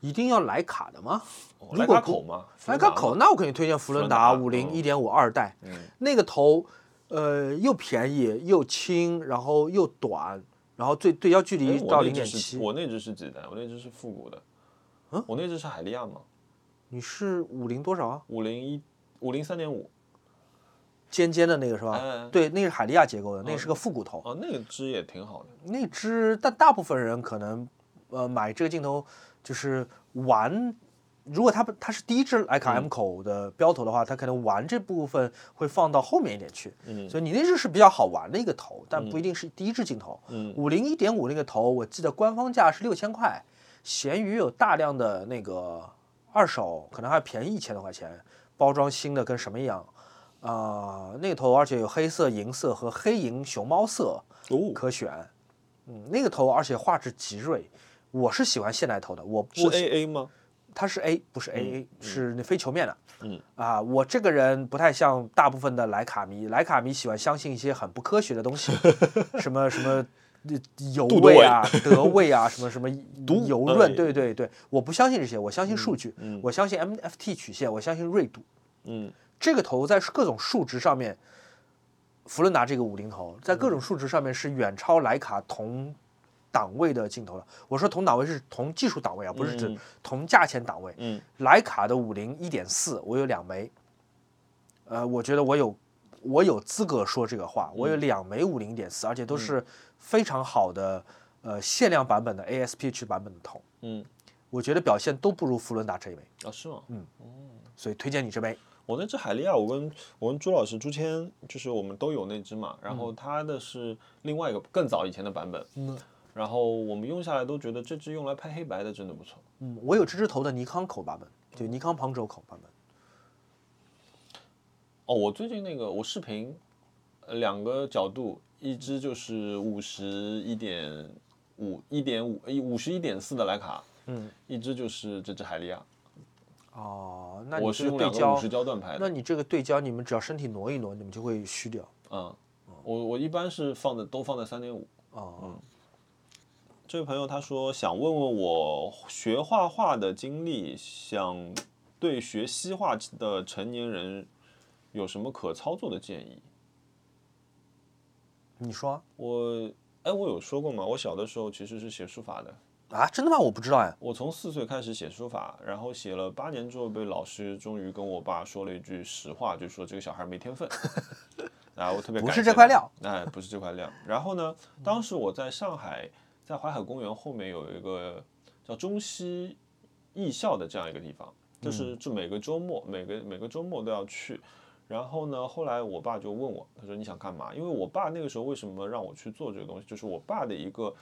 Speaker 2: 一定要徕卡的吗？
Speaker 1: 哦
Speaker 2: 如
Speaker 1: 徕
Speaker 2: 果
Speaker 1: 卡
Speaker 2: 不
Speaker 1: 口吗？
Speaker 2: 徕
Speaker 1: 徕
Speaker 2: 卡口，那我肯定推荐福伦达
Speaker 1: 福
Speaker 2: 五
Speaker 1: 伦
Speaker 2: 零
Speaker 1: 达嗯
Speaker 2: 一点五二代，那个头，呃，又便宜又轻，然后又短，然后最对焦距
Speaker 1: 哎
Speaker 2: 离
Speaker 1: 我
Speaker 2: 到
Speaker 1: 那
Speaker 2: 零
Speaker 1: 只
Speaker 2: 点
Speaker 1: 是
Speaker 2: 七。嗯
Speaker 1: 我那只是几代？我那只是复古的，我那只是海利亚嘛，
Speaker 2: 你是五零多少啊？
Speaker 1: 五零一五零三点五，
Speaker 2: 尖尖的那个是吧？
Speaker 1: 哎
Speaker 2: 对，那是海利亚结构的，那是个复古头。
Speaker 1: 哦，那个支也挺好的，
Speaker 2: 那只，但大部分人可能，呃，买这个镜头就是玩。如果它不它是第一支徕
Speaker 1: 嗯
Speaker 2: 卡 M 口的标头的话，它可能玩这部分会放到后面一点去。
Speaker 1: 嗯
Speaker 2: 所以你那只是比较好玩的一个头，但不一定是第一支镜头。
Speaker 1: 嗯
Speaker 2: 五零一点五那个头，我记得官方价是六千块，闲鱼有大量的那个二手，可能还便宜一千多块钱，包装新的跟什么一样。啊、那个头而且有黑色、银色和黑银熊猫色，
Speaker 1: 哦，
Speaker 2: 可选。嗯，那个头而且画质极锐，我是喜欢现代头的，我
Speaker 1: 是
Speaker 2: 不
Speaker 1: AA 吗？
Speaker 2: 它是 A 不是 AA，、是那非球面的。
Speaker 1: 嗯
Speaker 2: 啊，我这个人不太像大部分的莱卡迷，莱卡迷喜欢相信一些很不科学的 东西，什么什么。油
Speaker 1: 杜德
Speaker 2: 位啊，德位啊，什么什么
Speaker 1: 毒
Speaker 2: 油
Speaker 1: 哎
Speaker 2: 润，对对对，我不相信这些，我相信数据，
Speaker 1: 嗯
Speaker 2: 我相信 MFT 曲线，我相信锐度，
Speaker 1: 嗯
Speaker 2: 这个头在各种数值上面，福伦达这个五零头在各种
Speaker 1: 嗯
Speaker 2: 数值上面是远超徕卡同档位的镜头的。我说同档位是同技术档位啊，不是指
Speaker 1: 嗯
Speaker 2: 同价钱档位。
Speaker 1: 嗯
Speaker 2: 徕卡的五零一点四，我有两枚，呃，我觉得我有我有资格说这个话，我有
Speaker 1: 嗯
Speaker 2: 两枚五零点四，而且都是非常好的呃限量版本的 ASPH 版本的头，
Speaker 1: 嗯，
Speaker 2: 我觉得表现都不如福伦达这一枚，
Speaker 1: 啊是吗？
Speaker 2: 所以推荐你这枚。
Speaker 1: 我那只海利亚，我跟我跟朱老师、朱谦，就是我们都有那只嘛。然后它的是另外一个更早以前的版本。
Speaker 2: 嗯。
Speaker 1: 然后我们用下来都觉得这只用来拍黑白的真的不错。
Speaker 2: 嗯，我有这只头的尼康口版本，就尼康旁轴口版本。
Speaker 1: 哦，我最近那个我视频，呃两个角度，一只就是五十一点五、一点五、五十一点四的徕卡，
Speaker 2: 嗯，
Speaker 1: 一只就是这只海利亚。
Speaker 2: 哦，那
Speaker 1: 我
Speaker 2: 你
Speaker 1: 是
Speaker 2: 这个
Speaker 1: 用
Speaker 2: 对
Speaker 1: 两个五
Speaker 2: 焦
Speaker 1: 十，焦段拍的。
Speaker 2: 那你这个对焦，你们只要身体挪一挪，你们就会虚掉。
Speaker 1: 嗯，我我一般是放的都放在三点五。
Speaker 2: 哦，
Speaker 1: 这位朋友他说想问问我学画画的经历，想对学西画的成年人有什么可操作的建议？
Speaker 3: 你说
Speaker 1: 我哎，我有说过吗？我小的时候其实是写书法的，
Speaker 3: 啊？真的吗？我不知道呀。
Speaker 1: 我从四岁开始写书法，然后写了八年之后，被老师终于跟我爸说了一句实话，就说这个小孩没 天分。啊，我特别
Speaker 3: 不
Speaker 1: 感
Speaker 3: 是
Speaker 1: 谢
Speaker 3: 这块
Speaker 1: 他
Speaker 3: 料，
Speaker 1: 哎，不是这块料。然后呢，当时我在上海，在淮海公园后面有一个叫中西艺校的这样一个地方，
Speaker 3: 嗯
Speaker 1: 就是就每个周末，每个每个周末都要去。然后呢，后来我爸就问我，他说你想干嘛？因为我爸那个时候为什么让我去做这个东西，就是我爸的一个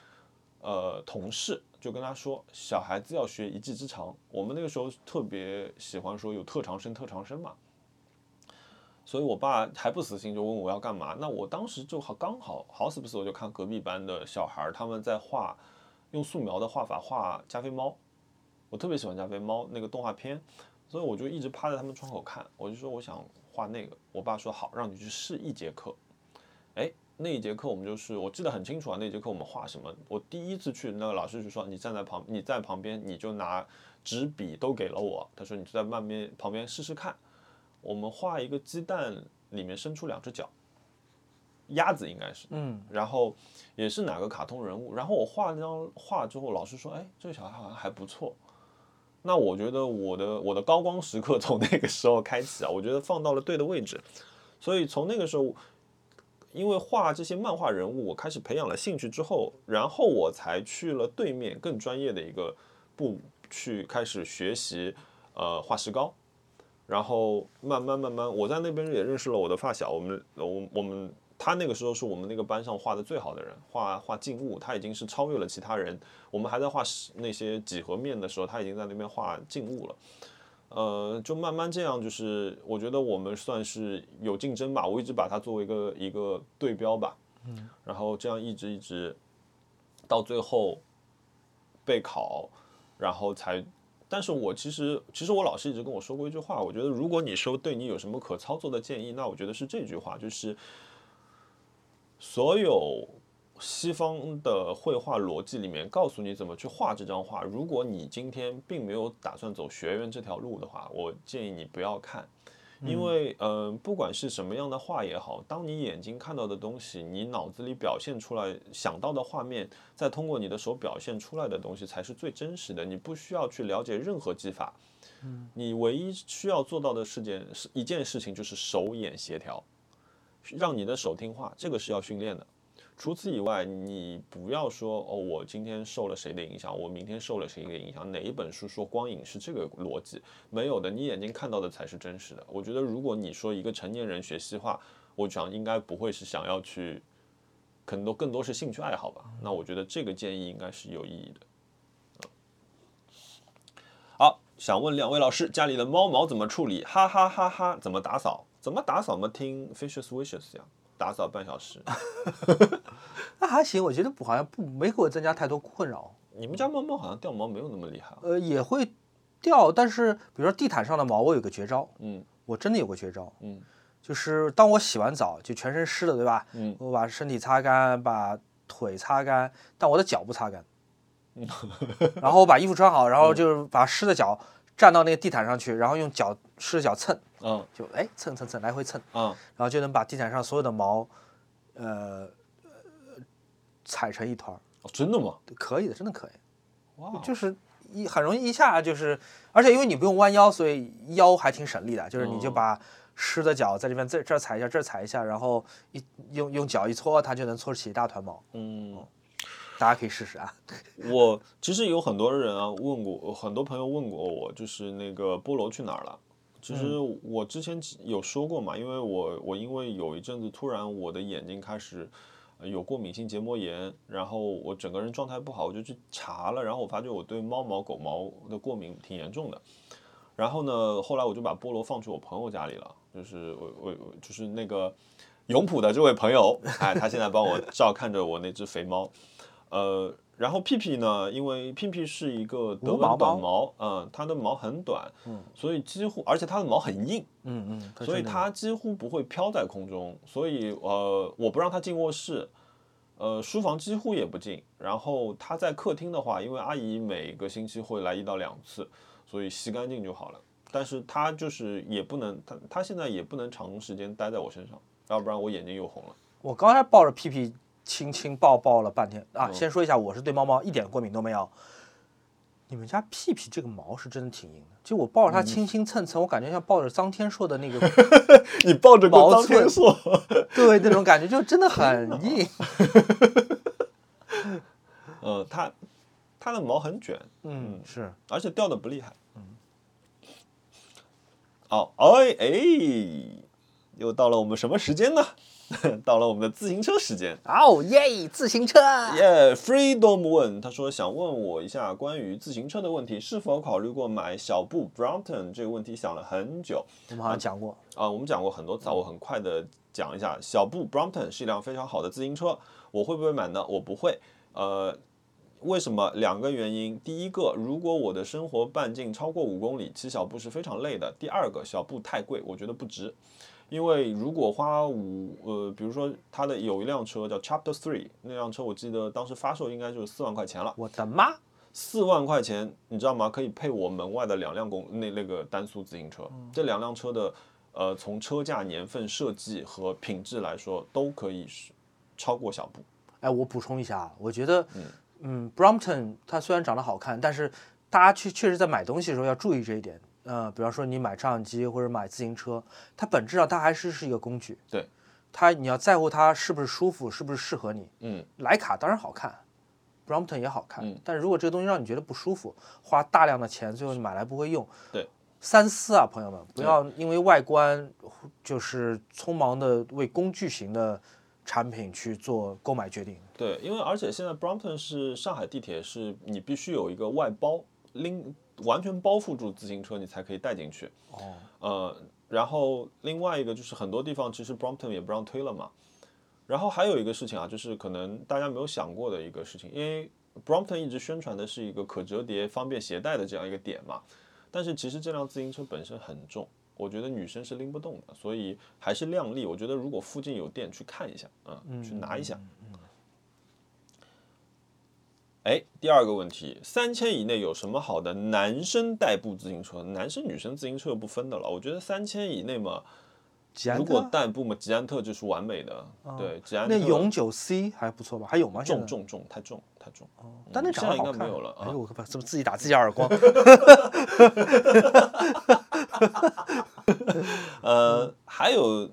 Speaker 1: 呃同事就跟他说，小孩子要学一技之长。我们那个时候特别喜欢说有特长生，特长生嘛。所以我爸还不死心，就问我要干嘛。那我当时就好刚好好死不死，我就看隔壁班的小孩儿他们在画，用素描的画法画加菲猫，我特别喜欢加菲猫那个动画片，所以我就一直趴在他们窗口看。我就说我想画那个，我爸说好，让你去试一节课。哎，那一节课我们就是我记得很清楚啊，那节课我们画什么？我第一次去，那个老师就说你站在旁，你在旁边你就拿纸笔都给了我，他说你就在旁边旁边试试看。我们画一个鸡蛋，里面伸出两只脚，鸭子应该是，
Speaker 3: 嗯，
Speaker 1: 然后也是哪个卡通人物。然后我画那张画之后，老师说，哎，这个小孩好像还不错。那我觉得我的我的高光时刻从那个时候开启啊，我觉得放到了对的位置，所以从那个时候，因为画这些漫画人物，我开始培养了兴趣之后，然后我才去了对面更专业的一个部去开始学习，呃，画石膏。然后慢慢慢慢，我在那边也认识了我的发小，我们我我们他那个时候是我们那个班上画的最好的人，画画静物，他已经是超越了其他人。我们还在画十那些几何面的时候，他已经在那边画静物了。呃，就慢慢这样，就是我觉得我们算是有竞争吧，我一直把它作为一个一个对标吧。嗯，然后这样一直一直到最后备考，然后才但是我其实，其实我老师一直跟我说过一句话，我觉得如果你说对你有什么可操作的建议，那我觉得是这句话，就是所有西方的绘画逻辑里面告诉你怎么去画这张画。如果你今天并没有打算走学院这条路的话，我建议你不要看，因为嗯、呃不管是什么样的画也好，当你眼睛看到的东西，你脑子里表现出来想到的画面，再通过你的手表现出来的东西才是最真实的。你不需要去了解任何技法，你唯一需要做到的事件是一件事情，就是手眼协调，让你的手听话，这个是要训练的。除此以外，你不要说哦，我今天受了谁的影响，我明天受了谁的影响，哪一本书说光影是这个逻辑？没有的，你眼睛看到的才是真实的。我觉得，如果你说一个成年人学西画，我想应该不会是想要去，可能都更多是兴趣爱好吧。那我觉得这个建议应该是有意义的。好，想问两位老师，家里的猫毛怎么处理？哈哈哈哈，怎么打扫？怎么打扫嘛？听 Fishes Wishes 呀，打扫半小时。
Speaker 3: 那还行，我觉得不好像不没给我增加太多困扰。
Speaker 1: 你们家猫猫好像掉毛没有那么厉害啊。
Speaker 3: 呃，也会掉，但是比如说地毯上的毛，我有个绝招，
Speaker 1: 嗯
Speaker 3: 我真的有个绝招，
Speaker 1: 嗯，
Speaker 3: 就是当我洗完澡就全身湿了，对吧？
Speaker 1: 嗯，
Speaker 3: 我把身体擦干，把腿擦干，但我的脚不擦干，
Speaker 1: 嗯
Speaker 3: 然后我把衣服穿好，然后就是把湿的脚站到那个地毯上去，然后用脚湿的脚蹭，
Speaker 1: 嗯
Speaker 3: 就哎蹭蹭蹭来回蹭，
Speaker 1: 嗯
Speaker 3: 然后就能把地毯上所有的毛，呃，呃踩成一团儿，
Speaker 1: 哦，真的吗？
Speaker 3: 可以的，真的可以。
Speaker 1: 哇哦，
Speaker 3: 就是一很容易一下就是，而且因为你不用弯腰，所以腰还挺省力的，就是你就
Speaker 1: 嗯
Speaker 3: 把湿的脚在这边这这儿踩一下，这儿踩一下，然后一用用脚一搓，它就能搓起一大团毛，
Speaker 1: 嗯，
Speaker 3: 大家可以试试啊。
Speaker 1: 我其实有很多人啊问过，很多朋友问过我，就是那个菠萝去哪儿了。其实我之前有说过嘛，因为我我因为有一阵子突然我的眼睛开始呃有过敏性结膜炎，然后我整个人状态不好，我就去查了，然后我发觉我对猫毛、狗毛的过敏挺严重的。然后呢，后来我就把菠萝放去我朋友家里了，就是我我我就是那个永浦的这位朋友，哎，他现在帮我照看着我那只肥猫，呃，然后屁屁呢，因为屁屁是一个德
Speaker 3: 无毛
Speaker 1: 文短
Speaker 3: 猫
Speaker 1: 毛，嗯，它的毛很短，所以几乎而且它的毛很硬，
Speaker 3: 嗯嗯，
Speaker 1: 所以它几乎不会飘在空中，所以呃，我不让它进卧室，呃，书房几乎也不进。然后他在客厅的话，因为阿姨每个星期会来一到两次，所以洗干净就好了。但是他就是也不能，他他现在也不能长时间待在我身上，要不然我眼睛又红了。
Speaker 2: 我刚才抱着屁屁亲亲抱抱了半天啊！先说一下，我是对猫猫一点过敏都没有。你们家屁屁这个毛是真的挺硬的，就我抱着它轻轻蹭蹭，我感觉像抱着臧天硕的那个
Speaker 1: 你抱着
Speaker 2: 毛
Speaker 1: 过张天
Speaker 2: 寸
Speaker 1: 硕，
Speaker 2: 对那种感觉，就真的很硬。嗯
Speaker 1: 呃，它它的毛很卷，
Speaker 2: 嗯，是
Speaker 1: 而且掉的不厉害。嗯哦，哎哎，又到了我们什么时间呢？ 到了我们的自行车时间。
Speaker 2: 哦耶，自行车。
Speaker 1: 耶、f r e e d o m 问他说想问我一下关于自行车的问题，是否考虑过买小布 Brompton 这个问题想了很久
Speaker 2: 我们好像讲过，
Speaker 1: 啊、我们讲过很多次，啊，我很快的讲一下，小布 Brompton 是一辆非常好的自行车，我会不会买呢？我不会，呃。为什么？两个原因。第一个，如果我的生活半径超过五公里，骑小布是非常累的。第二个，小布太贵，我觉得不值。因为如果花五呃，比如说它的有一辆车叫 Chapter Three，那辆车我记得当时发售应该就是四万块钱了。
Speaker 2: 我的妈！
Speaker 1: 四万块钱，你知道吗？可以配我门外的两辆公那那个单速自行车。这两辆车的呃，从车架、年份、设计和品质来说，都可以是超过小布。
Speaker 2: 哎，我补充一下，我觉得，嗯，Brompton 它虽然长得好看，但是大家去确实在买东西的时候要注意这一点。呃，比方说你买照相机或者买自行车，它本质上它还是是一个工具。
Speaker 1: 对，
Speaker 2: 它你要在乎它是不是舒服，是不是适合你。
Speaker 1: 嗯，
Speaker 2: 徕卡当然好看，Brompton 也好看，
Speaker 1: 嗯
Speaker 2: 但如果这个东西让你觉得不舒服，花大量的钱，最后你买来不会用，
Speaker 1: 对，
Speaker 2: 三思啊，朋友们，不要因为外观就是匆忙的为工具型的产品去做购买决定。
Speaker 1: 对，因为而且现在 Brompton 是上海地铁，是你必须有一个外包拎，完全包覆住自行车，你才可以带进去。
Speaker 2: 哦，
Speaker 1: 呃，然后另外一个就是很多地方其实 Brompton 也不让推了嘛。然后还有一个事情啊，就是可能大家没有想过的一个事情，因为 Brompton 一直宣传的是一个可折叠、方便携带的这样一个点嘛。但是其实这辆自行车本身很重，我觉得女生是拎不动的，所以还是量力。我觉得如果附近有店去看一下，啊，去拿一下。哎，第二个问题，三千以内有什么好的男生代步自行车？男生女生自行车又不分的了。我觉得三千以内嘛，
Speaker 2: 捷安
Speaker 1: 如果
Speaker 2: 特啊哦
Speaker 1: 代步嘛，捷安特就是完美的。对，捷安特
Speaker 2: 那永久 C 还不错吧？还有吗？
Speaker 1: 重
Speaker 2: 现在，
Speaker 1: 重重太重太重，
Speaker 2: 但那长
Speaker 1: 现在
Speaker 2: 得
Speaker 1: 应该
Speaker 2: 好看。
Speaker 1: 没有了啊
Speaker 2: 哎呦，我可把怎么自己打自己 耳光？
Speaker 1: 呃，还有，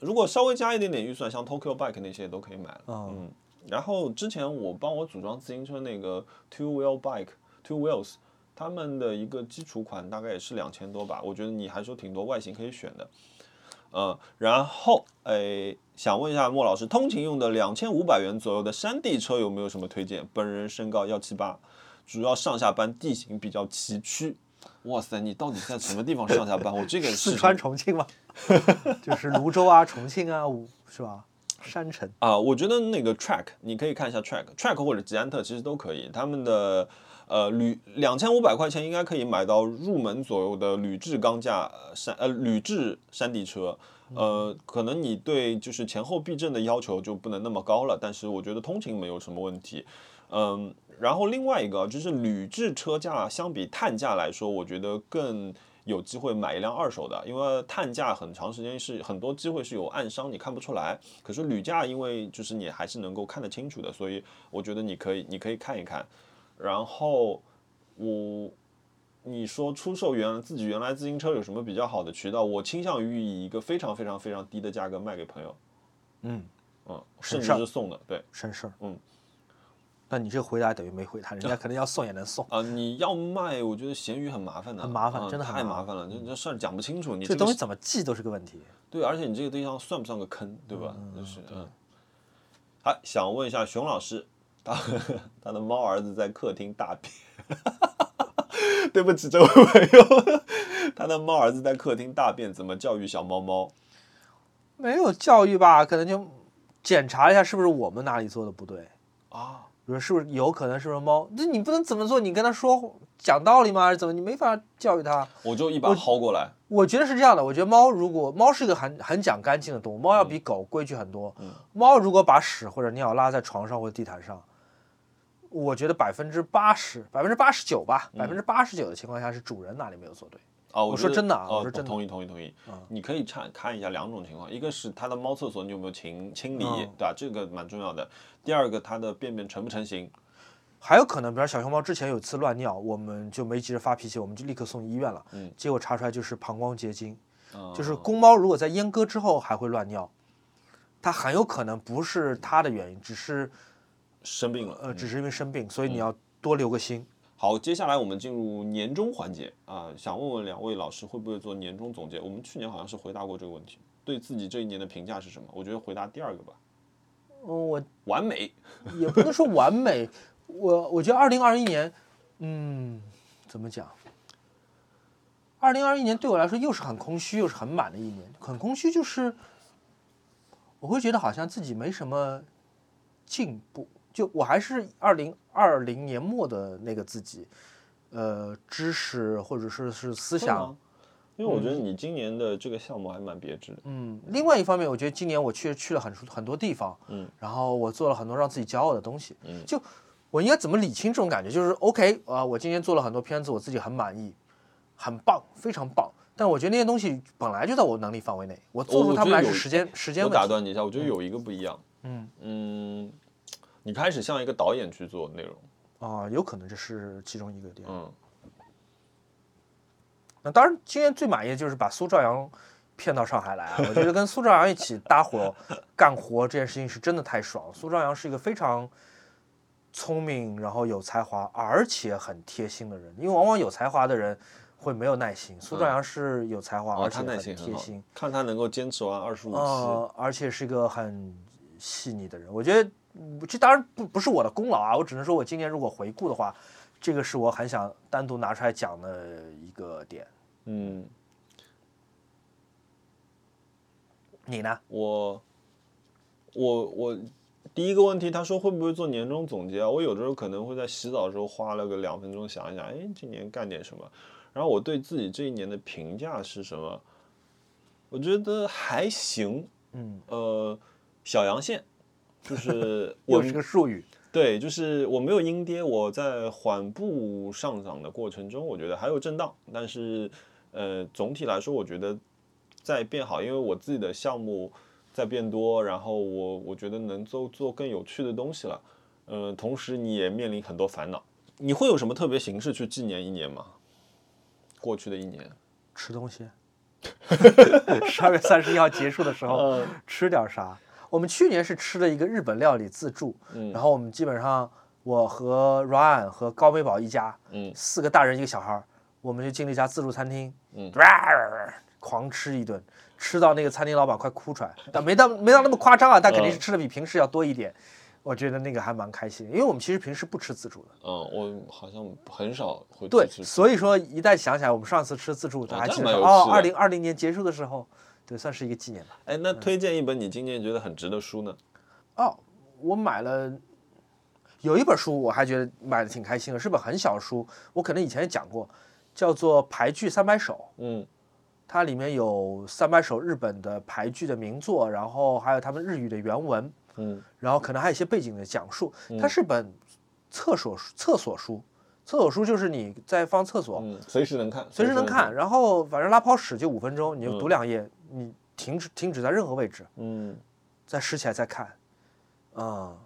Speaker 1: 如果稍微加一点点预算，像 Tokyo Bike 那些都可以买了。嗯，然后之前我帮我组装自行车那个 Two Wheel Bike Two Wheels，他们的一个基础款大概也是两千多吧，我觉得你还是有挺多外形可以选的。呃，然后诶，想问一下莫老师，通勤用的两千五百元左右的山地车有没有什么推荐？本人身高幺七八，主要上下班地形比较崎岖。哇塞，你到底在什么地方上下班？我 这个
Speaker 2: 四
Speaker 1: 是
Speaker 2: 川、重庆吗？就是泸州啊、重庆啊，五是吧？山城。
Speaker 1: 啊、我觉得那个 Track 你可以看一下 Track，Track 或者捷安特其实都可以，他们的呃铝两千五百块钱应该可以买到入门左右的铝制钢架呃山呃铝制山地车，呃，可能你对就是前后避震的要求就不能那么高了，但是我觉得通勤没有什么问题，嗯，然后另外一个就是铝制车架相比碳价来说，我觉得更有机会买一辆二手的，因为碳价很长时间是很多机会是有暗伤，你看不出来。可是铝价，因为就是你还是能够看得清楚的，所以我觉得你可以你可以看一看。然后我你说出售原自己原来自行车有什么比较好的渠道？我倾向于以一个非常非常非常低的价格卖给朋友，
Speaker 2: 嗯，
Speaker 1: 嗯，甚
Speaker 2: 省
Speaker 1: 至
Speaker 2: 事儿
Speaker 1: 是送的，对。
Speaker 2: 省事儿。
Speaker 1: 嗯，
Speaker 2: 那你这个回答等于没回答，人家可能要送也能送。
Speaker 1: 啊、你要卖，我觉得闲鱼很麻烦的，
Speaker 2: 很麻烦
Speaker 1: 嗯
Speaker 2: 真的很
Speaker 1: 太
Speaker 2: 麻
Speaker 1: 麻烦了，这这事儿讲不清楚，你
Speaker 2: 这
Speaker 1: 这
Speaker 2: 东
Speaker 1: 个
Speaker 2: 西怎么记都是个问题。
Speaker 1: 对，而且你这个对象算不算个坑，对吧？就是嗯。好，想问一下熊老师，他他的猫儿子在客厅大便， 对不起这位朋友，他的猫儿子在客厅大便，怎么教育小猫猫？
Speaker 2: 没有教育吧？可能就检查一下是不是我们哪里做的不对。
Speaker 1: 啊，
Speaker 2: 比如是不是有可能是不是猫？那你不能怎么做？你跟他说讲道理吗？还是怎么？你没法教育他。
Speaker 1: 我就一把薅过来，
Speaker 2: 我觉得是这样的，我觉得猫如果猫是一个很很讲干净的动物，猫要比狗规矩很多。猫如果把屎或者尿拉在床上或者地毯上，我觉得百分之八十、百分之八十九吧，百分之八十九的情况下是主人哪里没有做对。
Speaker 1: 啊，我
Speaker 2: 我
Speaker 1: 觉
Speaker 2: 说
Speaker 1: 得
Speaker 2: 真的啊
Speaker 1: 哦
Speaker 2: 我说真的啊
Speaker 1: 同意同意同意。你可以看看一下两种情况，一个是它的猫厕所你有没有清清理，
Speaker 2: 嗯
Speaker 1: 对吧？这个蛮重要的。第二个，它的便便成不成型，
Speaker 2: 还有可能，比如小熊猫之前有一次乱尿，我们就没急着发脾气，我们就立刻送医院了。
Speaker 1: 嗯
Speaker 2: 结果查出来就是膀胱结晶，
Speaker 1: 嗯
Speaker 2: 就是公猫如果在阉割之后还会乱尿，它很有可能不是它的原因，只是
Speaker 1: 生病了。
Speaker 2: 呃，只是因为生病，所以你要多留个心。
Speaker 1: 好，接下来我们进入年终环节啊、想问问两位老师会不会做年终总结？我们去年好像是回答过这个问题，对自己这一年的评价是什么？我觉得回答第二个吧，
Speaker 2: 嗯，我
Speaker 1: 完美。
Speaker 2: 也不能说完美，我我觉得二零二一年，嗯，怎么讲？二零二一年对我来说又是很空虚，又是很满的一年。很空虚就是，我会觉得好像自己没什么进步，就我还是二零二零年末的那个自己，呃，知识或者是是思
Speaker 1: 会
Speaker 2: 想
Speaker 1: 吗，因为我觉得你今年的这个项目还蛮别致的。
Speaker 2: 嗯，另外一方面，我觉得今年我去去了很很多地方，
Speaker 1: 嗯，
Speaker 2: 然后我做了很多让自己骄傲的东西，
Speaker 1: 嗯
Speaker 2: 就我应该怎么理清这种感觉？就是 OK 啊、我今天做了很多片子，我自己很满意，很棒，非常棒。但我觉得那些东西本来就在我能力范围内，我做出
Speaker 1: 哦我
Speaker 2: 它
Speaker 1: 觉
Speaker 2: 们来
Speaker 1: 得
Speaker 2: 是
Speaker 1: 有哎
Speaker 2: 时间时间
Speaker 1: 我
Speaker 2: 问
Speaker 1: 打
Speaker 2: 题。
Speaker 1: 断你一下，我觉得有一个不一样。
Speaker 2: 嗯
Speaker 1: 嗯，你开始像一个导演去做内容。
Speaker 2: 啊、有可能这是其中一个点。
Speaker 1: 嗯，
Speaker 2: 那当然，今年最满意的就是把苏兆阳骗到上海来啊！我觉得跟苏兆阳一起搭 伙干活这件事情是真的太爽。苏兆阳是一个非常聪明，然后有才华，而且很贴心的人。因为往往有才华的人会没有耐心，苏兆阳是有才华，
Speaker 1: 嗯哦，
Speaker 2: 而
Speaker 1: 他
Speaker 2: 且
Speaker 1: 耐
Speaker 2: 很
Speaker 1: 心很
Speaker 2: 贴
Speaker 1: 好
Speaker 2: 心，，
Speaker 1: 看他能够坚持完二十五期。
Speaker 2: 呃，而且是一个很细腻的人。我觉得嗯这当然不不是我的功劳啊，我只能说我今年如果回顾的话，这个是我很想单独拿出来讲的一个点。
Speaker 1: 嗯，
Speaker 2: 你呢？
Speaker 1: 我我我第一个问题，他说会不会做年终总结啊？我有的时候可能会在洗澡的时候花了个两分钟想一想，哎，今年干点什么。然后我对自己这一年的评价是什么？我觉得还行，
Speaker 2: 嗯，
Speaker 1: 呃，小阳线，就是
Speaker 2: 又
Speaker 1: 我
Speaker 2: 是个术语。
Speaker 1: 对，就是我没有阴跌，我在缓步上涨的过程中，我觉得还有震荡，但是呃，总体来说，我觉得在变好，因为我自己的项目在变多，然后我我觉得能做做更有趣的东西了，呃，同时你也面临很多烦恼，你会有什么特别形式去纪念一年吗？过去的一年，
Speaker 2: 吃 东西。十二月三十一号结束的时候，
Speaker 1: 呃，
Speaker 2: 吃点啥？我们去年是吃了一个日本料理自助，
Speaker 1: 嗯
Speaker 2: 然后我们基本上我和 Ryan 和高美宝一家，
Speaker 1: 嗯
Speaker 2: 四个大人一个小孩儿，我们就进了一家自助餐厅，
Speaker 1: 嗯
Speaker 2: 狂吃一顿，吃到那个餐厅老板快哭出来，但没到没到那么夸张啊，但肯定是
Speaker 1: 嗯
Speaker 2: 吃的比平时要多一点。我觉得那个还蛮开心，因为我们其实平时不吃自助的，
Speaker 1: 嗯，我好像很少会
Speaker 2: 对，
Speaker 1: 去
Speaker 2: 所以说一旦想起来我们上次吃自助，大
Speaker 1: 哦
Speaker 2: 家
Speaker 1: 这
Speaker 2: 记
Speaker 1: 蛮
Speaker 2: 得
Speaker 1: 有
Speaker 2: 哦，
Speaker 1: 趣的
Speaker 2: 二零二零年结束的时候，对，算是一个纪念吧。
Speaker 1: 哎，那推荐一本你今年觉得很值的书呢？
Speaker 2: 哦，我买了有一本书，我还觉得买的挺开心的，是本很小的书，我可能以前也讲过，叫做《排剧三百首》，
Speaker 1: 嗯
Speaker 2: 它里面有三百首日本的排剧的名作，然后还有他们日语的原文，
Speaker 1: 嗯
Speaker 2: 然后可能还有一些背景的讲述。它嗯是本厕所书厕所书，厕所书就是你在放厕所，
Speaker 1: 嗯，随时能看，
Speaker 2: 随时能看，。然后反正拉泡屎就五分钟，你就读两页，你停止停止在任何位置，
Speaker 1: 嗯，
Speaker 2: 再拾起来再看，嗯，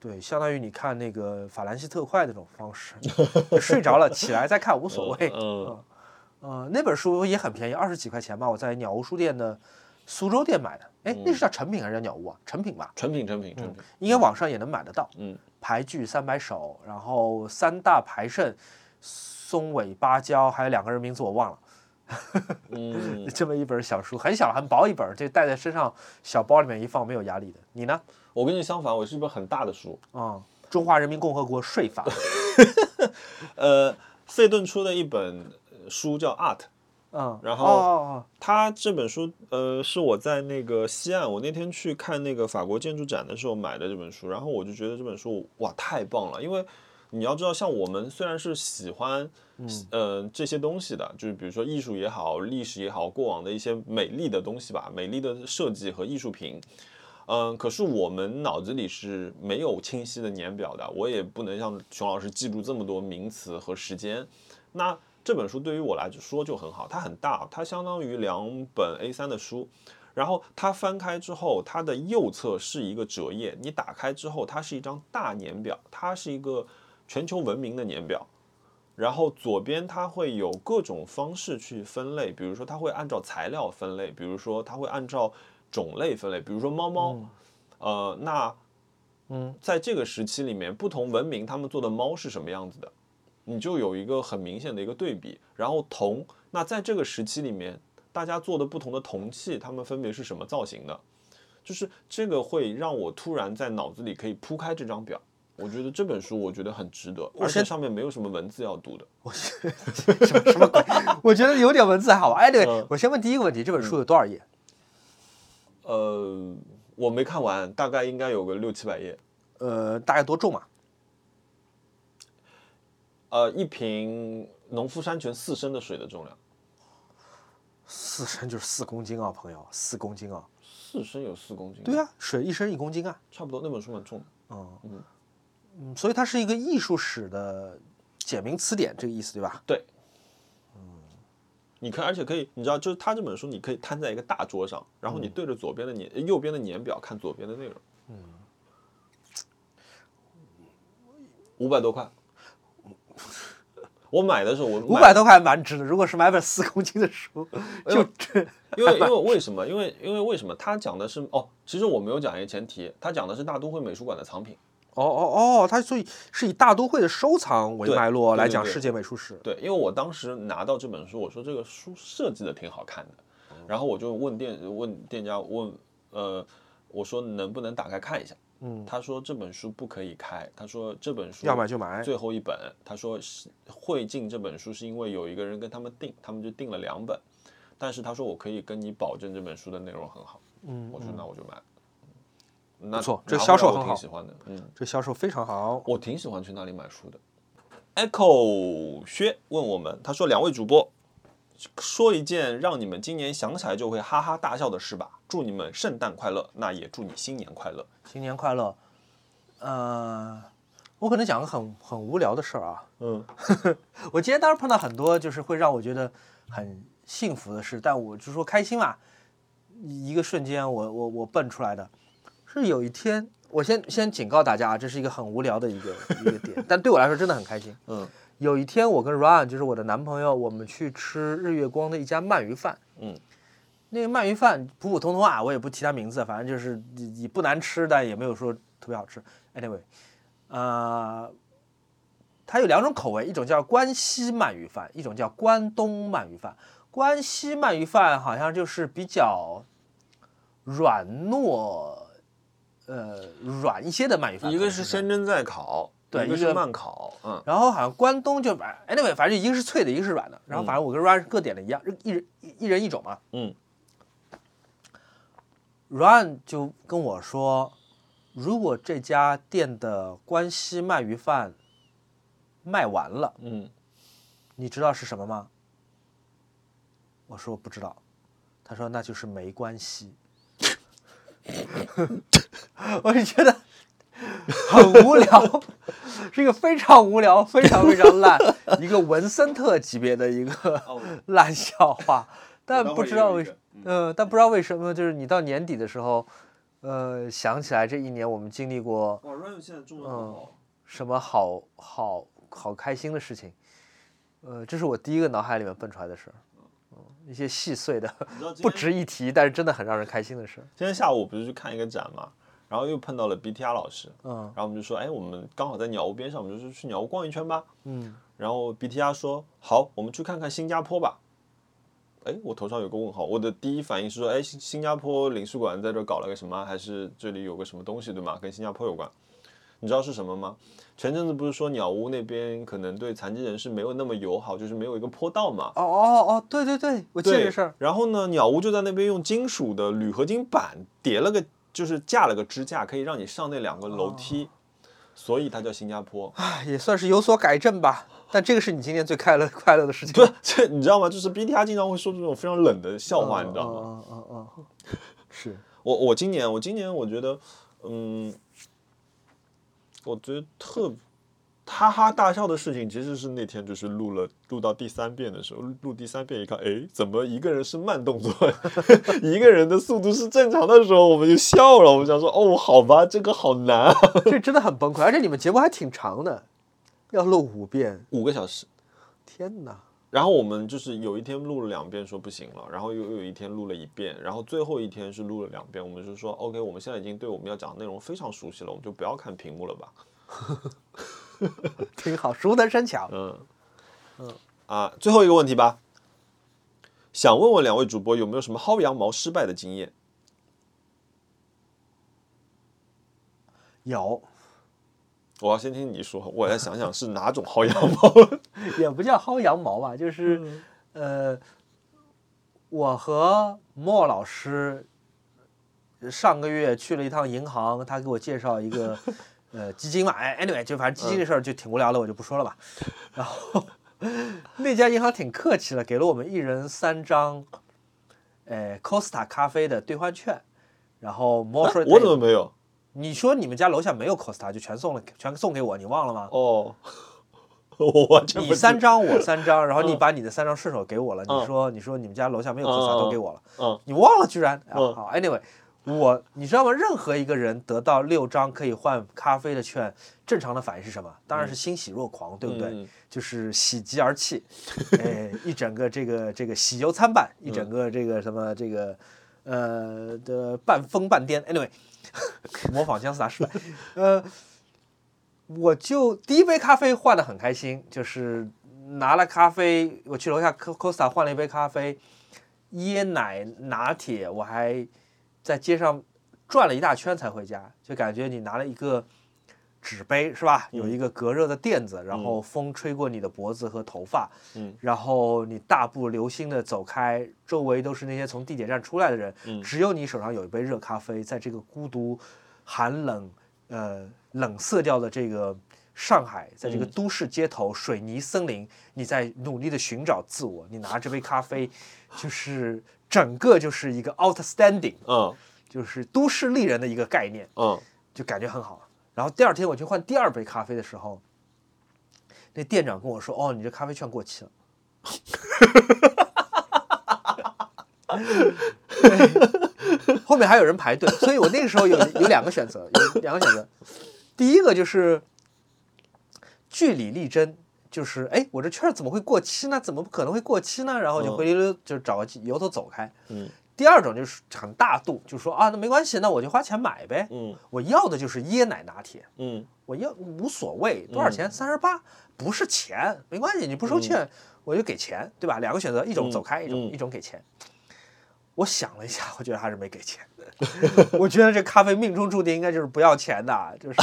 Speaker 2: 对，相当于你看那个法兰西特快那种方式，睡着了起来再看无所谓。
Speaker 1: 嗯
Speaker 2: 嗯，那本书也很便宜，二十几块钱吧，我在鸟屋书店的苏州店买的。哎，那是叫成品还是叫鸟屋啊？成品吧，
Speaker 1: 成品成品成品，
Speaker 2: 应该网上也能买得到。
Speaker 1: 嗯，
Speaker 2: 排剧三百首，然后三大排肾，松尾芭蕉，还有两个人名字我忘了。
Speaker 1: 嗯，
Speaker 2: 这么一本小书，很小很薄一本，这带在身上小包里面一放没有压力的。你呢？
Speaker 1: 我跟你相反，我是一本很大的书，
Speaker 2: 啊、中华人民共和国 税法
Speaker 1: 呃，费顿出的一本呃书叫《Art》，
Speaker 4: 嗯，
Speaker 1: 然
Speaker 2: 哦
Speaker 1: 后
Speaker 2: 哦
Speaker 1: 他这本书，呃，是我在那个西岸，我那天去看那个法国建筑展的时候买的这本书，然后我就觉得这本书哇太棒了，因为你要知道，像我们虽然是喜欢，嗯、呃，这些东西的，就是比如说艺术也好，历史也好，过往的一些美丽的东西吧，美丽的设计和艺术品，嗯，可是我们脑子里是没有清晰的年表的，我也不能像熊老师记住这么多名词和时间。那这本书对于我来说就很好，它很大，它相当于两本 A 3的书。然后它翻开之后，它的右侧是一个折页，你打开之后，它是一张大年表，它是一个全球文明的年表。然后左边它会有各种方式去分类，比如说它会按照材料分类，比如说它会按照种类分类，比如说猫猫，呃，那嗯，在这个时期里面，不同文明他们做的猫是什么样子的，你就有一个很明显的一个对比。然后铜，那在这个时期里面，大家做的不同的铜器，它们分别是什么造型的，就是这个会让我突然在脑子里可以铺开这张表。我觉得这本书我觉得很值得，而且上面没有什么文字要读的。
Speaker 2: 什么什么鬼？ 我觉得有点文字还好吧。哎，对，
Speaker 1: 嗯
Speaker 2: 我先问第一个问题，这本书有多少页？
Speaker 1: 呃，我没看完，大概应该有个六七百页。
Speaker 2: 呃，大概多重啊？
Speaker 1: 呃，一瓶农夫山泉四升的水的重量，
Speaker 2: 四 升就是四公斤啊，朋友，四公斤啊。
Speaker 1: 四升有四公斤，
Speaker 2: 对，啊，水一升一公斤啊。
Speaker 1: 差不多。那本书蛮重的。
Speaker 2: 嗯，所以它是一个艺术史的简明词典，这个意思对吧？
Speaker 1: 嗯你可以而且可以，你知道，就是他这本书，你可以摊在一个大桌上，然后你对着左边的年、呃右边的年表看左边的内容。嗯，五百多块。我买的时候我
Speaker 2: 五
Speaker 1: 买
Speaker 2: 百多块蛮值的，如果是买本四公斤的书，
Speaker 1: 哎
Speaker 2: 就这
Speaker 1: 因为因为为什么？因为因为为什么？他讲的是哦，其实我没有讲一个前提，他讲的是大都会美术馆的藏品。
Speaker 2: 哦哦哦，它所以是以大都会的收藏为
Speaker 1: 对
Speaker 2: 脉络
Speaker 1: 对
Speaker 2: 来
Speaker 1: 对
Speaker 2: 讲
Speaker 1: 对
Speaker 2: 世界美术史。
Speaker 1: 对，因为我当时拿到这本书，我说这个书设计的挺好看的，
Speaker 2: 嗯
Speaker 1: 然后我就问店问店家问呃，我说能不能打开看一下？嗯，他说这本书不可以开，他说这本书
Speaker 2: 要买就买
Speaker 1: 最后一本，他说是会进这本书是因为有一个人跟他们订，他们就订了两本，但是他说我可以跟你保证这本书的内容很好，嗯，我说那我就买了，嗯那
Speaker 2: 不错这
Speaker 1: 拿回
Speaker 2: 销
Speaker 1: 来
Speaker 2: 售
Speaker 1: 我
Speaker 2: 很
Speaker 1: 挺
Speaker 2: 好
Speaker 1: 喜欢的，嗯。
Speaker 2: 这销售非常好。
Speaker 1: 我挺喜欢去那里买书的。Echo 薛问我们，他说：“两位主播，说一件让你们今年想起来就会哈哈大笑的事吧。祝你们圣诞快乐，那也祝你新年快乐。
Speaker 2: 新年快乐。呃，我可能讲个很很无聊的事儿啊。
Speaker 1: 嗯，
Speaker 2: 我今天当然碰到很多就是会让我觉得很幸福的事，但我就说开心嘛，一个瞬间我我我蹦出来的，是有一天我先先警告大家啊，这是一个很无聊的一个一个点，但对我来说真的很开心。
Speaker 1: 嗯，
Speaker 2: 有一天我跟 Ryan 就是我的男朋友，我们去吃日月光的一家鳗鱼饭，
Speaker 1: 嗯。
Speaker 2: 那个鳗鱼饭普普通通啊，我也不提它名字，反正就是也也不难吃，但也没有说特别好吃。Anyway，呃，它有两种口味，一种叫关西鳗鱼饭，一种叫关东鳗鱼饭。关西鳗鱼饭好像就是比较软糯，呃，软一些的鳗鱼饭。
Speaker 1: 一
Speaker 2: 可
Speaker 1: 个
Speaker 2: 能
Speaker 1: 是
Speaker 2: 这样
Speaker 1: 深圳在烤，
Speaker 2: 对
Speaker 1: 一个
Speaker 2: 一
Speaker 1: 是
Speaker 2: 个
Speaker 1: 慢烤，嗯，
Speaker 2: 然后好像关东就反 anyway，反正一个是脆的，一个是软的。然后反正我跟 Ryan 各点了一样，一人一人一种嘛。
Speaker 1: 嗯。
Speaker 2: Ryan 就跟我说，如果这家店的关西鳗鱼饭卖完了，
Speaker 1: 嗯，
Speaker 2: 你知道是什么吗？我说不知道。他说那就是没关系。 我就觉得很无聊，是一个非常无聊、非常非常烂，一个文森特级别的一个
Speaker 1: 哦
Speaker 2: 烂笑话。但不知道为什，
Speaker 1: 嗯
Speaker 2: 呃，但不知道为什么，就是你到年底的时候，呃，想起来这一年我们经历过
Speaker 1: 哇 r y 现在中文
Speaker 2: 很好，什么好好好开心的事情，呃，这是我第一个脑海里面蹦出来的事儿，嗯，一些细碎的
Speaker 1: 你 知道
Speaker 2: 嗯不值一提，但是真的很让人开心的事儿。
Speaker 1: 今天下午我不是去看一个展嘛，然后又碰到了 BTR 老师，
Speaker 2: 嗯
Speaker 1: 然后我们就说，哎，我们刚好在鸟屋边上，我们就说去鸟屋逛一圈吧。
Speaker 2: 嗯，
Speaker 1: 然后 BTR 说，好，我们去看看新加坡吧。哎，我头上有个问号，我的第一反应是说，哎，新新加坡领事馆在这搞了个什么，还是这里有个什么东西，对吗？跟新加坡有关。你知道是什么吗？前阵子不是说鸟屋那边可能对残疾人士没有那么友好，就是没有一个坡道嘛。
Speaker 2: 哦哦哦，对对对，我记得
Speaker 1: 对
Speaker 2: 这事儿。。
Speaker 1: 然后呢，鸟屋就在那边用金属的铝合金板叠了个，就是架了个支架，可以让你上那两个楼梯，
Speaker 2: 哦
Speaker 1: 所以它叫新加坡。
Speaker 2: 唉，也算是有所改正吧。但这个是你今天最快乐快乐的事情。
Speaker 1: 不是， 这你知道吗？就是 BTR 经常会说出这种非常冷的笑话，你知道吗？
Speaker 2: 嗯嗯嗯嗯， 是。
Speaker 1: 我我今年我今年我觉得，嗯，我觉得特哈哈大笑的事情，其实是那天就是录了录到第三遍的时候，录第三遍一看，哎，怎么一个人是慢动作， 一个人的速度是正常的时候，我们就笑了。我们想说，哦，好吧，这个好难啊，
Speaker 2: 这真的很崩溃，而且你们节目还挺长的，要录五遍，
Speaker 1: 五个小时。
Speaker 2: 天哪！
Speaker 1: 然后我们就是有一天录了两遍，说不行了，然后又又有一天录了一遍，然后最后一天是录了两遍，我们就说 OK，我们现在已经对我们要讲的内容非常熟悉了，我们就不要看屏幕了吧。
Speaker 2: 挺好，熟能生巧。
Speaker 1: 嗯，啊，最后一个问题吧，想问问两位主播有没有什么薅羊毛失败的经验？
Speaker 2: 有，
Speaker 1: 我要先听你说，我来想想是哪种薅羊 毛。
Speaker 2: 也不叫薅羊毛吧，就是、
Speaker 1: 嗯
Speaker 2: 呃，我和莫老师上个月去了一趟银行，他给我介绍一 个呃基金嘛，哎，anyway，就反正基金这事儿就挺无聊的，我就不说了吧。然后那家银行挺客气的，给了我们一人三张，呃，Costa 咖啡的兑换券。然后莫说，
Speaker 1: 哎
Speaker 2: 哎
Speaker 1: 我怎么没有？
Speaker 2: 你说你们家楼下没有 Costa 就全送了，全送给我，你忘了吗？
Speaker 1: 哦， 我完全不
Speaker 2: 你
Speaker 1: 知
Speaker 2: 三张，我三张，然后你把你的三张顺手给我了。
Speaker 1: 嗯
Speaker 2: 你说，你说你们家楼下没有
Speaker 1: 嗯
Speaker 2: Costa
Speaker 1: 嗯
Speaker 2: 都给我了，
Speaker 1: 嗯
Speaker 2: 你忘了居然。啊
Speaker 1: 嗯
Speaker 2: 好，anyway，我你知道吗？任何一个人得到六张可以换咖啡的券，正常的反应是什么？当然是欣喜若狂，对不对？
Speaker 1: 嗯
Speaker 2: 就是喜极而泣，哎，一整个这个这个喜忧参半，一
Speaker 1: 嗯
Speaker 2: 整个这个什么这个呃的半疯半癫。Anyway，模仿姜思达失败，呃，我就第一杯咖啡换的很开心，就是拿了咖啡，我去楼下 Co- Costa 换了一杯咖啡，椰奶拿铁，我还在街上转了一大圈才回家，就感觉你拿了一个纸杯是吧？有一个隔热的垫子，然后风吹过你的脖子和头发，
Speaker 1: 嗯，
Speaker 2: 然后你大步流星的走开，周围都是那些从地铁站出来的人，
Speaker 1: 嗯
Speaker 2: 只有你手上有一杯热咖啡，在这个孤独、寒冷、呃冷色调的这个。上海，在这个
Speaker 1: 嗯
Speaker 2: 都市街头、水泥森林，你在努力的寻找自我。你拿这杯咖啡，就是整个就是一个 outstanding，
Speaker 1: 嗯
Speaker 2: 就是都市丽人的一个概念，
Speaker 1: 嗯
Speaker 2: 就感觉很好。然后第二天我去换第二杯咖啡的时候，那店长跟我说：“哦，你这咖啡券过期了。 对”后面还有人排队，所以我那个时候有有两个选择，有两个选择。第一个就是据理力争，就是哎，我这券儿怎么会过期呢？怎么可能会过期呢？然后就灰溜溜就找个由头走开。
Speaker 1: 嗯
Speaker 2: 第二种就是很大度，就说啊，那没关系，那我就花钱买呗。
Speaker 1: 嗯
Speaker 2: 我要的就是椰奶拿铁，
Speaker 1: 嗯
Speaker 2: 我要无所谓多少钱，三十八，不是钱，没关系，你不收券、我就给钱，对吧？两个选择，一种走开，一种、
Speaker 1: 嗯
Speaker 2: 一种给钱。我想了一下，我觉得还是没给钱。 我觉得这咖啡命中注定应该就是不要钱的，就是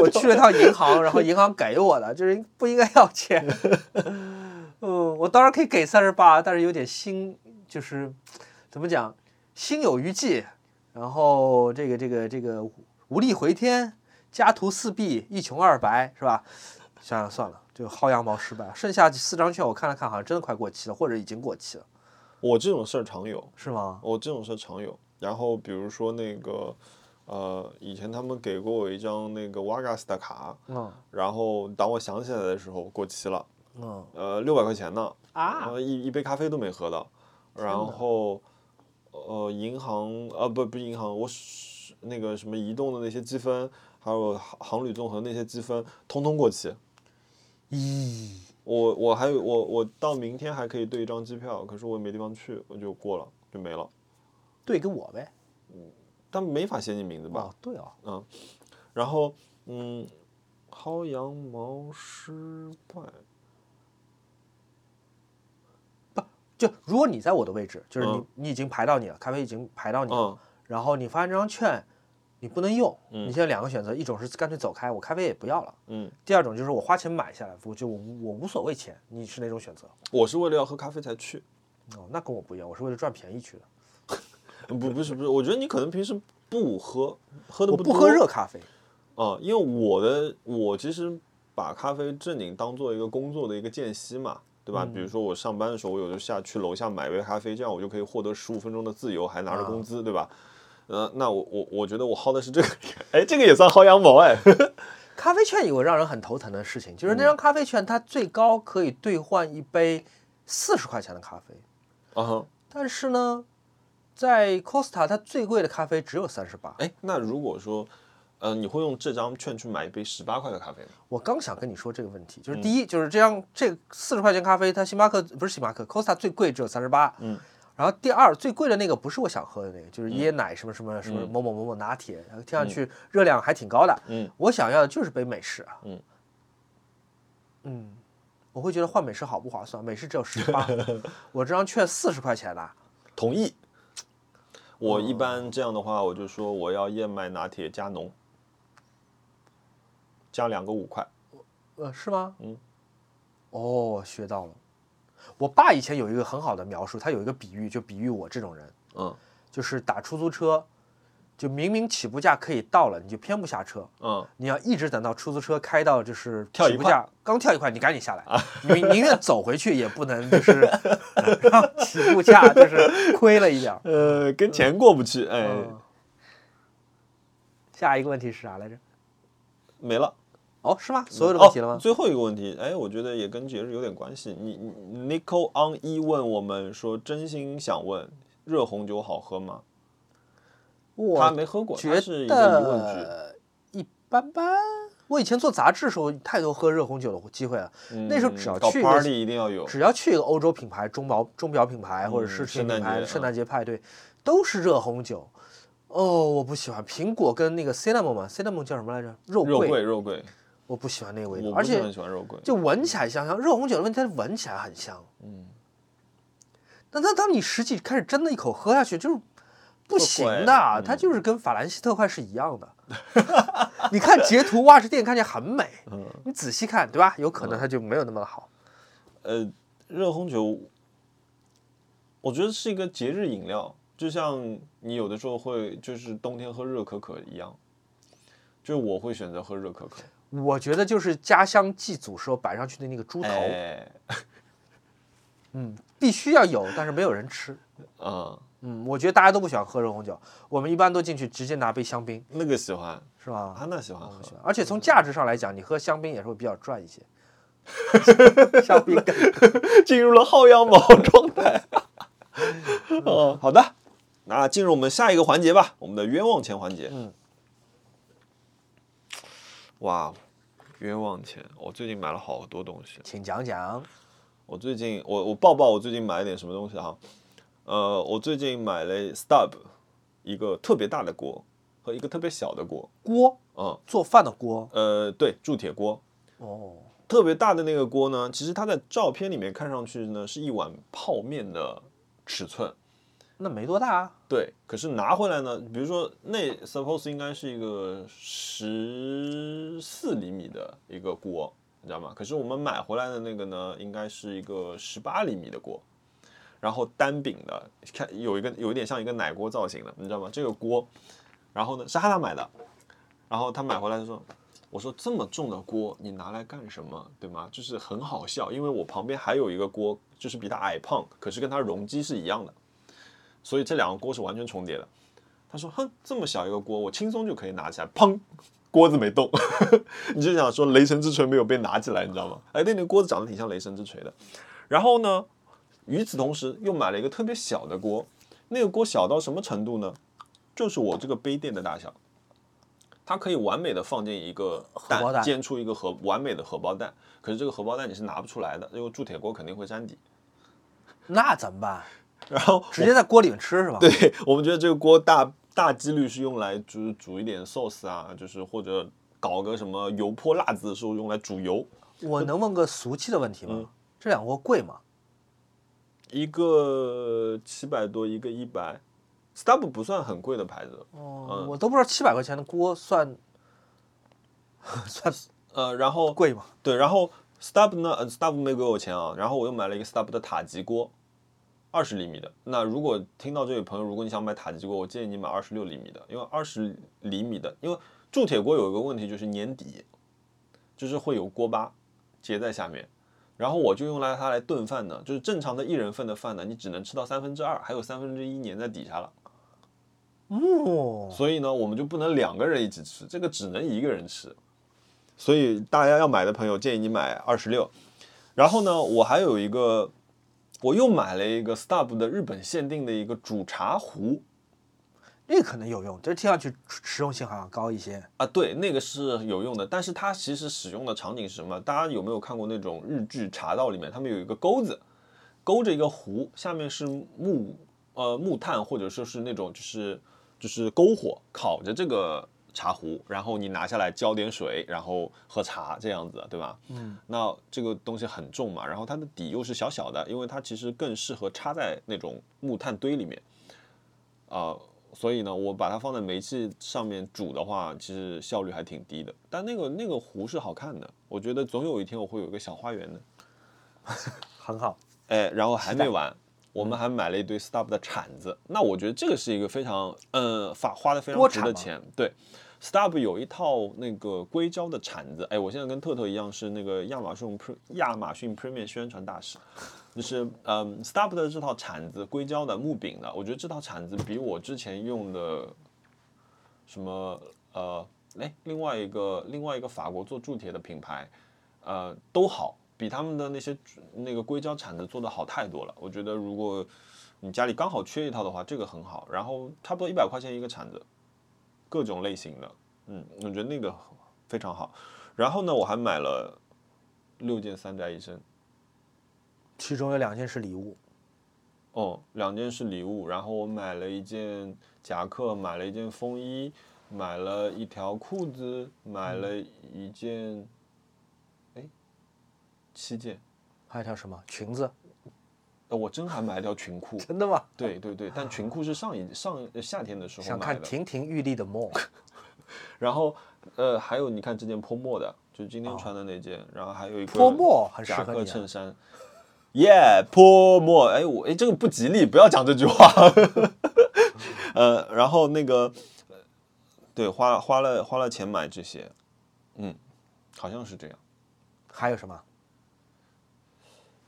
Speaker 2: 我去了趟银行，然后银行给我的，就是不应该要 钱。嗯，我当然可以给三十八，但是有点心就是怎么讲，心有余悸，然后这个这个这个无力回天，家徒四壁，一穷二白，是吧？想想算了，就薅羊毛失败。剩下四张券我看了看，好像真的快过期了，或者已经过期了，
Speaker 1: 我这种事儿常有。
Speaker 2: 是吗？
Speaker 1: 我这种事常有。然后比如说那个，呃，以前他们给过我一张那个 Wagas 的卡，
Speaker 2: 嗯
Speaker 1: 然后当我想起来的时候过期了，
Speaker 2: 嗯
Speaker 1: 呃，六百块钱呢，
Speaker 2: 啊，
Speaker 1: 呃一一杯咖啡都没喝到，然后，呃，银行啊不不是银行，我是那个什么移动的那些积分，还有航航旅纵横那些积分，通通过期。
Speaker 2: 咦，
Speaker 1: 我我还有我我到明天还可以兑一张机票，可是我也没地方去，我就过了就没了，
Speaker 2: 对跟我呗。
Speaker 1: 但没法写你名字吧？
Speaker 2: 哦，对哦，
Speaker 1: 然后，嗯，薅羊毛失败，
Speaker 2: 就如果嗯你在我的位置，就是你、你已经排到你了，咖啡已经排到你了，
Speaker 1: 嗯
Speaker 2: 然后你发现这张券你不能用。你现在两个选择，一种是干脆走开，我咖啡也不要了；
Speaker 1: 嗯，
Speaker 2: 第二种就是我花钱买下来，我就我我无所谓钱。你是哪种选择？
Speaker 1: 我是为了要喝咖啡才去，
Speaker 2: 哦，那跟我不一样，我是为了赚便宜去的。
Speaker 1: 不不是不是，我觉得你可能平时不喝，喝的
Speaker 2: 我
Speaker 1: 不
Speaker 2: 不喝
Speaker 1: 多
Speaker 2: 热咖啡，
Speaker 1: 啊、因为我的我其实把咖啡正经当做一个工作的一个间隙嘛，对吧？比如说我上班的时候，我有时候下去楼下买杯咖啡，这样我就可以获得十五分钟的自由，还拿着工资，对吧？呃，那我我我觉得我薅的是这个，哎，这个也算薅羊毛哎，
Speaker 2: 咖啡券有个让人很头疼的事情，就是那张咖啡券它最高可以兑换一杯四十块钱的咖啡，
Speaker 1: 啊哈，
Speaker 2: 但是呢，在 Costa 它最贵的咖啡只有三十八。
Speaker 1: 哎，那如果说，呃，你会用这张券去买一杯十八块的咖啡吗？
Speaker 2: 我刚想跟你说这个问题，
Speaker 1: 嗯
Speaker 2: 就是第一，就是这样，这四十块钱咖啡，它星巴克不是星巴克，Costa 最贵只有三十八。
Speaker 1: 嗯。
Speaker 2: 然后第二，最贵的那个不是我想喝的那个，就是椰奶什么什么什么某某某某拿铁，然后听上去热量还挺高的。
Speaker 1: 嗯。
Speaker 2: 我想要的就是杯美式啊。
Speaker 1: 嗯。
Speaker 2: 嗯，我会觉得换美式好不划算，美式只有十 八，我这张券四十块钱的，
Speaker 1: 同意。
Speaker 2: 哦
Speaker 1: 我一般这样的话，我就说我要燕麦拿铁加浓，加两个五块。
Speaker 2: 呃，是吗？
Speaker 1: 嗯。
Speaker 2: 哦，学到了。我爸以前有一个很好的描述，他有一个比喻，就比喻我这种人。
Speaker 1: 嗯
Speaker 2: 就是打出租车，就明明起步价可以到了，你就偏不下车，
Speaker 1: 嗯，
Speaker 2: 你要一直等到出租车开到就是
Speaker 1: 跳
Speaker 2: 起
Speaker 1: 一
Speaker 2: 步
Speaker 1: 块啊
Speaker 2: 价刚跳一块，你赶紧下来，你宁宁愿走回去也不能就是让起步价就是亏了一点儿。
Speaker 1: 呃，跟钱过不去，哎，
Speaker 2: 嗯，下一个问题是啥来着？
Speaker 1: 没了。
Speaker 2: 哦，是吗？所有的问题了
Speaker 1: 哦
Speaker 2: 吗？
Speaker 1: 最后一个问题，哎，我觉得也跟节日有点关系。你你 Nico on 一问我们说，真心想问，热红酒好喝吗？他
Speaker 2: 我
Speaker 1: 没喝过，
Speaker 2: 觉
Speaker 1: 他是一个疑问句。
Speaker 2: 得一般般。我以前做杂志的时候，太多喝热红酒的机会了。
Speaker 1: 嗯
Speaker 2: 那时候只要
Speaker 1: 搞
Speaker 2: 去一个
Speaker 1: party 一定要有，
Speaker 2: 只要去一个欧洲品牌、钟表钟表品牌或者
Speaker 1: 嗯
Speaker 2: 是
Speaker 1: 圣
Speaker 2: 品
Speaker 1: 诞
Speaker 2: 牌、
Speaker 1: 节嗯
Speaker 2: 圣诞节派对，都是热红酒。哦，我不喜欢苹果跟那个 cinnamon 嘛，cinnamon 叫什么来着？肉
Speaker 1: 肉
Speaker 2: 桂，
Speaker 1: 桂肉桂，
Speaker 2: 我不喜欢那个味道
Speaker 1: 我，
Speaker 2: 而
Speaker 1: 不是
Speaker 2: 且
Speaker 1: 很喜欢肉桂。
Speaker 2: 就闻起来香香。热红酒的问题，它闻起来很香，
Speaker 1: 嗯，
Speaker 2: 但它当你实际开始真的一口喝下去，就是不行
Speaker 1: 怪
Speaker 2: 的，
Speaker 1: 的
Speaker 2: 它就是跟法兰西特快是一样 的。你看截图， 哇，这店看起来很美，
Speaker 1: 嗯
Speaker 2: 你仔细看，对吧？有可能它就没有那么的好。
Speaker 1: 呃，热红酒，我觉得是一个节日饮料，就像你有的时候会就是冬天喝热可可一样，就是我会选择喝热可可。
Speaker 2: 我觉得就是家乡祭祖时候摆上去的那个猪头，
Speaker 1: 哎，
Speaker 2: 必须要有，但是没有人吃。
Speaker 1: 嗯，
Speaker 2: 嗯，我觉得大家都不喜欢喝热红酒，我们一般都进去直接拿杯香槟，
Speaker 1: 那个喜欢，
Speaker 2: 是吧？
Speaker 1: 安娜喜欢喝。
Speaker 2: 而且从价值上来讲，你喝香槟也是会比较赚一些。香槟更
Speaker 1: 进入了薅羊毛状 态。哦，好的，那进入我们下一个环节吧，我们的冤枉钱环节。
Speaker 2: 嗯，
Speaker 1: 哇，哦冤枉钱！我最近买了好多东西。
Speaker 2: 请讲讲。
Speaker 1: 我最近我我报报我最近买了点什么东西哈、呃，我最近买了 Stub 一个特别大的锅和一个特别小的锅，
Speaker 2: 锅，
Speaker 1: 嗯
Speaker 2: 做饭的锅。
Speaker 1: 呃对铸铁锅，
Speaker 2: 哦，
Speaker 1: 特别大的那个锅呢，其实它在照片里面看上去呢是一碗泡面的尺寸，
Speaker 2: 那没多大啊。
Speaker 1: 对，可是拿回来呢，比如说那 suppose 应该是一个十四厘米的一个锅，你知道吗？可是我们买回来的那个呢，应该是一个十八厘米的锅，然后单柄的，看有一个有一点像一个奶锅造型的，你知道吗？这个锅，然后呢是哈娜买的，然后他买回来就说。我说这么重的锅你拿来干什么，对吗？就是很好笑，因为我旁边还有一个锅，就是比它矮胖，可是跟它容积是一样的。所以这两个锅是完全重叠的。他说：“哼，这么小一个锅，我轻松就可以拿起来，砰，锅子没动。 你就想说雷神之锤没有被拿起来，你知道吗？哎，那那个锅子长得挺像雷神之锤的。然后呢，与此同时又买了一个特别小的锅，那个锅小到什么程度呢？就是我这个杯垫的大小，它可以完美的放进一个蛋，
Speaker 2: 荷包蛋
Speaker 1: 煎出一个荷完美的荷包蛋。可是这个荷包蛋你是拿不出来的，因为铸铁锅肯定会粘底。
Speaker 2: 那怎么办？
Speaker 1: 然后
Speaker 2: 直接在锅里面吃是吧？对，
Speaker 1: 对 我们觉得这个锅大大几率是用来就是煮一点 sauce 啊，就是或者搞个什么油泼辣子的时候用来煮油。
Speaker 2: 我能问个俗气的问题
Speaker 1: 嗯
Speaker 2: 吗？这两个锅贵吗？
Speaker 1: 一个七百多，一个一百， Stub 不算很贵的牌子，
Speaker 3: 哦，我都不知道七百块钱的锅 算算
Speaker 1: 呃，然后
Speaker 3: 贵吗？
Speaker 1: 对，然后 Stub 呢、呃、，Stub 没给我钱啊，然后我又买了一个 Stub 的塔吉锅，二十厘米的。那如果听到这位朋友，如果你想买塔吉锅，我建议你买二十六厘米的，因为二十厘米的，因为铸铁锅有一个问题就是粘底，就是会有锅巴结在下面。然后我就用来它来炖饭呢，就是正常的一人份的饭呢，你只能吃到三分之二，还有三分之一粘在底下了。
Speaker 3: 哦，
Speaker 1: 所以呢，我们就不能两个人一起吃，这个只能一个人吃。所以大家要买的朋友，建议你买二十六。然后呢，我还有一个，我又买了一个 Stub 的日本限定的一个煮茶壶
Speaker 3: 那个可能有用，这听上去实用性好像高一些。
Speaker 1: 啊，对，那个是有用的。但是它其实使用的场景是什么？大家有没有看过那种日剧茶道里面，他们有一个钩子，勾着一个壶，下面是木呃木炭或者说是那种就是就是篝火烤着这个茶壶，然后你拿下来浇点水，然后喝茶这样子，对吧？嗯，那这个东西很重嘛，然后它的底又是小小的，因为它其实更适合插在那种木炭堆里面，啊、所以呢，我把它放在煤气上面煮的话，其实效率还挺低的。但那个那个壶是好看的，我觉得总有一天我会有一个小花园的。
Speaker 3: 很好，
Speaker 1: 哎，然后还没完，我
Speaker 3: 嗯
Speaker 1: 们还买了一堆 Stub 的铲子。那我觉得这个是一个非常，呃，花花的非常
Speaker 3: 锅
Speaker 1: 值
Speaker 3: 铲
Speaker 1: 的
Speaker 3: 吗
Speaker 1: 钱。对，Stub 有一套那个硅胶的铲子。哎，我现在跟特特一样是那个亚马逊 Pre 亚马逊 Premium 宣传大使，就是嗯，Stub 的这套铲子，硅胶的木柄的，我觉得这套铲子比我之前用的什么呃，哎，另外一个另外一个法国做铸铁的品牌，呃，都好，比他们的那些呃那个硅胶铲子做的好太多了。我觉得如果你家里刚好缺一套的话，这个很好。然后差不多一百块钱一个铲子，各种类型的，嗯，我觉得那个非常好。然后呢，我还买了六件三宅一生，
Speaker 3: 其中有两件是礼物，
Speaker 1: 哦，两件是礼物，然后我买了一件夹克，买了一件风衣，买了一条裤子，买了一件，哎，七件。
Speaker 3: 还有一条什么裙子？
Speaker 1: 呃，我真还买了条裙裤，
Speaker 3: 真的吗？
Speaker 1: 对对对，但裙裤是上一上呃夏天的时 候
Speaker 3: 想
Speaker 1: 买
Speaker 3: 看
Speaker 1: 的。
Speaker 3: 亭亭玉立的梦，
Speaker 1: 然后呃，还有你看这件泼墨的，就是今天穿的那件，然后还有一个
Speaker 3: 哦泼墨很适
Speaker 1: 夹
Speaker 3: 合
Speaker 1: 克
Speaker 3: 你啊
Speaker 1: 衬衫。耶，泼墨，哎我哎这个不吉利，不要讲这句话。 呃，然后那个，呃对，花了花了花了钱买这些，嗯，好像是这样。
Speaker 3: 还有什么？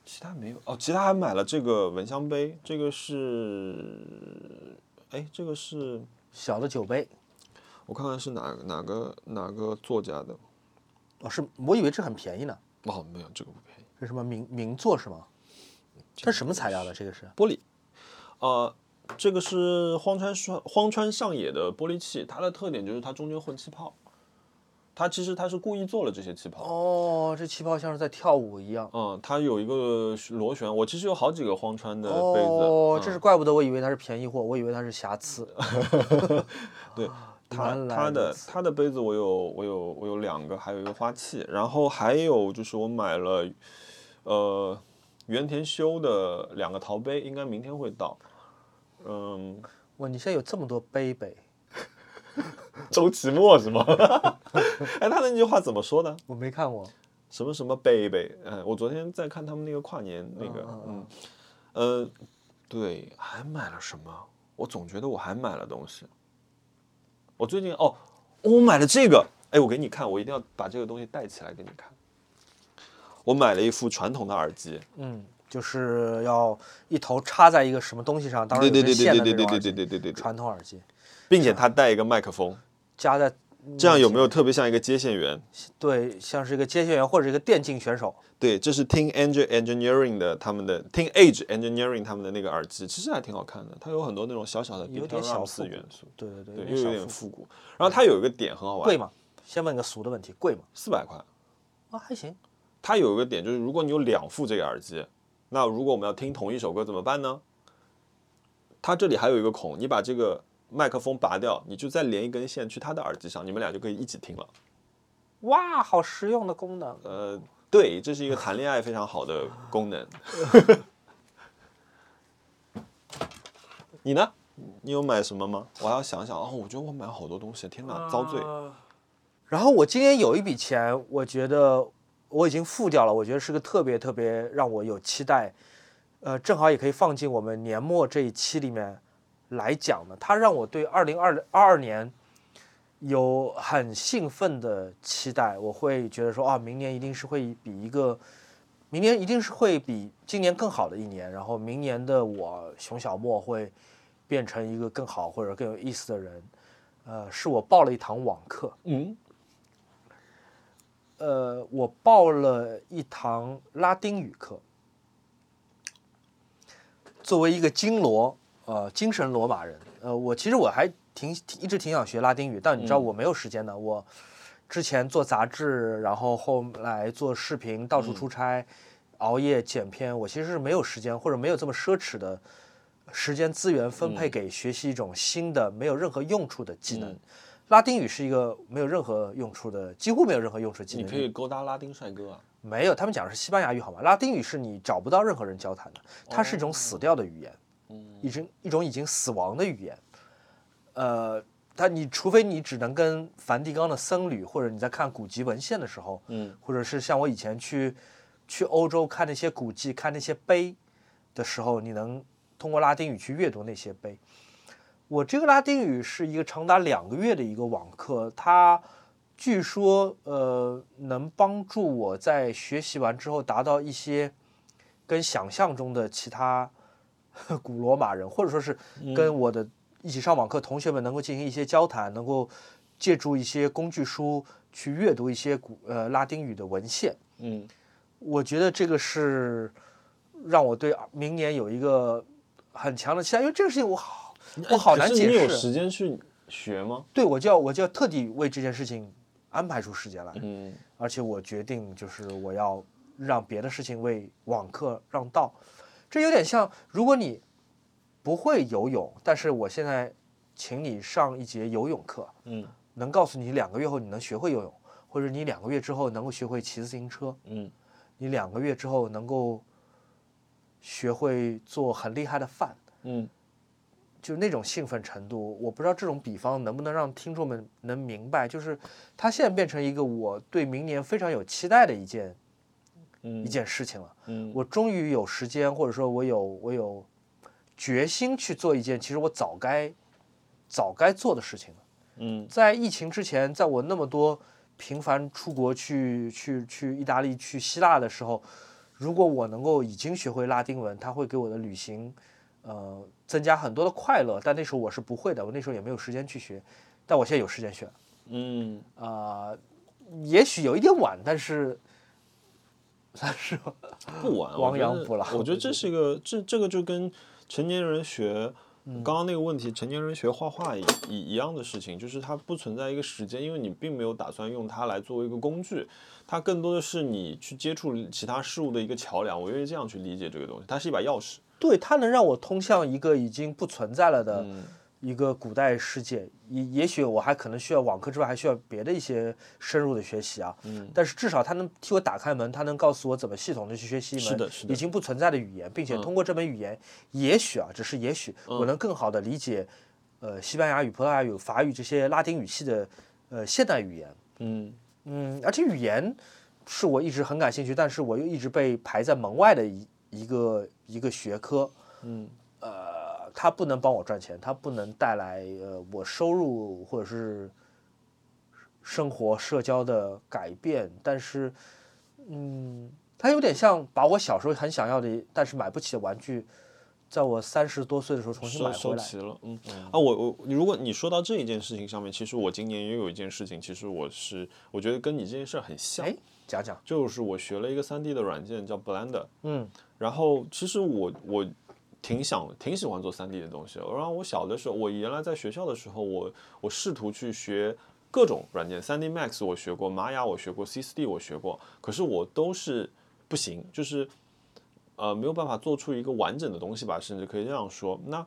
Speaker 1: 其他没有哦，其他还买了这个蚊香杯，这个是，哎，这个是
Speaker 3: 小的酒杯
Speaker 1: 我看看是哪哪个哪个作家的？
Speaker 3: 哦，是我以为这很便宜呢，
Speaker 1: 哦，没有，这个不便宜。
Speaker 3: 这是什么名名作是吗？这是什么材料的？这个是
Speaker 1: 玻璃，呃，这个是荒川上荒川上野的玻璃器，它的特点就是它中间混气泡，它其实它是故意做了这些气泡。
Speaker 3: 哦，这气泡像是在跳舞一样。
Speaker 1: 嗯，它有一个螺旋，我其实有好几个荒川的杯子，
Speaker 3: 哦，
Speaker 1: 嗯
Speaker 3: 这是怪不得我以为它是便宜货，我以为它是瑕疵。
Speaker 1: 对
Speaker 3: 啊，
Speaker 1: 它
Speaker 3: 原来
Speaker 1: 它的
Speaker 3: 如此
Speaker 1: 它的杯子我有我有我有两个，还有一个花器，然后还有就是我买了，呃，原田修的两个陶杯，应该明天会到。嗯，
Speaker 3: 哇，你现在有这么多杯杯，
Speaker 1: 周奇墨是吗？哎，他那句话怎么说的？
Speaker 3: 我没看过。
Speaker 1: 什么什么杯杯？嗯，我昨天在看他们那个跨年那个，嗯，呃，对，还买了什么？我总觉得我还买了东西。我最近哦，我买了这个，哎，我给你看，我一定要把这个东西带起来给你看。我买了一副传统的耳机，
Speaker 3: 嗯，就是要一头插在一个什么东西上，当然
Speaker 1: 对
Speaker 3: 有
Speaker 1: 对
Speaker 3: 根
Speaker 1: 对
Speaker 3: 线
Speaker 1: 对
Speaker 3: 的
Speaker 1: 对
Speaker 3: 那
Speaker 1: 对
Speaker 3: 种
Speaker 1: 对
Speaker 3: 耳
Speaker 1: 对
Speaker 3: 机，
Speaker 1: 对对对对，
Speaker 3: 传统耳机
Speaker 1: 并且它带一个麦克风，
Speaker 3: 夹在嗯
Speaker 1: 这样有没有特别像一个接线员？
Speaker 3: 对，像是一个接线员或者一个电竞选手。
Speaker 1: 对，这是 Teen Eng- Engineering 的他们的 Teen Age Engineering 他们的那个耳机，其实还挺好看的。它有很多那种小小的 b
Speaker 3: 有
Speaker 1: i t
Speaker 3: 点
Speaker 1: r a
Speaker 3: 小
Speaker 1: m
Speaker 3: 复
Speaker 1: 四
Speaker 3: 古
Speaker 1: 元素，
Speaker 3: 对对对，
Speaker 1: 对，
Speaker 3: 有
Speaker 1: 又有
Speaker 3: 点小
Speaker 1: 点
Speaker 3: 复
Speaker 1: 复古。然后它有一个点很好
Speaker 3: 贵
Speaker 1: 玩，
Speaker 3: 吗？先问个俗的问题，贵吗？
Speaker 1: 四百块。
Speaker 3: 啊，还行。
Speaker 1: 它有一个点就是，如果你有两副这个耳机，那如果我们要听同一首歌怎么办呢？它这里还有一个孔，你把这个麦克风拔掉，你就再连一根线去它的耳机上，你们俩就可以一起听了。
Speaker 3: 哇，好实用的功能。
Speaker 1: 呃，对，这是一个谈恋爱非常好的 功能。你呢？你有买什么吗？我还要想想哦，我觉得我买了好多东西，天哪，遭罪！
Speaker 2: 啊然后我今年有一笔钱，我觉得我已经付掉了，我觉得是个特别特别让我有期待，呃，正好也可以放进我们年末这一期里面来讲的。它让我对二零二二二年有很兴奋的期待，我会觉得说啊，明年一定是会比一个，明年一定是会比今年更好的一年，然后明年的我熊小莫会变成一个更好或者更有意思的人。呃，是我报了一堂网课，
Speaker 1: 嗯，
Speaker 2: 呃，我报了一堂拉丁语课。作为一个金罗，呃，精神罗马人，呃，我其实我还挺挺一直挺想学拉丁语，但你
Speaker 1: 嗯
Speaker 2: 知道我没有时间的。我之前做杂志，然后后来做视频，到
Speaker 1: 嗯
Speaker 2: 处出差，熬夜剪片，我其实是没有时间或者没有这么奢侈的时间资源分配给学习一种新的、没有任何用处的技能。
Speaker 1: 嗯
Speaker 2: 拉丁语是一个没有任何用处的，几乎没有任何用处的技
Speaker 1: 你
Speaker 2: 能。
Speaker 1: 可以勾搭拉丁帅哥啊，
Speaker 2: 没有，他们讲的是西班牙语好吗？拉丁语是你找不到任何人交谈的，它是一种死掉的语言，已经一种已经死亡的语言。呃，它你除非你只能跟梵蒂冈的僧侣，或者你在看古籍文献的时候，
Speaker 1: 嗯，
Speaker 2: 或者是像我以前去去欧洲看那些古迹、看那些碑的时候，你能通过拉丁语去阅读那些碑。我这个拉丁语是一个长达两个月的一个网课，它据说呃能帮助我在学习完之后达到一些跟想象中的其他古罗马人，或者说是
Speaker 1: 嗯
Speaker 2: 跟我的一起上网课同学们能够进行一些交谈，能够借助一些工具书去阅读一些古呃拉丁语的文献。
Speaker 1: 嗯，
Speaker 2: 我觉得这个是让我对明年有一个很强的期待，因为这个事情我好我好难
Speaker 1: 哎可是
Speaker 2: 解
Speaker 1: 你有
Speaker 2: 释。
Speaker 1: 时间去学吗？
Speaker 2: 对，我就要我就要特地为这件事情安排出时间来，
Speaker 1: 嗯，
Speaker 2: 而且我决定就是我要让别的事情为网课让道。这有点像，如果你不会游泳，但是我现在请你上一节游泳课，
Speaker 1: 嗯，
Speaker 2: 能告诉你两个月后你能学会游泳，或者你两个月之后能够学会骑自行车，
Speaker 1: 嗯，
Speaker 2: 你两个月之后能够学会做很厉害的饭，
Speaker 1: 嗯，
Speaker 2: 就那种兴奋程度，我不知道这种比方能不能让听众们能明白，就是它现在变成一个我对明年非常有期待的一件、
Speaker 1: 嗯
Speaker 2: 一件事情了。
Speaker 1: 嗯
Speaker 2: 我终于有时间，或者说我有我有决心去做一件其实我早该早该做的事情了。
Speaker 1: 嗯
Speaker 2: 在疫情之前，在我那么多频繁出国去去去意大利、去希腊的时候，如果我能够已经学会拉丁文，它会给我的旅行，呃，增加很多的快乐。但那时候我是不会的，我那时候也没有时间去学，但我现在有时间学了。
Speaker 1: 嗯，
Speaker 2: 啊、也许有一点晚，但是， 但是
Speaker 1: 不晚，
Speaker 2: 亡
Speaker 1: 我觉
Speaker 2: 羊
Speaker 1: 得
Speaker 2: 补牢
Speaker 1: 我觉得这是一个，这这个就跟成年人学。刚刚那个问题，成年人学画画一一一样的事情，就是它不存在一个时间，因为你并没有打算用它来作为一个工具，它更多的是你去接触其他事物的一个桥梁。我愿意这样去理解这个东西，它是一把钥匙。
Speaker 2: 对它能让我通向一个已经不存在了的
Speaker 1: 嗯
Speaker 2: 一个古代世界。也也许我还可能需要网课之外，还需要别的一些深入的学习啊。嗯，但是至少它能替我打开门，它能告诉我怎么系统的去学习一
Speaker 1: 是的
Speaker 2: 门
Speaker 1: 是的嗯
Speaker 2: 已经不存在的语言，并且通过这门语言，也许啊，只是也许我能更好的理解，呃，西班牙语、葡萄牙语、法语这些拉丁语系的呃现代语言。
Speaker 1: 嗯
Speaker 2: 嗯，而且语言是我一直很感兴趣，但是我又一直被排在门外的一一个一个学科。
Speaker 1: 嗯，
Speaker 2: 呃，它不能帮我赚钱，它不能带来呃我收入或者是生活社交的改变，但是，嗯，它有点像把我小时候很想要的，但是买不起的玩具，在我三十多岁的时候重新
Speaker 1: 收
Speaker 2: 买回
Speaker 1: 收
Speaker 2: 来。
Speaker 1: 齐了，嗯啊，我我如果你说到这一件事情上面，其实我今年也有一件事情，其实我是我觉得跟你这件事儿很像，
Speaker 2: 哎，讲讲，
Speaker 1: 就是我学了一个3 D 的软件叫 Blender，
Speaker 2: 嗯
Speaker 1: 然后其实我我挺想挺喜欢做3 D 的东西的，然后我小的时候，我原来在学校的时候，我我试图去学。各种软件，3D Max 我学过，玛雅我学过，C 4 D 我学过，可是我都是不行，就是呃没有办法做出一个完整的东西吧，甚至可以这样说。那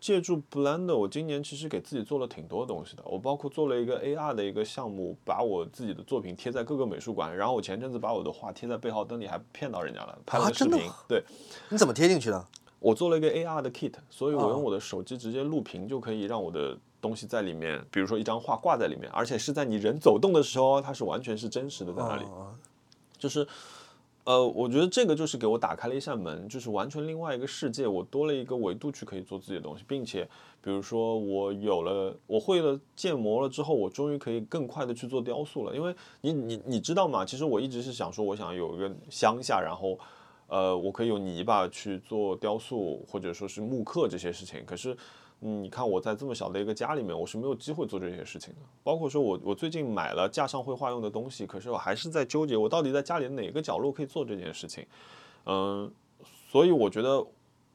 Speaker 1: 借助 Blender，我今年其实给自己做了挺多东西的。我包括做了一个 AR 的一个项目，把我自己的作品贴在各个美术馆。然后我前阵子把我的画贴在背后灯里，还骗到人家了，拍了
Speaker 2: 啊
Speaker 1: 个视
Speaker 2: 真的
Speaker 1: 频。对，
Speaker 2: 你怎么贴进去的？
Speaker 1: 我做了一个 AR 的 kit，所以我用我的手机直接录屏就可以让我的东西在里面，比如说一张画挂在里面，而且是在你人走动的时候，哦它是完全是真实的在那里。
Speaker 2: 哦
Speaker 1: 就是，呃，我觉得这个就是给我打开了一扇门，就是完全另外一个世界，我多了一个维度去可以做自己的东西，并且，比如说我有了，我会了建模了之后，我终于可以更快的去做雕塑了，因为你你你知道吗？其实我一直是想说，我想有一个乡下，然后。呃，我可以用泥巴去做雕塑，或者说是木刻这些事情。可是，嗯你看我在这么小的一个家里面，我是没有机会做这些事情的。包括说我我最近买了架上绘画用的东西，可是我还是在纠结，我到底在家里的哪个角落可以做这件事情。嗯，所以我觉得，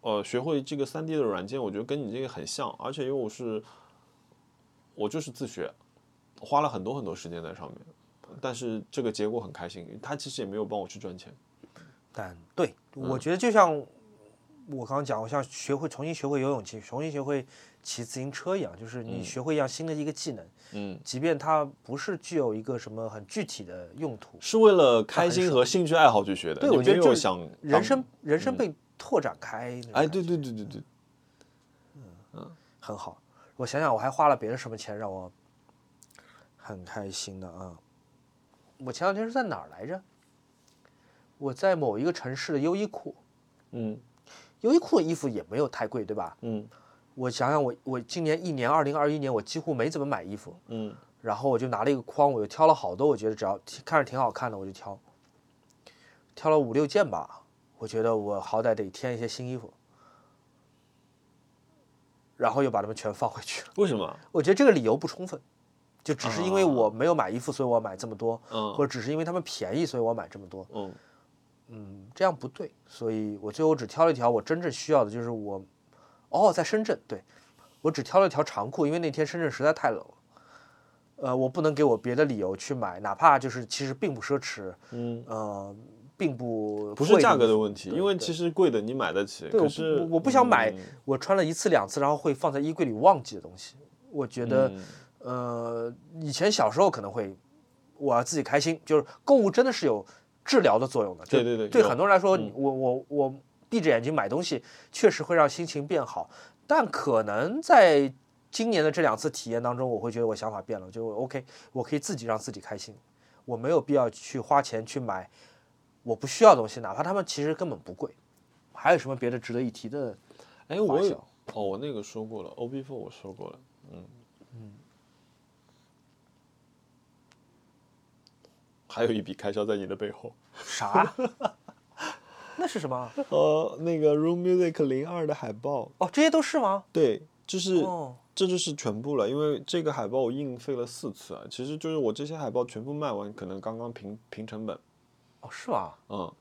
Speaker 1: 呃，学会这个三 D 的软件，我觉得跟你这个很像，而且因为我是，我就是自学，花了很多很多时间在上面，但是这个结果很开心。它其实也没有帮我去赚钱。
Speaker 2: 但对，
Speaker 1: 嗯
Speaker 2: 我觉得就像我刚刚讲，我像学会重新学会游泳，去重新学会骑自行车一样，就是你学会一样新的一个技能，
Speaker 1: 嗯，
Speaker 2: 即便它不是具有一个什么很具体的用途，
Speaker 1: 是为了开心和兴趣爱好去学的。
Speaker 2: 对
Speaker 1: 你
Speaker 2: 我觉得
Speaker 1: 没
Speaker 2: 就
Speaker 1: 有
Speaker 2: 是
Speaker 1: 想当嗯
Speaker 2: 人生人生被拓展开，那种
Speaker 1: 哎，
Speaker 2: 感觉
Speaker 1: 对对对对对，
Speaker 2: 很好。我想想，我还花了别人什么钱让我很开心的啊？我前两天是在哪儿来着？我在某一个城市的优衣库，
Speaker 1: 嗯
Speaker 2: 优衣库的衣服也没有太贵，对吧？
Speaker 1: 嗯
Speaker 2: 我想想我，我今年一年，二零二一年，我几乎没怎么买衣服，
Speaker 1: 嗯
Speaker 2: 然后我就拿了一个筐，我就挑了好多，我觉得只要看着挺好看的，我就挑，挑了五六件吧，我觉得我好歹得添一些新衣服，然后又把它们全放回去了。
Speaker 1: 为什么？
Speaker 2: 我觉得这个理由不充分，就只是因
Speaker 1: 啊
Speaker 2: 为我没有买衣服，所以我买这么多，
Speaker 1: 嗯
Speaker 2: 或者只是因为它们便宜，所以我买这么多，
Speaker 1: 嗯
Speaker 2: 嗯，这样不对，所以我最后只挑了一条我真正需要的，就是我，哦，在深圳，对我只挑了一条长裤，因为那天深圳实在太冷了，呃，我不能给我别的理由去买，哪怕就是其实并不奢侈，
Speaker 1: 嗯，
Speaker 2: 呃，并不
Speaker 1: 不是价格
Speaker 2: 的
Speaker 1: 的问题，因为其实贵的你买得起，
Speaker 2: 对我
Speaker 1: 可
Speaker 2: 不
Speaker 1: 是
Speaker 2: 我我不想买
Speaker 1: 嗯
Speaker 2: 我穿了一次两次，然后会放在衣柜里忘记的东西，我觉得，
Speaker 1: 嗯
Speaker 2: 呃，以前小时候可能会，我要自己开心，就是购物真的是有治疗的作用的。就
Speaker 1: 对对对
Speaker 2: 对
Speaker 1: 有嗯
Speaker 2: 很多人来说，你我我我闭着眼睛买东西，确实会让心情变好，但可能在今年的这两次体验当中，我会觉得我想法变了，就 OK，我可以自己让自己开心，我没有必要去花钱去买我不需要的东西，哪怕他们其实根本不贵。还有什么别的值得一提的？
Speaker 1: 哎，我
Speaker 2: 花
Speaker 1: 有
Speaker 2: 销
Speaker 1: 哦，我那个说过了，O B Four 我说过了，嗯嗯，还有一笔开销在你的背后，
Speaker 2: 啥？ 那是什么？
Speaker 1: 呃，那个 Room Music 零二的海报，
Speaker 2: 哦，这些都是吗？
Speaker 1: 对，就是
Speaker 2: 哦，
Speaker 1: 这就是全部了，因为这个海报我印费了四次啊，其实就是我这些海报全部卖完，可能刚刚平平成本，
Speaker 2: 哦，是吗？
Speaker 1: 嗯，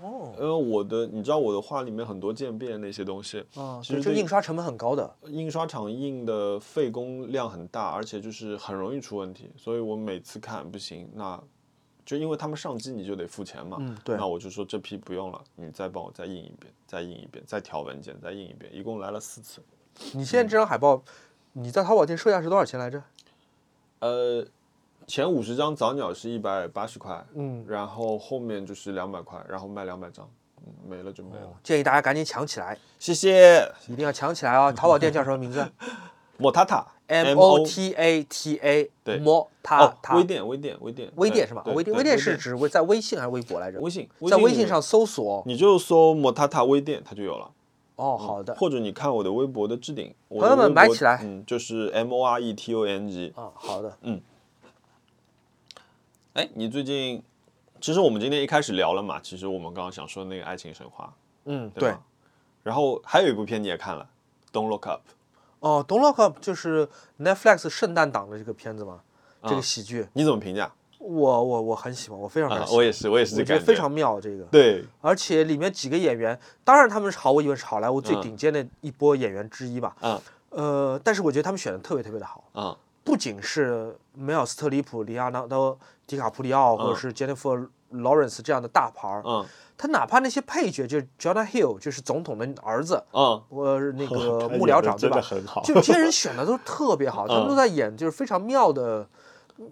Speaker 2: 哦，
Speaker 1: 因为我的你知道我的画里面很多渐变那些东西，
Speaker 2: 啊，
Speaker 1: 其
Speaker 2: 对，
Speaker 1: 实
Speaker 2: 这
Speaker 1: 对
Speaker 2: 印刷成本很高的。
Speaker 1: 印刷厂印的费工量很大，而且就是很容易出问题，所以我每次看不行，那就因为他们上机你就得付钱嘛，
Speaker 2: 嗯对
Speaker 1: 那我就说这批不用了，你再帮我再印一遍，再印一遍，再调文件，再印一遍，一共来了四次，
Speaker 2: 你现在这张海报，你在淘宝店售价是多少钱来着？
Speaker 1: 呃，前五十张早鸟是一百八十块，
Speaker 2: 嗯，
Speaker 1: 然后后面就是两百块，然后卖两百张，嗯，没了就没了。
Speaker 2: 建议大家赶紧抢起来，
Speaker 1: 谢谢
Speaker 2: 一定要抢起来 啊！淘宝店叫什么名字
Speaker 1: 莫塔塔
Speaker 2: ？M O T A T A，
Speaker 1: 对
Speaker 2: 摩塔
Speaker 1: 哦，
Speaker 2: 塔
Speaker 1: 微店微店微店
Speaker 2: 啊微店
Speaker 1: 对
Speaker 2: 是吧？哦
Speaker 1: 对
Speaker 2: 微店
Speaker 1: 对
Speaker 2: 微
Speaker 1: 店
Speaker 2: 店是指微在微信还是微博来着？
Speaker 1: 微信，
Speaker 2: 在微
Speaker 1: 里
Speaker 2: 信
Speaker 1: 面
Speaker 2: 上搜索。
Speaker 1: 你就搜莫塔塔微店，它就有了。
Speaker 2: 哦，好的
Speaker 1: 或者你看我的微博的置顶，我
Speaker 2: 朋
Speaker 1: 的
Speaker 2: 友们
Speaker 1: 微博
Speaker 2: 买起来
Speaker 1: 嗯，就是 M O R E T O N G。
Speaker 2: 啊，好的。
Speaker 1: 哎，你最近，其实我们今天一开始聊了嘛，其实我们刚刚想说那个爱情神话，
Speaker 2: 嗯，
Speaker 1: 对
Speaker 2: 对
Speaker 1: 吧。然后还有一部片你也看了，《Don't Look Up》，
Speaker 2: 哦，《Don't Look Up》就是 Netflix 圣诞档的这个片子嘛，这
Speaker 1: 啊
Speaker 2: 个喜剧，
Speaker 1: 你怎么评价？
Speaker 2: 我我我很喜欢，我非常非
Speaker 1: 啊
Speaker 2: 常，喜欢，
Speaker 1: 我也是，我也是
Speaker 2: 我
Speaker 1: 这
Speaker 2: 觉
Speaker 1: 感
Speaker 2: 得非常妙这个。
Speaker 1: 对，
Speaker 2: 而且里面几个演员，当然他们是毫无疑问是好莱坞最
Speaker 1: 嗯
Speaker 2: 顶尖的一波演员之一吧。
Speaker 1: 嗯
Speaker 2: 呃，但是我觉得他们选的特别特别的好，
Speaker 1: 嗯
Speaker 2: 不仅是梅尔斯特里普、里亚纳多·迪卡普里奥或者是 Jennifer Lawrence 这样的大牌儿，
Speaker 1: 嗯
Speaker 2: 他哪怕那些配角，就是 Jonah Hill，就是总统的儿子，
Speaker 1: 嗯，
Speaker 2: 我那
Speaker 1: 他
Speaker 2: 个幕
Speaker 1: 演
Speaker 2: 僚
Speaker 1: 得
Speaker 2: 长，对
Speaker 1: 真的
Speaker 2: 吧？
Speaker 1: 很好，
Speaker 2: 就这些人选的都特 别
Speaker 1: 嗯
Speaker 2: 好，他们都在演就是非常妙的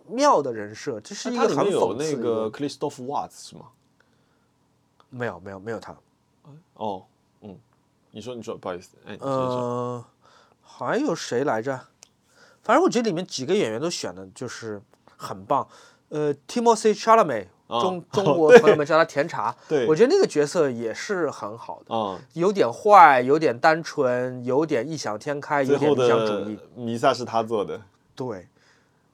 Speaker 2: 妙的人设，这是一
Speaker 1: 它
Speaker 2: 个
Speaker 1: 里
Speaker 2: 很
Speaker 1: 面有
Speaker 2: 讽
Speaker 1: 那
Speaker 2: 刺的一
Speaker 1: 个 Christoph Waltz 是吗？
Speaker 2: 没有没有没有他，
Speaker 1: 哦，嗯，你说，你说，不好意思，哎，你接着
Speaker 2: 呃，还有谁来着？反正我觉得里面几个演员都选的就是很棒。呃，Timothy Chalamet，
Speaker 1: 啊
Speaker 2: 中、中国朋友们叫他甜茶，
Speaker 1: 对
Speaker 2: 我觉得那个角色也是很好的，
Speaker 1: 啊，
Speaker 2: 有点坏，有点单纯，有点异想天开，
Speaker 1: 最
Speaker 2: 有点
Speaker 1: 后
Speaker 2: 理想主义
Speaker 1: 的，弥撒是他做的，
Speaker 2: 对，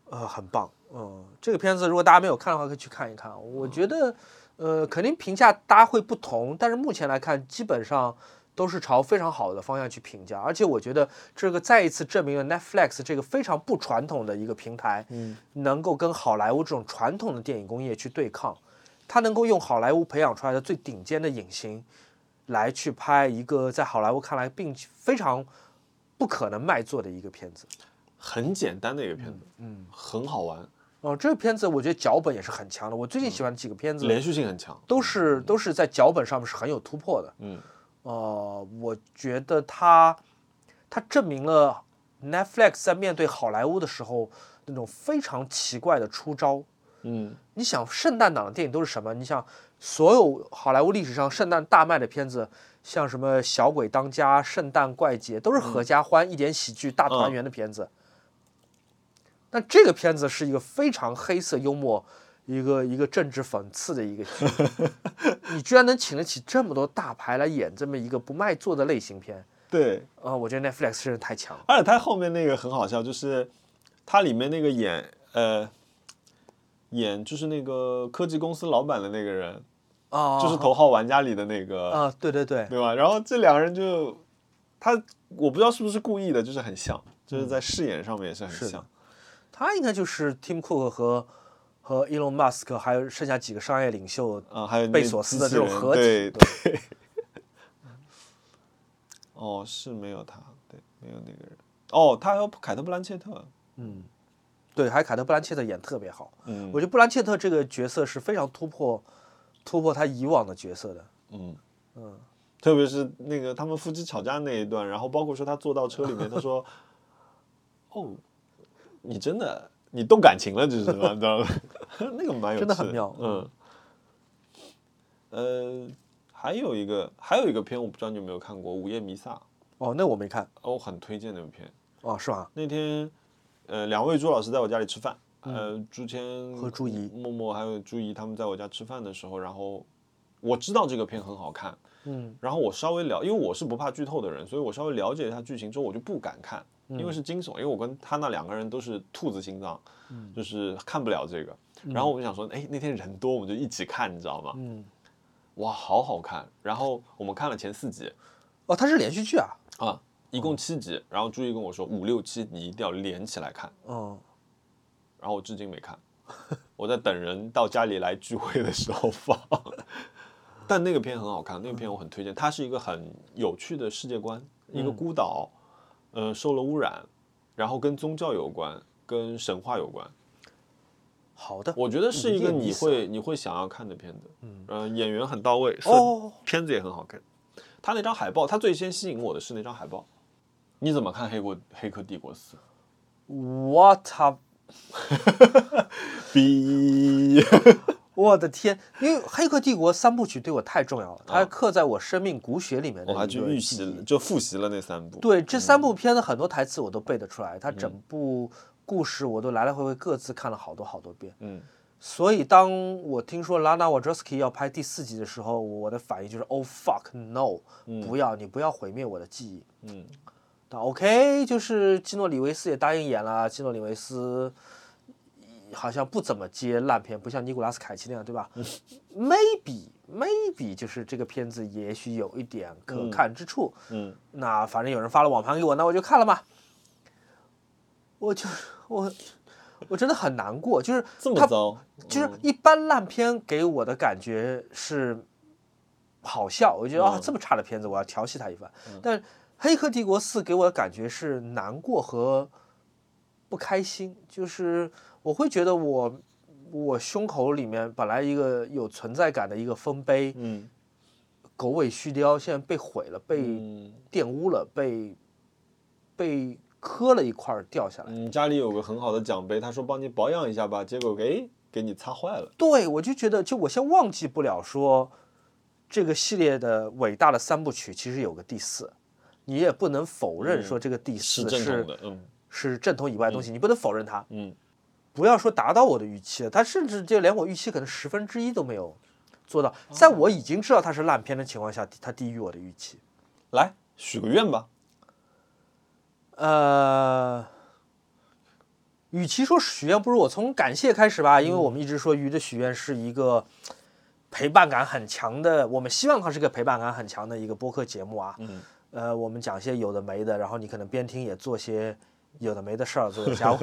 Speaker 2: 呃，很棒。嗯，这个片子如果大家没有看的话，可以去看一看。我觉得，呃，肯定评价大家会不同，但是目前来看，基本上都是朝非常好的方向去评价。而且我觉得这个再一次证明了 Netflix 这个非常不传统的一个平台，
Speaker 1: 嗯，
Speaker 2: 能够跟好莱坞这种传统的电影工业去对抗，它能够用好莱坞培养出来的最顶尖的影星，来去拍一个在好莱坞看来并非常不可能卖座的一个片子。
Speaker 1: 很简单的一个片子，嗯，很好玩，
Speaker 2: 哦，这个片子我觉得脚本也是很强的。我最近喜欢的几个片子
Speaker 1: 连续性很强，
Speaker 2: 都是都是在脚本上面是很有突破的。
Speaker 1: 嗯，
Speaker 2: 呃，我觉得它它证明了 Netflix 在面对好莱坞的时候那种非常奇怪的出招。
Speaker 1: 嗯，
Speaker 2: 你想，圣诞档的电影都是什么？你想，所有好莱坞历史上圣诞大卖的片子，像什么《小鬼当家》《圣诞怪杰》，都是
Speaker 1: 嗯
Speaker 2: 合家欢、一点喜剧、大团圆的片子。但这个片子是一个非常黑色幽默、一个一个政治讽刺的 一个剧，你居然能请得起这么多大牌来演这么一个不卖座的类型片
Speaker 1: 对，
Speaker 2: 啊、我觉得 Netflix 真是太强了。
Speaker 1: 而且他后面那个很好笑，就是他里面那个演呃演就是那个科技公司老板的那个人，
Speaker 2: 啊、
Speaker 1: 就是《头号玩家》里的那个，
Speaker 2: 啊、对对对，
Speaker 1: 对吧？然后这两个人就他我不知道是不是故意的，就是很像，就是在饰演上面也是很像。
Speaker 2: 他应该就是 Tim Cook 和和 Elon Musk，还有剩下几个商业领袖
Speaker 1: 啊，还有那
Speaker 2: 贝索斯的这种
Speaker 1: 机器人
Speaker 2: 合体
Speaker 1: 对对。哦，是没有他，对，没有那个人。哦，他还有凯特·布兰切特，
Speaker 2: 嗯对，还有凯特·布兰切特演得特别好。
Speaker 1: 嗯
Speaker 2: 我觉得布兰切特这个角色是非常突破突破他以往的角色的。
Speaker 1: 嗯特别是那个他们夫妻吵架那一段，然后包括说他坐到车里面，他 说：“哦，你真的你动感情了，这是什么？你知道吗？ 那个蛮有趣
Speaker 2: 真的很妙
Speaker 1: 嗯，呃，还有一个还有一个片，我不知道你有没有看过《午夜弥撒》，
Speaker 2: 哦，那我没看。
Speaker 1: 哦，我很推荐那部片。
Speaker 2: 哦，是吧？
Speaker 1: 那天，呃，两位朱老师在我家里吃饭，呃，朱谦
Speaker 2: 嗯和朱怡
Speaker 1: 默默还有朱怡他们在我家吃饭的时候，然后我知道这个片很好看，
Speaker 2: 嗯，
Speaker 1: 然后我稍微了，因为我是不怕剧透的人，所以我稍微了解一下剧情之后，我就不敢看，因为
Speaker 2: 嗯
Speaker 1: 是惊悚，因为我跟他那两个人都是兔子心脏，
Speaker 2: 嗯
Speaker 1: 就是看不了这个。然后我就想说，哎，那天人多，我们就一起看，你知道吗？
Speaker 2: 嗯，
Speaker 1: 哇，好好看！然后我们看了前四集，
Speaker 2: 哦，它是连续剧啊。
Speaker 1: 啊，一共七集。然后朱毅跟我说，五六七你一定要连起来看。
Speaker 2: 嗯，
Speaker 1: 然后我至今没看， 我在等人到家里来聚会的时候放。 但那个片很好看，那个片我很推荐，它是一个很有趣的世界观，一个孤岛，呃，受了污染，然后跟宗教有关，跟神话有关。
Speaker 2: 好的。
Speaker 1: 我觉得是一个
Speaker 2: 嗯有
Speaker 1: 你
Speaker 2: 意思
Speaker 1: 会你会想要看的片子，啊嗯、呃，演员很到位，
Speaker 2: 哦，
Speaker 1: 片子也很好看。他那张海报，他最先吸引我的是那张海报。你怎么看黑国《黑客帝国四》
Speaker 2: 我操！
Speaker 1: ？B，
Speaker 2: 我的天，因为《黑客帝国》三部曲对我太重要了，它刻在我生命骨血里面的
Speaker 1: 啊我
Speaker 2: 一
Speaker 1: 还
Speaker 2: 个
Speaker 1: 去
Speaker 2: 记忆。
Speaker 1: 预习 了，就复习了那三部。
Speaker 2: 对，这三部片子很多台词我都背得出来，它整部故事我都来来回回各自看了好多好多遍。
Speaker 1: 嗯，
Speaker 2: 所以当我听说 Lana Wachowski 要拍第四集的时候，我的反应就是 Oh fuck no！、不要，你不要毁灭我的记忆。
Speaker 1: 嗯，
Speaker 2: 但 OK，就是基诺里维斯也答应演了，基诺里维斯好像不怎么接烂片，不像尼古拉斯凯奇那样，对吧？Maybe maybe 就是这个片子也许有一点可看之处。
Speaker 1: 嗯，
Speaker 2: 那反正有人发了网盘给我，那我就看了嘛。我就我我真的很难过，就是
Speaker 1: 这
Speaker 2: 他
Speaker 1: 么糟，
Speaker 2: 就是一般烂片给我的感觉是好笑，我觉得啊、这么差的片子我要调戏他一番。但《黑客帝国四》给我的感觉是难过和不开心，就是我会觉得我我胸口里面本来一个有存在感的一个丰碑，
Speaker 1: 嗯
Speaker 2: 狗尾续貂，现在被毁了，被
Speaker 1: 嗯，
Speaker 2: 玷污了，被被磕了一块儿掉下来。
Speaker 1: 你嗯家里有个很好的奖杯，他说帮你保养一下吧，结果给给你擦坏了。
Speaker 2: 对，我就觉得，就我先忘记不了说这个系列的伟大的三部曲其实有个第四，你也不能否认说这个第
Speaker 1: 嗯是
Speaker 2: 四
Speaker 1: 正
Speaker 2: 是
Speaker 1: 统的，嗯
Speaker 2: 是正统以外的东西，你不能否认它。
Speaker 1: 嗯，
Speaker 2: 不要说达到我的预期了，它甚至就连我预期可能十分之一都没有做到。在
Speaker 1: 哦
Speaker 2: 我已经知道它是烂片的情况下，它低于我的预期。
Speaker 1: 来许个愿吧，
Speaker 2: 呃，与其说许愿，不如我从感谢开始吧，因为我们一直说鱼的许愿是一个陪伴感很强的，我们希望它是个陪伴感很强的一个播客节目啊。
Speaker 1: 嗯，
Speaker 2: 呃，我们讲些有的没的，然后你可能边听也做些有的没的事儿，做做家务，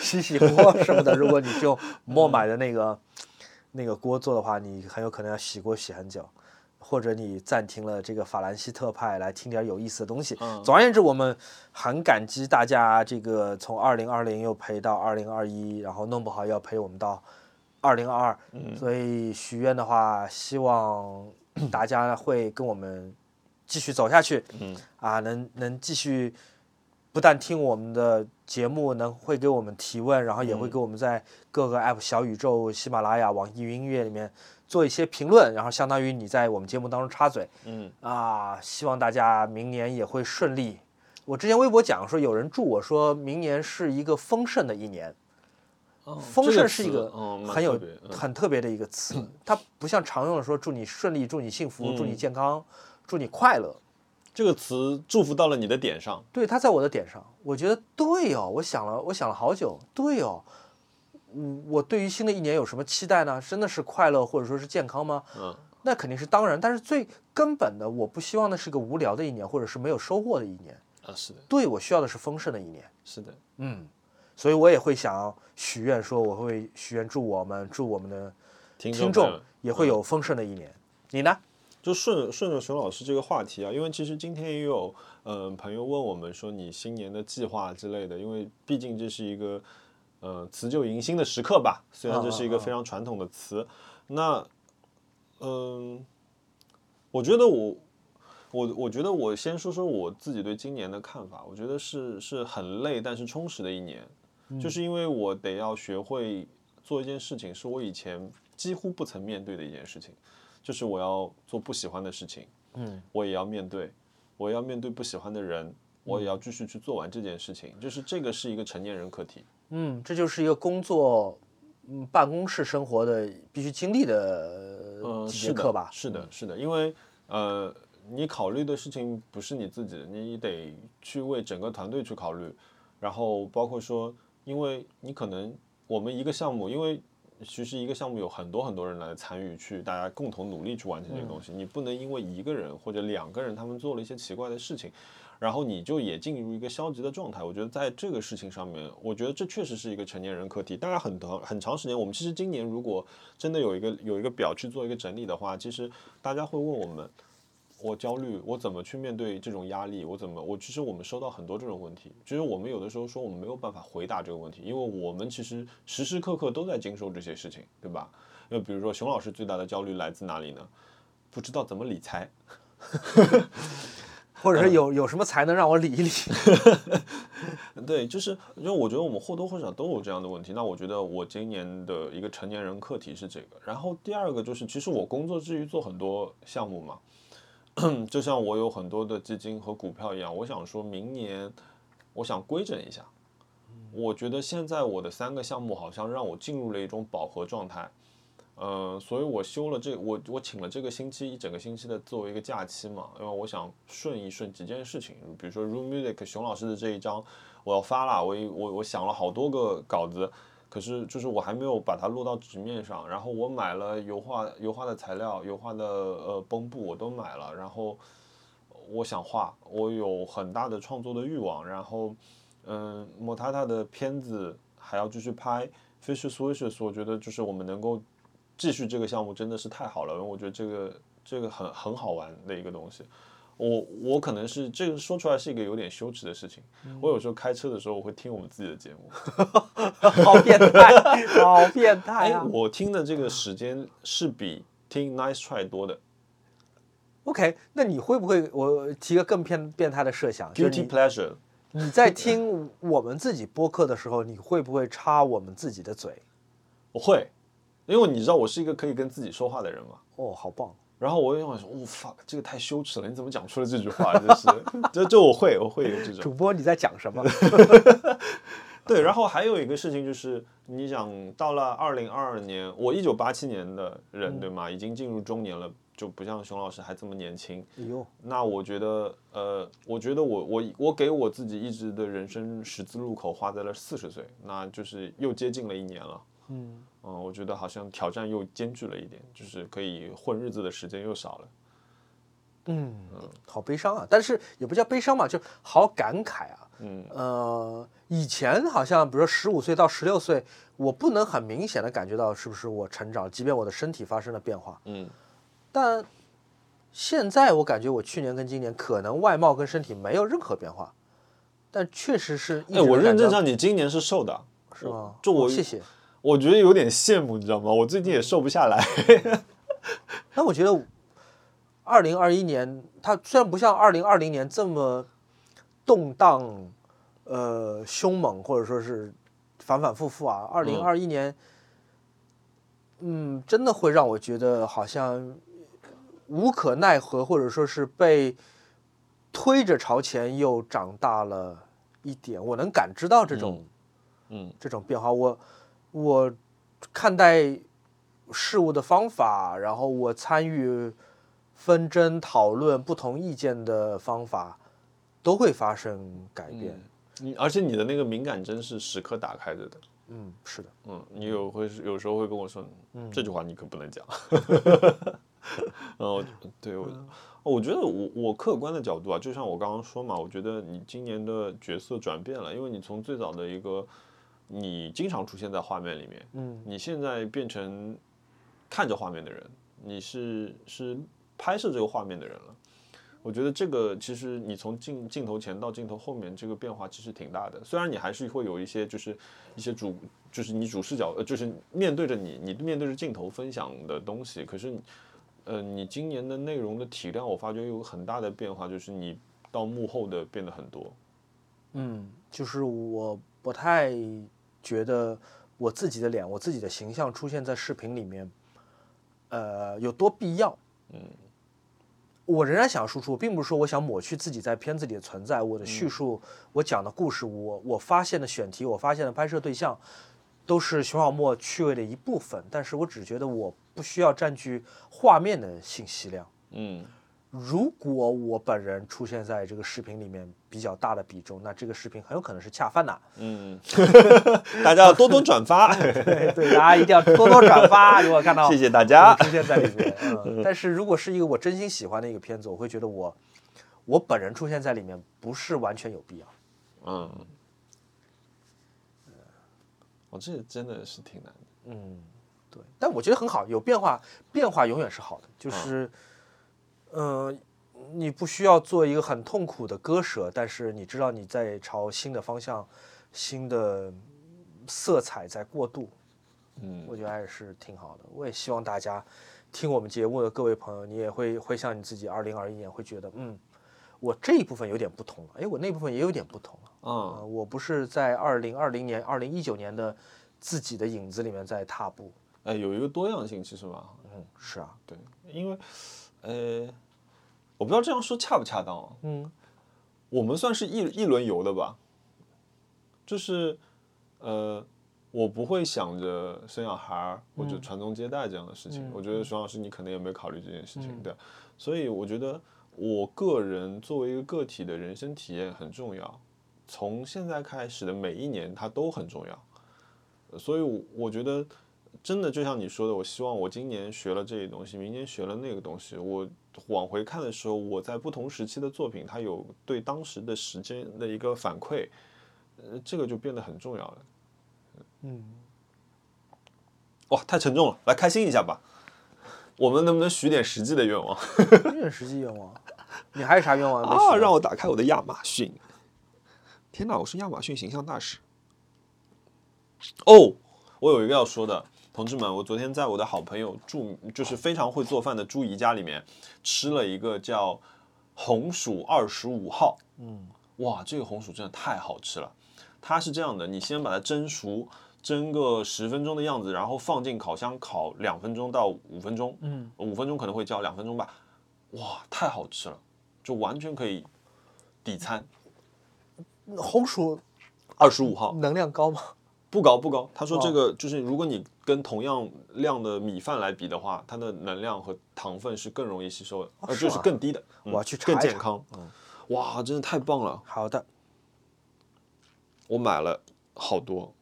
Speaker 2: 洗洗锅什么的。如果你就莫买的那个那个锅做的话，你很有可能要洗锅洗很久。或者你暂停了这个法兰西特派来听点有意思的东西。
Speaker 1: 嗯
Speaker 2: 总而言之，我们很感激大家这个从二零二零又陪到二零二一，然后弄不好要陪我们到二零二二。
Speaker 1: 嗯
Speaker 2: 所以许愿的话，希望 大家会跟我们继续走下去。
Speaker 1: 嗯
Speaker 2: 啊，能能继续不但听我们的节目，能会给我们提问，然后也
Speaker 1: 嗯
Speaker 2: 会给我们在各个 app、小宇宙、喜马拉雅、网易云音乐里面做一些评论，然后相当于你在我们节目当中插嘴
Speaker 1: 嗯
Speaker 2: 啊。希望大家明年也会顺利。我之前微博讲说，有人祝我说明年是一个丰盛的一年，
Speaker 1: 哦
Speaker 2: 丰
Speaker 1: 这
Speaker 2: 盛
Speaker 1: 个
Speaker 2: 是
Speaker 1: 词
Speaker 2: 一个
Speaker 1: 嗯蛮
Speaker 2: 很有
Speaker 1: 特别嗯
Speaker 2: 很特别的一个词，它不像常用的说祝你顺利、祝你幸福、祝你
Speaker 1: 嗯
Speaker 2: 健康、祝你快乐，
Speaker 1: 这个词祝福到了你的点上，
Speaker 2: 对，他在我的点上，我觉得对哦，我想了，我想了好久，对哦，嗯，我对于新的一年有什么期待呢？真的是快乐或者说是健康吗？
Speaker 1: 嗯
Speaker 2: 那肯定是当然，但是最根本的，我不希望的是个无聊的一年，或者是没有收获的一年。
Speaker 1: 啊是的，
Speaker 2: 对我需要的是丰盛的一年，
Speaker 1: 是的，
Speaker 2: 嗯，所以我也会想许愿，说我会许愿祝我们祝我们的
Speaker 1: 听
Speaker 2: 听
Speaker 1: 朋
Speaker 2: 众
Speaker 1: 友
Speaker 2: 也会有丰盛的一年。你呢？
Speaker 1: 就顺顺着熊老师这个话题啊，因为其实今天也有嗯、呃朋友问我们说你新年的计划之类的，因为毕竟这是一个呃辞旧迎新的时刻吧，虽然这是一个非常传统的词，那嗯、我觉得我我我觉得我先说说我自己对今年的看法，我觉得是是很累但是充实的一年，就是因为我得要学会做一件事情，是我以前几乎不曾面对的一件事情。就是我要做不喜欢的事情，
Speaker 2: 嗯，
Speaker 1: 我也要面对，我也要面对不喜欢的人，我也要继续去做完这件事情。就是这个是一个成年人课题，
Speaker 2: 嗯，这就是一个工作，嗯，办公室生活的必须经历的
Speaker 1: 嗯、
Speaker 2: 呃几节
Speaker 1: 是
Speaker 2: 课
Speaker 1: 的，
Speaker 2: 吧。
Speaker 1: 是的，是的，因为呃，你考虑的事情不是你自己的，你得去为整个团队去考虑，然后包括说，因为你可能我们一个项目，因为其实一个项目有很多很多人来参与，去大家共同努力去完成这个东
Speaker 2: 嗯
Speaker 1: 西。你不能因为一个人或者两个人他们做了一些奇怪的事情，然后你就也进入一个消极的状态。我觉得在这个事情上面，我觉得这确实是一个成年人课题。当然很长很长时间，我们其实今年如果真的有一个有一个表去做一个整理的话，其实大家会问我们。我焦虑，我怎么去面对这种压力？我怎么？我其实我们收到很多这种问题，其实我们有的时候说我们没有办法回答这个问题，因为我们其实时时刻刻都在经受这些事情，对吧？那比如说熊老师最大的焦虑来自哪里呢？不知道怎么理财，
Speaker 2: 或者是有有什么才能让我理一理？
Speaker 1: 对，就是因为我觉得我们或多或少都有这样的问题。那我觉得我今年的一个成年人课题是这个。然后第二个就是，其实我工作之余做很多项目嘛，就像我有很多的基金和股票一样，我想说明年我想规整一下。我觉得现在我的三个项目好像让我进入了一种饱和状态，呃，所以我休了这我我请了这个星期一整个星期的作为一个假期嘛，因为我想顺一顺几件事情，比如说 Room Music 熊老师的这一章我要发了，我一我我想了好多个稿子，可是就是我还没有把它落到纸面上。然后我买了油画油画的材料，油画的呃绷布我都买了，然后我想画，我有很大的创作的欲望，然后嗯，莫塔塔的片子还要继续拍。Fishes Wishes，我觉得就是我们能够继续这个项目真的是太好了，因为我觉得这个这个很很好玩的一个东西。我我可能是这个说出来是一个有点羞耻的事情。我有时候开车的时候，我会听我们自己的节目。
Speaker 2: 好变态，好变态
Speaker 1: 哎
Speaker 2: 啊，
Speaker 1: 我听的这个时间是比听 Nice Try 多的。
Speaker 2: 啊！OK，那你会不会？我提个更变变态的设想，就是
Speaker 1: Guilty
Speaker 2: 你
Speaker 1: Pleasure，
Speaker 2: 你 在听我们自己播客的时候，你会不会插我们自己的嘴？
Speaker 1: 我会，因为你知道我是一个可以跟自己说话的人嘛。
Speaker 2: 哦，好棒！
Speaker 1: 然后我就想说，我、哦、fuck，这个太羞耻了！你怎么讲出了这句话？真是，这这我会，我会有这种。
Speaker 2: 主播你在讲什么？
Speaker 1: 对，然后还有一个事情就是，你想到了二零二二年，我一九八七年的
Speaker 2: 嗯
Speaker 1: 人对吗？已经进入中年了，就不像熊老师还这么年轻。
Speaker 2: 哎呦，
Speaker 1: 那我觉得，呃，我觉得我我我给我自己一直的人生十字路口画在了四十岁，那就是又接近了一年了。
Speaker 2: 嗯，
Speaker 1: 嗯、我觉得好像挑战又艰巨了一点，就是可以混日子的时间又少了。
Speaker 2: 嗯，好悲伤啊！但是也不叫悲伤嘛，就好感慨啊。
Speaker 1: 嗯，
Speaker 2: 呃，以前好像比如说十五岁到十六岁，我不能很明显的感觉到是不是我成长，即便我的身体发生了变化。
Speaker 1: 嗯，
Speaker 2: 但现在我感觉我去年跟今年可能外貌跟身体没有任何变化，但确实是一直
Speaker 1: 哎，我
Speaker 2: 能感
Speaker 1: 认真
Speaker 2: 觉到
Speaker 1: 讲，你今年是瘦的，
Speaker 2: 是吗？
Speaker 1: 就我
Speaker 2: 哦谢谢。
Speaker 1: 我觉得有点羡慕，你知道吗？我最近也瘦不下来。
Speaker 2: 那我觉得，二零二一年它虽然不像二零二零年这么动荡，呃，凶猛或者说是反反复复啊，二零二一年，嗯，真的会让我觉得好像无可奈何，或者说是被推着朝前又长大了一点。我能感知到这种、
Speaker 1: 嗯，
Speaker 2: 这种变化，我我看待事物的方法，然后我参与纷争、讨论不同意见的方法，都会发生改变。
Speaker 1: 你而且你的那个敏感针是时刻打开着的。
Speaker 2: 嗯是的，
Speaker 1: 嗯，你有会有时候会跟我说，这句话你可不能讲。 然后对我，哦我觉得我我客观的角度啊，就像我刚刚说嘛，我觉得你今年的角色转变了，因为你从最早的一个你经常出现在画面里面，
Speaker 2: 嗯，
Speaker 1: 你现在变成看着画面的人，你是是拍摄这个画面的人了。我觉得这个其实你从镜镜头前到镜头后面这个变化其实挺大的，虽然你还是会有一些就是一些主就是你主视角，呃，就是面对着你，你面对着镜头分享的东西。可是你，呃，你今年的内容的体量，我发觉有很大的变化，就是你到幕后的变得很多。
Speaker 2: 嗯，就是我不太觉得我自己的脸、我自己的形象出现在视频里面，呃，有多必要。我仍然想输出，并不是说我想抹去自己在片子里的存在。我的叙述，我讲的故事，我我发现的选题，我发现的拍摄对象，都是熊小莫趣味的一部分。但是我只觉得我不需要占据画面的信息量。
Speaker 1: 嗯
Speaker 2: 如果我本人出现在这个视频里面比较大的比重，那这个视频很有可能是恰饭呐、
Speaker 1: 嗯，大家要多多转发，
Speaker 2: 对 对，大家一定要多多转发。如果看到啊
Speaker 1: 谢谢大家。
Speaker 2: 出现在里 面。嗯，但是如果是一个我真心喜欢的一个片子，我会觉得我我本人出现在里面不是完全有必要。
Speaker 1: 嗯，我、嗯哦这真的是挺难的。
Speaker 2: 嗯，对，但我觉得很好，有变化，变化永远是好的。就是，嗯、你不需要做一个很痛苦的割舍，但是你知道你在朝新的方向、新的色彩在过渡，
Speaker 1: 嗯
Speaker 2: 我觉得还是挺好的。我也希望大家听我们节目的各位朋友，你也会回想你自己二零二一年，会觉得，嗯，我这一部分有点不同了，哎，我那部分也有点不同了。
Speaker 1: 嗯
Speaker 2: 呃，我不是在二零二零年、二零一九年的自己的影子里面在踏步。
Speaker 1: 哎，有一个多样性，其实嘛，
Speaker 2: 嗯，是啊，
Speaker 1: 对，因为，呃，我不知道这样说恰不恰当、啊。
Speaker 2: 嗯，
Speaker 1: 我们算是一一轮游的吧，就是，呃，我不会想着生小孩儿或者传宗接代这样的事情。我觉得熊老师你可能也没考虑这件事情，对。所以我觉得我个人作为一个个体的人生体验很重要，从现在开始的每一年它都很重要。呃所以我我觉得真的就像你说的，我希望我今年学了这些东西，明年学了那个东西。我往回看的时候，我在不同时期的作品，它有对当时的时间的一个反馈，呃，这个就变得很重要了。
Speaker 2: 嗯，
Speaker 1: 哇，太沉重了，来开心一下吧。我们能不能许点实际的愿望
Speaker 2: 有点实际愿望。 你还有啥愿望没许
Speaker 1: 啊？
Speaker 2: 呢？
Speaker 1: 让我打开我的亚马逊。天哪，我是亚马逊形象大使。哦，我有一个要说的，同志们，我昨天在我的好朋友祝，就是非常会做饭的朱怡家里面吃了一个叫红薯二十五号。嗯，哇，这个红薯真的太好吃了。它是这样的，你先把它蒸熟，蒸个十分钟的样子，然后放进烤箱烤两分钟到五分钟，
Speaker 2: 嗯，
Speaker 1: 五分钟可能会焦，两分钟吧，哇，太好吃了，就完全可以底餐。
Speaker 2: 红薯
Speaker 1: 二十五号
Speaker 2: 能量高吗？
Speaker 1: 不高不高，他说这个就是如果你跟同样量的米饭来比的话，它的能量和糖分是更容易吸收的，呃，
Speaker 2: 哦是
Speaker 1: 就是
Speaker 2: 吗
Speaker 1: 更低的，嗯
Speaker 2: 我要去查
Speaker 1: 更
Speaker 2: 一
Speaker 1: 健
Speaker 2: 查嗯
Speaker 1: 康。哇，真的太棒了！
Speaker 2: 好的，
Speaker 1: 我买了好多，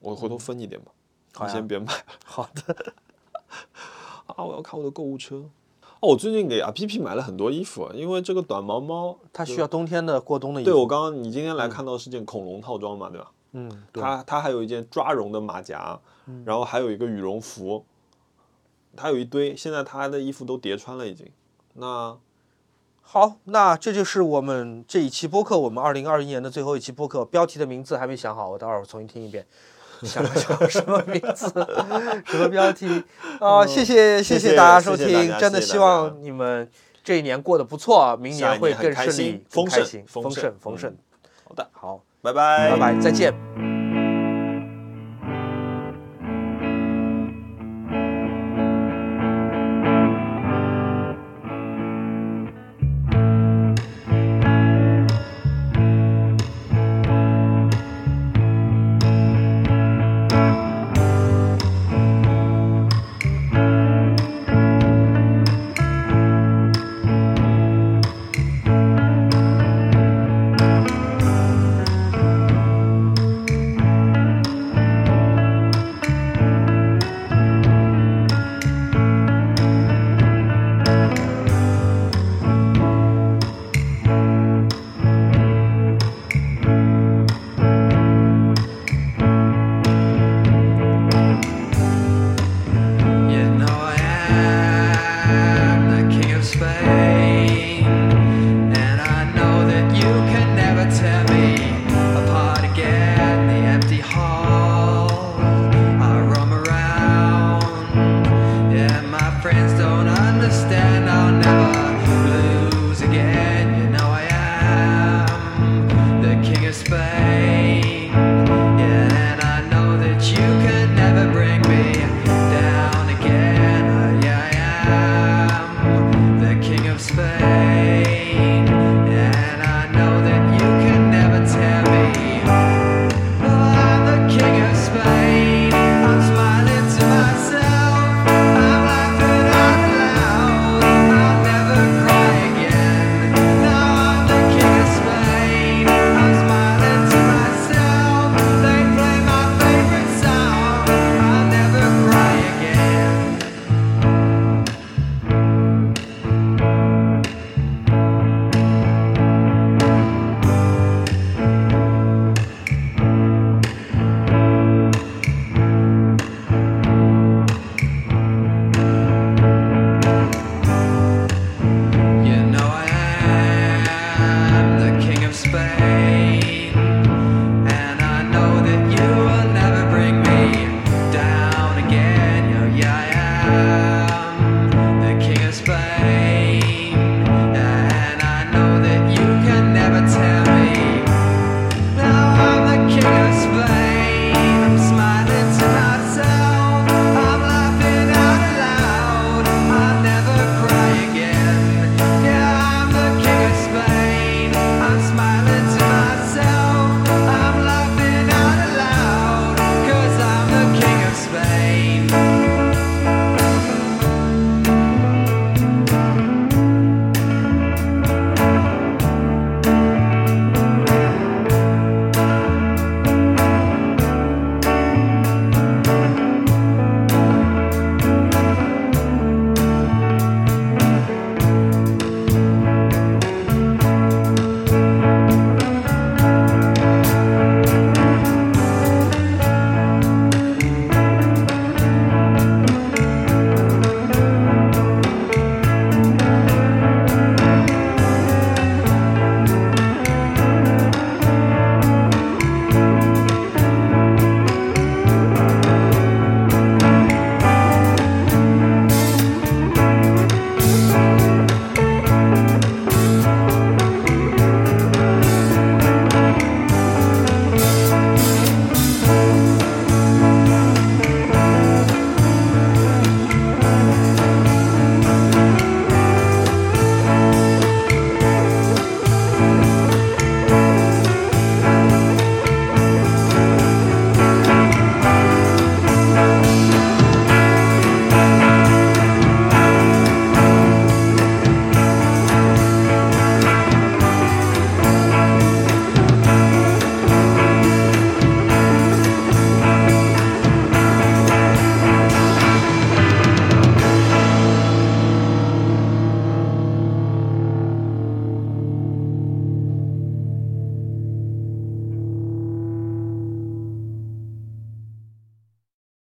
Speaker 1: 我回头分你点吧，
Speaker 2: 嗯好
Speaker 1: 你
Speaker 2: 呀
Speaker 1: 先别买了
Speaker 2: 好的，
Speaker 1: 啊！我要看我的购物车。哦，我最近给阿 P P 买了很多衣服，啊因为这个短毛猫，
Speaker 2: 它需要冬天的过冬的衣
Speaker 1: 对
Speaker 2: 服。
Speaker 1: 我刚刚你今天来看到是件恐龙套装嘛，嗯对吧？嗯
Speaker 2: 嗯，对，
Speaker 1: 它它还有一件抓绒的马甲，然后还有一个羽绒服，它有一堆，现在它的衣服都叠穿了已经。那
Speaker 2: 好，那这就是我们这一期播客，我们二零二一年的最后一期播客，标题的名字还没想好，我待会儿我重新听一 遍，想想什么名字，什么标题啊、谢谢谢
Speaker 1: 嗯谢
Speaker 2: 大家
Speaker 1: 谢
Speaker 2: 收
Speaker 1: 谢
Speaker 2: 听，
Speaker 1: 大家
Speaker 2: 真的
Speaker 1: 谢谢大
Speaker 2: 希
Speaker 1: 家
Speaker 2: 望你们这一年过得不错，明
Speaker 1: 下一
Speaker 2: 年会
Speaker 1: 年很
Speaker 2: 更
Speaker 1: 开
Speaker 2: 顺
Speaker 1: 心
Speaker 2: 利、
Speaker 1: 丰
Speaker 2: 更开
Speaker 1: 盛
Speaker 2: 心
Speaker 1: 丰
Speaker 2: 丰
Speaker 1: 盛
Speaker 2: 盛、
Speaker 1: 嗯
Speaker 2: 丰盛。
Speaker 1: 好的，
Speaker 2: 好，
Speaker 1: 拜拜，
Speaker 2: 拜拜，再见。
Speaker 5: You know I am the king of Spain, and I know that you can never tear me apart again. The empty hall, I roam around. Yeah, my friends don't understand. I'll never lose again. You know I am the king of Spain. Oh,